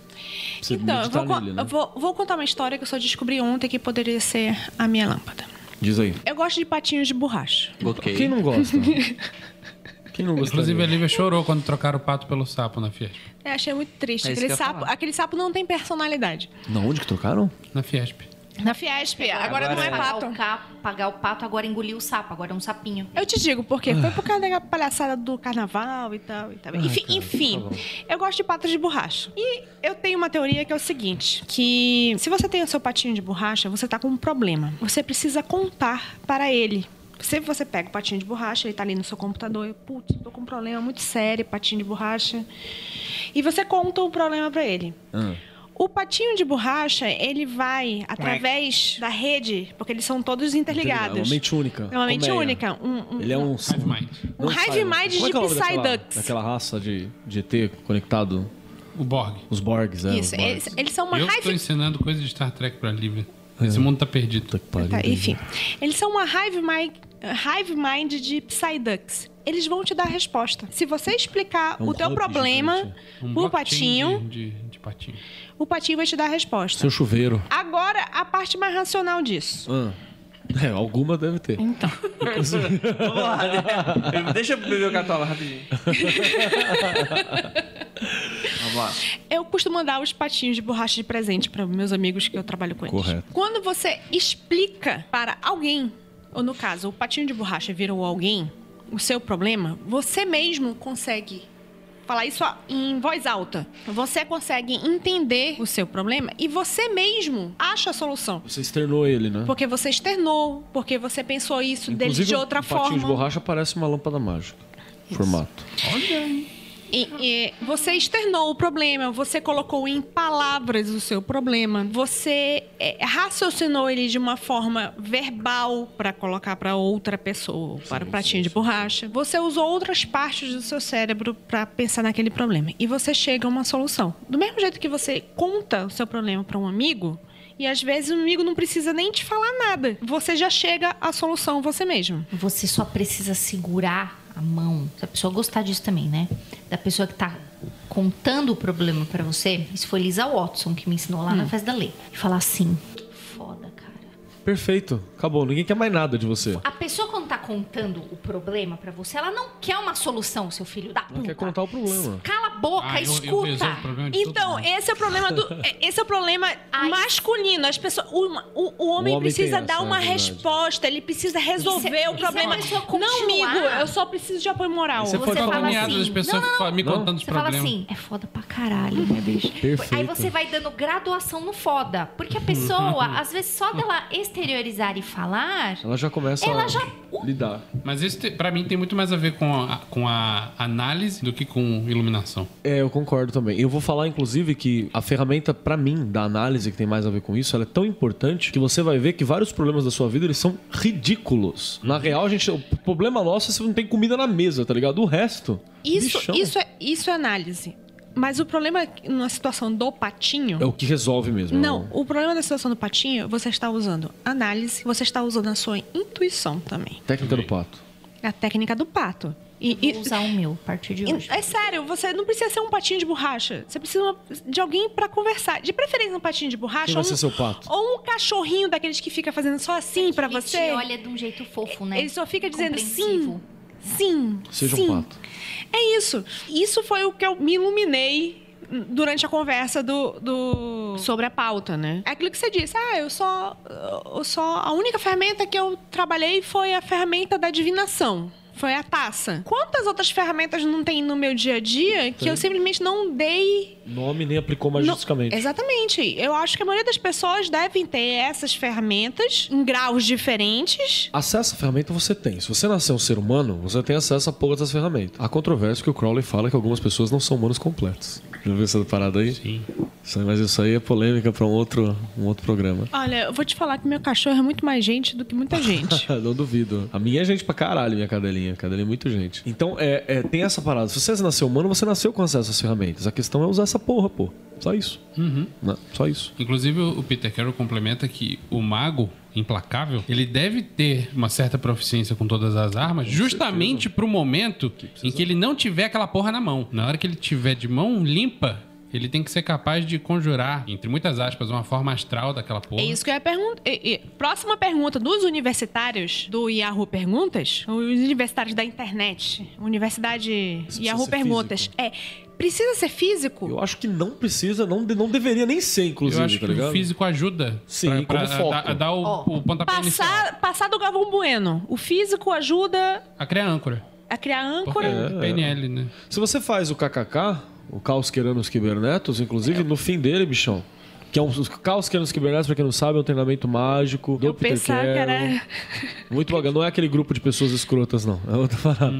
Você então, eu meditar vou, co- nele, né? eu vou- vou contar uma história que eu só descobri ontem que poderia ser a minha lâmpada. Diz aí. Eu gosto de patinhos de borracha. Quem não gosta? Quem não gosta? Inclusive, a Lívia chorou quando trocaram o pato pelo sapo na Fiesp. Eu achei muito triste. É isso que aquele, eu ia sapo, falar. aquele sapo não tem personalidade. Na onde que trocaram? Na Fiesp. Na Fiesp, agora, não é pato. Pagar o, ca- pagar o pato, agora engoliu o sapo, agora é um sapinho. Eu te digo por quê. Foi por causa da palhaçada do carnaval e tal. E tal. enfim, enfim eu gosto de patos de borracha. E eu tenho uma teoria que é o seguinte: que se você tem o seu patinho de borracha, você tá com um problema. Você precisa contar para ele. Sempre você pega o patinho de borracha, ele tá ali no seu computador, e, putz, tô com um problema muito sério, patinho de borracha. E você conta o problema para ele. Ah. O patinho de borracha, ele é? vai através da rede, porque eles são todos interligados. É uma mente única. Tá É uma mente colmeia. única. Um, um- Ele é um... Hive Mind. Um hive Psyduck. mind Como é de que é o nome daquela- Psyducks. Daquela raça de, de ET conectado. O Borg. Os Borgs, é. um, Isso, os Borgs. eles, eles são uma eu tô hive... ensinando coisa de Star Trek pra Lívia. Esse mundo tá perdido. Puta que pariu, Tá, Deus. enfim, eles são uma hive mind, hive mind de Psyducks. Eles vão te dar a resposta. Se você explicar É um o teu hub problema gigante, Um pro blockchain patinho, De, de- de patinho. o patinho vai te dar a resposta. Seu chuveiro. Agora, a parte mais racional disso. Ah. É, alguma deve ter. Vamos lá, né? Deixa eu beber o catola rapidinho. Vamos lá. Eu costumo dar os patinhos de borracha de presente para meus amigos que eu trabalho com eles. Correto. Quando você explica para alguém, ou no caso, o patinho de borracha virou alguém, o seu problema, você mesmo consegue falar isso em voz alta. Você consegue entender o seu problema e você mesmo acha a solução. Você externou ele, né? Porque você externou, porque você pensou isso Um dele Inclusive, de outra o patinho forma. de borracha parece uma lâmpada mágica. Formato. Olha, hein? E- e você externou o problema, você colocou em palavras o seu problema, você é, raciocinou ele de uma forma verbal para colocar para outra pessoa, para o pratinho de borracha. Você usou outras partes do seu cérebro para pensar naquele problema e você chega a uma solução. Do mesmo jeito que você conta o seu problema para um amigo, e às vezes o amigo não precisa nem te falar nada. Você já chega à solução você mesmo. Você só precisa segurar a mão. Se a pessoa gostar disso também, né? Da pessoa que tá contando o problema pra você. Isso foi Lisa Watson que me ensinou lá na Festa da Lei. E falar assim: foda, cara. Perfeito. Acabou. Ninguém quer mais nada de você. A pessoa quando tá contando o problema pra você, ela não quer uma solução, seu filho da puta. quer contar o problema. Cala a boca, Ah, eu- eu escuta. resolvo o problema de todo Então, mundo. esse é o problema do. é- Esse é o problema Ai. masculino. As pessoas, o, o, o homem homem precisa tem dar essa, uma é verdade. resposta, ele precisa resolver Isso é- o problema. isso é uma pessoa não, amigo, continuar. eu só preciso de apoio moral. Isso é Foi Você fala caluniado assim, as pessoas "Não, não, fa- me não." contando os Você fala problemas. assim, é foda pra caralho, né, bicho? Perfeito. Aí você vai dando graduação no foda. Porque a pessoa, às vezes, só dela exteriorizar e falar, Ela já começa Ela a já- lidar. Mas isso, te- pra mim, tem muito mais a ver com a, com a análise do que com iluminação. É, eu concordo também. Eu vou falar, inclusive, que a ferramenta, pra mim, da análise que tem mais a ver com isso, ela é tão importante que você vai ver que vários problemas da sua vida, eles são ridículos. Na real, a gente, o problema nosso é se não tem comida na mesa, tá ligado? O resto... Isso, bichão, né?" isso, é, isso é análise. Mas o problema na situação do patinho. É o que resolve mesmo. Não, o problema da situação do patinho, você está usando análise, você está usando a sua intuição também. É Técnica do pato. A técnica do pato. E, e- vou usar o meu a partir de hoje. E- É sério, você não precisa ser um patinho de borracha. Você precisa uma- de alguém pra conversar. De preferência um patinho de borracha. Quem ou vai ser um, seu pato? Ou um cachorrinho daqueles que fica fazendo só assim pra você. E te olha de um jeito fofo, né? Ele só fica dizendo sim, Compreensivo. sim, Seja um sim. pato. É isso. Isso foi o que eu me iluminei durante a conversa do, do- sobre a pauta, né? É aquilo que você disse. Ah, eu só, eu só a única ferramenta que eu trabalhei foi a ferramenta da divinação. Foi a taça. Quantas outras ferramentas não tem no meu dia a dia que eu simplesmente não dei Nome nem aplicou magisticamente. não, exatamente. Eu acho que a maioria das pessoas devem ter essas ferramentas em graus diferentes. Acesso à ferramenta você tem. Se você nascer um ser humano, você tem acesso a poucas das ferramentas. Há controvérsia que o Crowley fala que algumas pessoas não são humanos completos. Já viu essa parada aí? Sim. Isso aí- Mas isso aí é polêmica pra um outro, um outro programa. Olha, eu vou te falar que meu cachorro é muito mais gente do que muita gente. não duvido. A minha é gente pra caralho, minha cadelinha. Cadelinha é muito gente. Então, é, é, tem essa parada. Se você nasceu humano, você nasceu com acesso às ferramentas. A questão é usar essa porra, pô. Só isso. Uhum. Né? Só isso. Inclusive, o Peter Carroll complementa que o mago implacável, ele deve ter uma certa proficiência com todas as armas, justamente pro momento em que ele não tiver aquela porra na mão. Na hora que ele tiver de mão limpa, ele tem que ser capaz de conjurar, entre muitas aspas, uma forma astral daquela porra. É isso que eu ia perguntar. E- e- Próxima pergunta dos universitários do Yahoo Perguntas, os universitários da internet, Universidade Isso Yahoo precisa ser Perguntas. físico. É, precisa ser físico? Eu acho que não precisa, não, de- não deveria nem ser, inclusive, Eu acho tá que ligado? o físico ajuda Sim, pra, como pra foco. dar- a dar o, o pontapé inicial, Passar, passar do Galvão Bueno. O físico ajuda a criar âncora. a criar Porque âncora. é PNL, né? Se você faz o KKK, o Caos Queranos Kibernetos, inclusive, no fim dele, bichão. Que é um o Caos Queranos Kibernetos, pra quem não sabe, é um treinamento mágico. é do Eu Peter pensava que Carroll. era. Muito bacana. Não é aquele grupo de pessoas escrotas, não. É outra parada.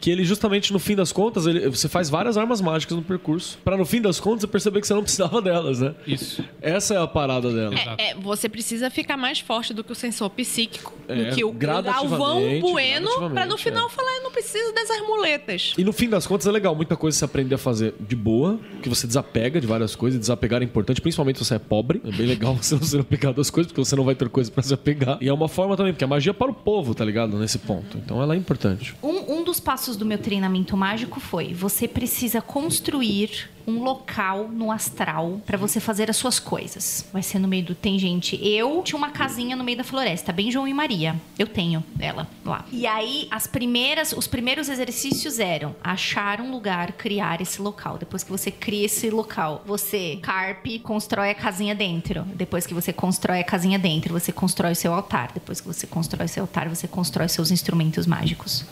Que ele, justamente, no fim das contas, ele- você faz várias armas mágicas no percurso. Pra, no fim das contas, você perceber que você não precisava delas, né? Isso. Essa é a parada dela. Exato. É, você precisa ficar mais forte do que o sensor psíquico, É, do que o gradativamente, Galvão Bueno, gradativamente, pra no final é. falar, eu não preciso dessas muletas. E no fim das contas é legal, muita coisa você aprende a fazer de boa, que você desapega de várias coisas, e desapegar é importante, principalmente se você é pobre. É bem legal você não ser apegado das coisas, porque você não vai ter coisa pra se apegar. E é uma forma também, porque a magia é para o povo, tá ligado? Nesse ponto. Então ela é importante. Um, um dos passos do meu treinamento mágico foi: você precisa construir um local no astral pra você fazer as suas coisas. Vai ser no meio do. Tem gente. Eu tinha uma casinha no meio da floresta, bem João e Maria. Eu tenho ela lá. E aí, as primeiras, os primeiros exercícios eram achar um lugar, criar esse local. Depois que você cria esse local, você carpe, constrói a casinha dentro. Depois que você constrói a casinha dentro, você constrói o seu altar. Depois que você constrói seu altar, você constrói seus instrumentos mágicos.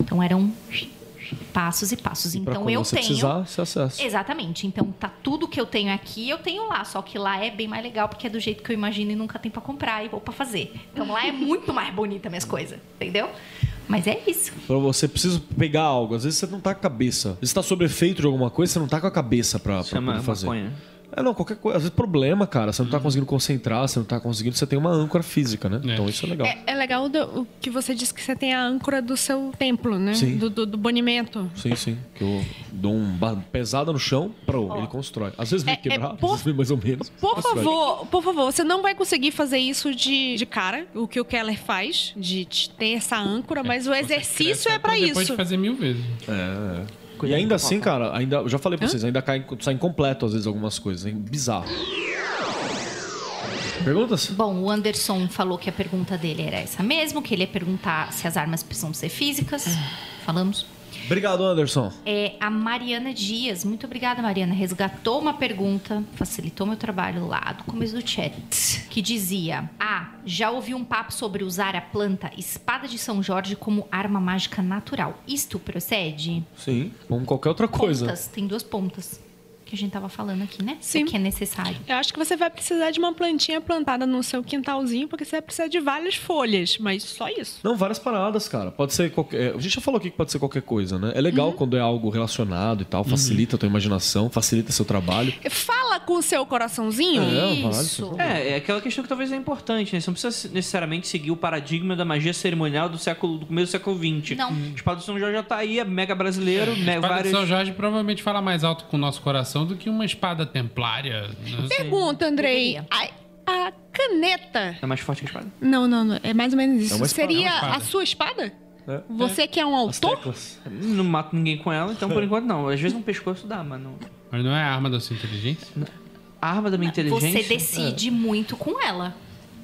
Então eram passos e passos. pra então quando eu você tenho. precisar, você acessa. Exatamente. Então tá tudo que eu tenho aqui, eu tenho lá. Só que lá é bem mais legal, porque é do jeito que eu imagino e nunca tem pra comprar e ou pra fazer. Então lá é muito mais bonita minhas coisas, entendeu? Mas é isso. Pra você precisa pegar algo. Às vezes você não tá com a cabeça. Às vezes você tá sob efeito de alguma coisa, você não tá com a cabeça pra, pra Chama poder fazer. maconha. Uhum. É, não, qualquer coisa. Às vezes problema, cara. Você não tá conseguindo concentrar, você não tá conseguindo. Você tem uma âncora física, né? É. Então isso é legal. É, é legal do- o que você disse que você tem a âncora do seu templo, né? Sim. Do, do, do bonimento. Sim, sim. Que eu dou uma pesada no chão, pro, ele constrói. Às vezes vem É- é quebrar, às por- vezes vem mais ou menos. Por Constrói. favor, por favor, você não vai conseguir fazer isso de, de cara, o que o Keller faz, de te- ter essa âncora, mas o É, Você cresce exercício é pra Depois isso. de fazer mil vezes. É, é. E ainda assim, cara, ainda, eu já falei pra vocês, ainda cai, sai incompleto às vezes algumas coisas, hein? Bizarro. Perguntas? Bom, o Anderson falou que a pergunta dele era essa mesmo, que ele ia perguntar se as armas precisam ser físicas. Falamos. Obrigado, Anderson. É, a Mariana Dias, muito obrigada, Mariana. Resgatou uma pergunta, facilitou meu trabalho lá do começo do chat. Que dizia: Ah, já ouvi um papo sobre usar a planta espada de São Jorge como arma mágica natural. Isto procede? Sim. Como qualquer outra coisa. Pontas, tem duas pontas. Que a gente tava falando aqui, né? Sim. O que é necessário. Eu acho que você vai precisar de uma plantinha plantada no seu quintalzinho, porque você vai precisar de várias folhas, mas só isso. Não, várias paradas, cara. Pode ser qualquer. é, A gente já falou aqui que pode ser qualquer coisa, né? É legal Uhum. quando é algo relacionado e tal, facilita a tua imaginação, facilita seu trabalho. Fala com o seu coraçãozinho. Ah, É, um baralho, Isso. sim. É, é aquela questão que talvez é importante, né? Você não precisa se- necessariamente seguir o paradigma da magia cerimonial do século do começo do século XX. Não. Espada do São Jorge já tá aí, é mega brasileiro, É, né? espada de Vários... São Jorge provavelmente fala mais alto com o nosso coração do que uma espada templária. né? Pergunta, Andrei. Deveria. A, a caneta. É mais forte que a espada. Não, não, não. É mais ou menos isso. É uma espada. Seria É uma espada. a sua espada? É. Você que é um As autor? teclas. Não mato ninguém com ela, então por enquanto não. Às vezes um pescoço dá, mano. Mas não é a arma da sua inteligência? A arma da minha inteligência. Você decide muito com ela.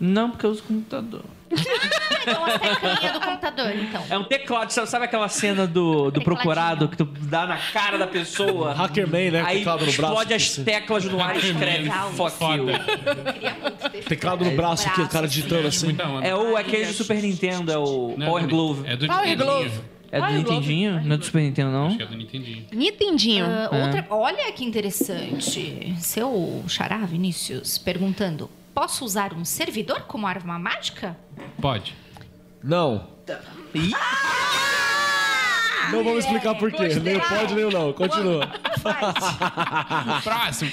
Não, porque eu uso computador. Então, a teclinha do computador, então. É um teclado, sabe, sabe aquela cena do, do Tecladinho. procurado que tu dá na cara da pessoa? Hackerman, né? Aí Teclado no braço. explode as teclas no ar e escreve Legal. fuck you. Queria muito ter Teclado no braço É, aqui, o cara né? digitando Acho assim. muita onda. É o aquele do Super Nintendo, é o Então, Né, Não é Power do- Glove. É do Power Nintendinho. É Glove. do Power Glove. Nintendinho? Não é do Super Nintendo, não? Acho que é do Nintendinho. Nintendinho. Ah, outra- olha que interessante. Seu xará, Vinícius, perguntando: posso usar um servidor como arma mágica? Pode. Não. Tá. Ih, Não vamos explicar por quê. gostei. Nem o pode, nem o não. Continua. Ah. Próximo.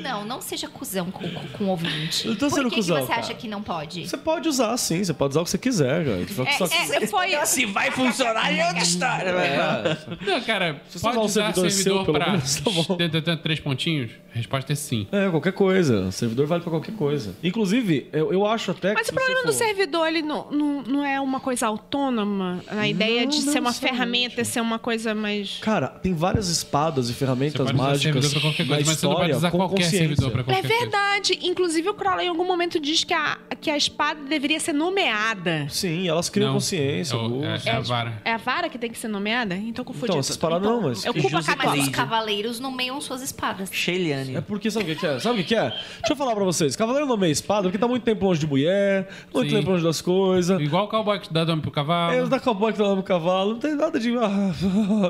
Não, não seja cuzão com, com, com o ouvinte. Eu tô por sendo que cuzão, que você cara. acha que não pode? Você pode usar, sim. Você pode usar o que você quiser, cara. Só que só que- É, foi. se vai funcionar é outra história, velho. Não, cara, Se você pode usar um usar servidor servidor, seu, pelo pra menos, tá bom. Tê, tê, tê, três pontinhos? A resposta é sim. É, qualquer coisa. O servidor vale pra qualquer coisa. Inclusive, eu, eu acho até que. tipo, Mas se o problema você do for- servidor, ele não, não, não é uma coisa autônoma. A ideia de ser uma ferramenta, ser uma coisa mais. Cara, tem várias espadas e Você ferramentas pode usar servidor mágicas pra qualquer na coisa, mas você não pode história usar com qualquer consciência. servidor pra É qualquer coisa. verdade. Inclusive, o Crowley em algum momento diz que a, que a espada deveria ser nomeada. Sim, elas criam Não. consciência. É o- gosto. é- é a vara. É a vara que tem que ser nomeada? Então É confundi. Então, tudo. essas paradas não, mas- Eu culpo a José cabeça. Mas os Entendi. cavaleiros nomeiam suas espadas. É Sheliane. porque sabe o que que é? Sabe o que que é? Deixa eu falar pra vocês. Cavaleiro nomeia espada porque tá muito tempo longe de mulher, muito Sim. tempo longe das coisas. Igual o cowboy que dá nome É, pro os cavalo. da cowboy que tá lá no cavalo, não tem nada de. Ah,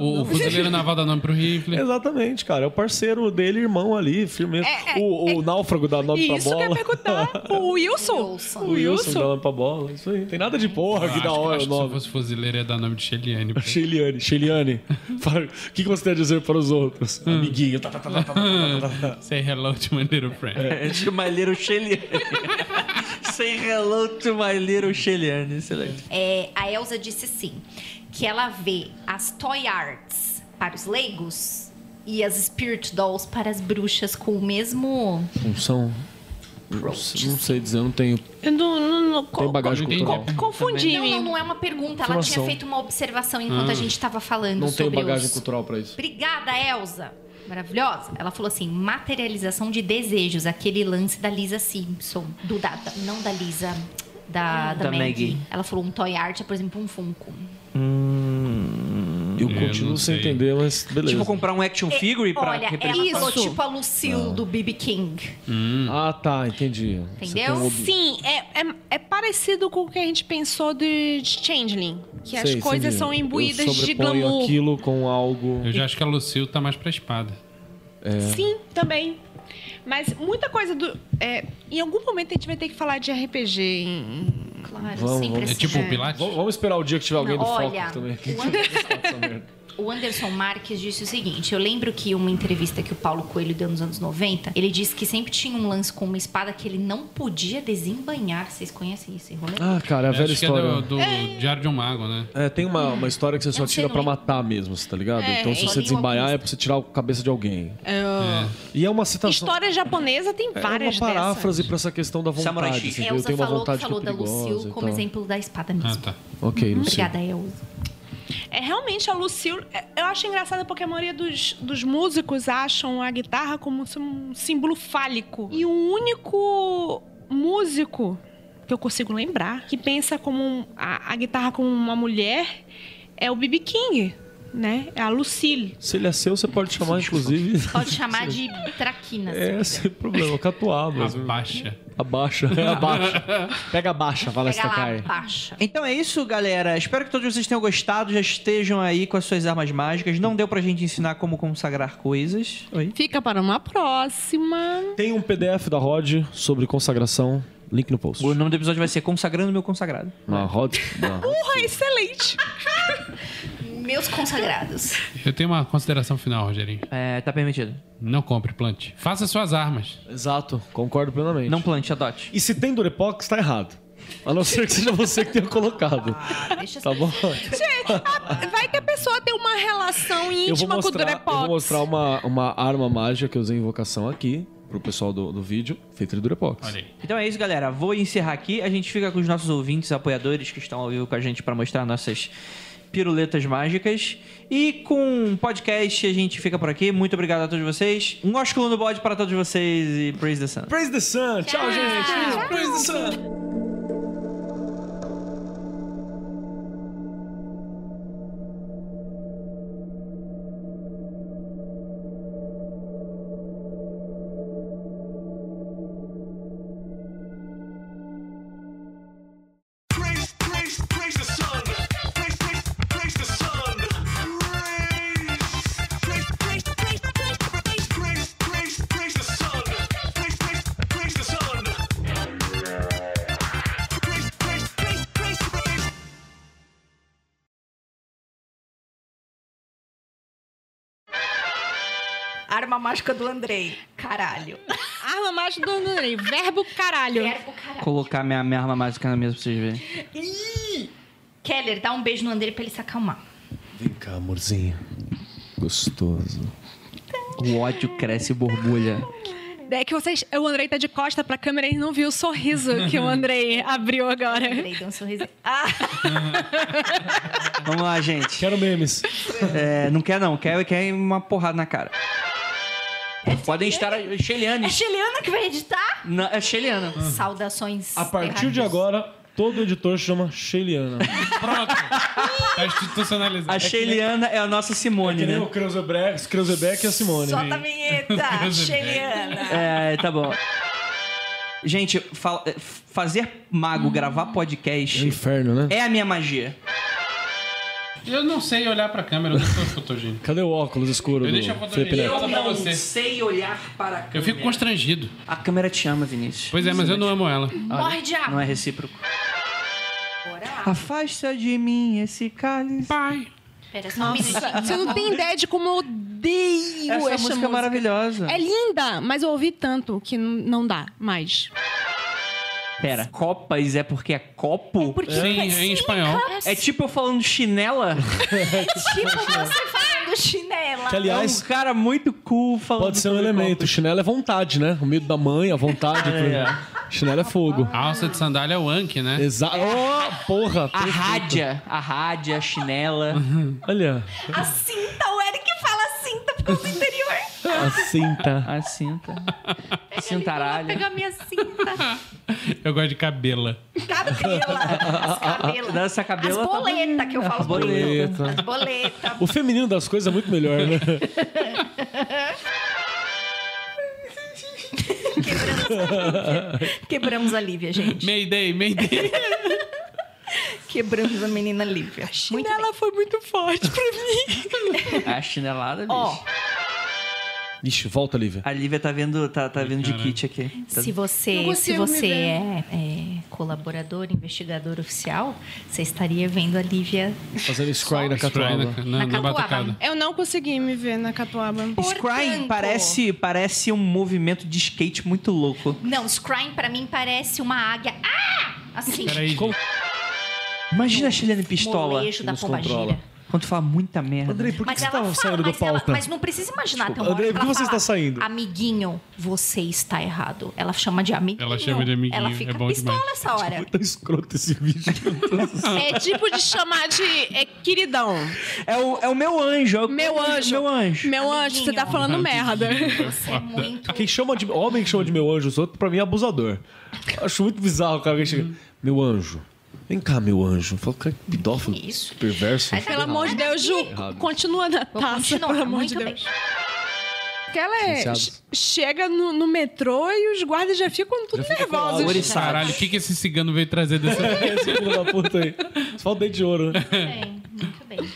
O, o fuzileiro naval dá nome pro rifle. Exatamente, cara. É o parceiro dele, irmão ali, firme. o o náufrago dá nome pra Isso que eu bola. ia perguntar. O Wilson. Wilson. O Wilson dá nome pra bola. Isso aí. Tem nada de porra que acho, da hora acho o que se eu nome. fosse fuzileiro ia dar nome de Cheliane. pô. Sheiliane, Sheiliane, para- o que que você tem a dizer para os outros? Hum. Amiguinho. Tá, tá, tá, tá, tá, tá, tá, tá. Say hello to my little friend. É. To É my little Sheliane. Say hello to my little Sheliane. Excelente. É, a Elsa disse sim, que ela vê as toy arts para os leigos e as spirit dolls para as bruxas com o mesmo tá. Função. Não sei dizer, eu não tenho. Eu não- não- não- co- Tem bagagem não entendi. cultural. co- Confundi. Não, não, não é uma pergunta. Ela Informação. Hum. tinha feito uma observação enquanto a gente estava falando Não tenho sobre bagagem os... cultural pra isso. Obrigada, Elsa. Maravilhosa. Ela falou assim: materialização de desejos, aquele lance da Lisa Simpson. Do, da, da- não da Lisa, da, Da da, Maggie. Maggie. Ela falou um toy art, é, por exemplo, um Funko. Eu continuo Eu Hum. É, não sem sei. entender, mas beleza. Tipo, comprar um action figure pra Olha, ela representar. falou tipo a Lucille do B.B. King. Ah, tá, entendi. Você tem Entendeu? um ob- Sim, é, é, é parecido com o que a gente pensou de de Changeling. Que as Sei, coisas entendi. são imbuídas eu de sobreponho glamour. aquilo com algo. Eu já acho que a Lucille tá mais pra espada. né? Sim, também. Então, Mas muita coisa do. é, em algum momento a gente vai ter que falar de RPG em, Claro, Vamos, sempre vamos. É assim. tipo o Pilates? Vamos, vamos esperar o dia que tiver alguém do Olha, foco também. o Anderson, o Anderson Marques disse o seguinte: eu lembro que uma entrevista que o Paulo Coelho deu nos anos 90, ele disse que sempre tinha um lance com uma espada que ele não podia desembanhar. Vocês conhecem esse rolê? Ah, cara, é a Acho velha que é do- história. do Diário de um Mago, né? É, tem uma, uma história que você só Eu sei, tira pra não- matar mesmo, você tá ligado? É, então se eu você li o desembaiar é Alquimista. pra você tirar a cabeça de alguém. É. E é uma citação. História japonesa tem é várias uma dessas. paráfrase pra essa questão da Samurai vontade. Chique. você vê, Eu Elza tenho uma falou que vontade que é falou da Lucille perigosa e como tal. exemplo da espada Ah, mesmo. tá. Ok, não sei. Obrigada, Elza. É realmente a Lucille. é, Eu acho engraçado porque a maioria dos, dos músicos acham a guitarra como se- um símbolo fálico. E o único músico que eu consigo lembrar que pensa como um- a, a guitarra como uma mulher é o B.B. King, né? É a Lucille. Se ele é seu, você pode chamar, inclusive. Pode chamar de traquina. se É, sem problema. Catuaba. Abaixa. Abaixa. Abaixa. Pega abaixa, fala Pega lá, Stakai. baixa. Então é isso, galera. Espero que todos vocês tenham gostado. Já estejam aí com as suas armas mágicas. Não deu pra gente ensinar como consagrar coisas. Oi? Fica para uma próxima. Tem um PDF da Rod sobre consagração. Link no post. O nome do episódio vai ser Consagrando Meu Consagrado. Na Rod. na- Porra, excelente! Meus consagrados. Eu tenho uma consideração final, Rogerinho. É, tá permitido. Não compre, plante. Faça suas armas. Exato, concordo plenamente. Não plante, adote. E se tem Durepox, tá errado. A não ser que seja você que tenha colocado. Ah, Deixa Tá bom? Gente, a- vai que a pessoa tem uma relação Eu vou íntima com o mostrar, eu Durepox. vou mostrar uma, uma arma mágica que eu usei em invocação aqui, pro pessoal do, do vídeo, feita de Durepox. Olha aí. Então é isso, galera. Vou encerrar aqui. A gente fica com os nossos ouvintes, apoiadores que estão ao vivo com a gente para mostrar nossas piruletas mágicas. E com o podcast a gente fica por aqui. Muito obrigado a todos vocês. Um ósculo no bode para todos vocês e praise the sun. Praise the Sun! Tchau, gente! Praise the Sun! Praise, praise, praise the sun. Praise, praise, praise the sun. Praise, praise, praise, praise, praise, praise, praise, praise the sun. Praise, praise, praise the sun. Praise, praise, praise, praise, praise. Arma mágica do Andrei. Caralho. Arma mágica do Durepox. Verbo caralho. Quero pro caralho. Colocar minha, minha arma mágica na mesa pra vocês verem. Ih! Keller, dá um beijo no Andrei pra ele se acalmar. Vem cá, amorzinho. Gostoso. O ódio cresce e borbulha. É que vocês. O Andrei tá de costa pra câmera e não viu o sorriso que o Andrei abriu agora. Andrei deu um sorriso. Ah! Vamos lá, gente. Quero memes. É, não quer não, quer, quer uma porrada na cara. Podem estar É chelianes. Cheliana que vai editar? Não, é cheliana. Saudações. A partir de terráqueas. agora, todo editor chama Sheiliana. Pronto. Tá institucionalizado. A Sheliana é a nossa Simone, que nem né? o Kreuzebeck Kreuzebeck e a Simone. Solta a vinheta, Cheliana. É, tá bom. Gente, fa- é, f- fazer Hum. mago gravar É um podcast inferno, né? é a minha magia. Eu não sei olhar pra câmera, eu não sou fotogênico. Cadê o óculos escuro Eu do deixo a fotogenia. Felipe Neto? Eu pra você. sei olhar para a Eu fico constrangido. A câmera te ama, Vinícius. Pois é, mas eu não amo ela. Morre de água. Não é recíproco. Bora lá. Afasta de mim esse cálice. Pai. Pera, só um minutinho. Você não tem ideia de como eu odeio Essa, essa, música, é maravilhosa. É linda, mas eu ouvi tanto que n- não dá mais. Pera, copas é porque é copo? É, Porque Sim, em espanhol. tipo eu falando chinela? tipo você falando chinela. Que, aliás, é um cara muito cool falando. Pode ser um sobre elemento. Chinelo é vontade, né? O medo da mãe, a vontade. tudo. Chinelo é fogo. A alça de sandália é o Anki, né? Exato. Oh, porra. copo. A perfeito. rádia, a rádia, a chinela. Uhum. Olha. A cinta, o Eric fala cinta por causa do interior. A cinta. A cinta. Vou Cintaralha. pegar minha cinta. Eu gosto de cabela. Cabela. As cabelas. Dança cabelo. As boletas que eu falo. Boleta. As boletas. O feminino das coisas é muito melhor, né? Quebramos a Lívia, gente. Mayday, Mayday. Quebramos a é menina Lívia. Muito bem. Ela foi muito forte pra mim. A chinelada, bicho. Ó, Ixi, volta, Lívia. A Lívia tá vendo, tá, tá vendo de kit aqui. Tá- se você, Não se consigo me você ver. é, é colaborador, investigador oficial, você estaria vendo a Lívia Fazendo scry na É catuaba. Na, na, Na Catuaba. batacada. Eu não consegui me ver na catuaba. Scrying Portanto- parece, parece um movimento de skate muito louco. Não, Scrying pra mim parece uma águia. Ah! Assim, Peraí, Como- Imagina a Chilene Pistola. molejo da Nos pomba controla. gira. Quando fala muita merda. Andrei, por que, Mas que você ela tá fala, saindo da mas, ela, pauta? mas não precisa imaginar até Desculpa. uma hora Andrei, por ela que você está fala, saindo? Amiguinho, você está errado. Ela chama de amiguinho. Ela chama de amiguinho, Ela fica é bom pistola demais. essa hora. Tá escroto esse vídeo. É tipo de chamar de é, queridão. É o, é o meu anjo. é o- Meu anjo. Meu anjo. Meu anjo, você tá falando merda. Você é muito. Quem chama de. Homem que chama de meu anjo os outros, pra mim é abusador. Acho muito bizarro o cara que chega. Meu anjo. Vem cá, meu anjo. Fala, cara, que pedófilo. Que isso? Perverso. Aí tá Pelo bom, amor de vai Deus, Ju, daqui. Errado. continua na Vou taça, continuar, pelo amor de muito bem. Deus. Porque ela é, Licenciados. che- chega no, no metrô e os guardas já ficam tudo nervosos. Ouriçado. né? Caralho, o que, que esse cigano veio trazer dessa. Esse filho da puta aí. Só o dente de ouro, né? Bem, muito bem.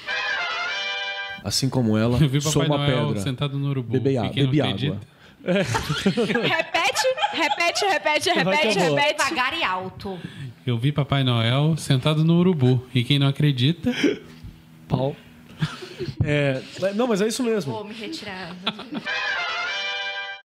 Assim como ela, Eu vi sou Papai uma Noel pedra. sentado no urubu. Bebei Quem água. que não Bebi acredita? água. Repete, repete, repete, Vai que é repete, boa. repete. Devagar e alto. Eu vi Papai Noel sentado no urubu. E quem não acredita. Pau. É, não, mas é isso mesmo. Vou me retirar.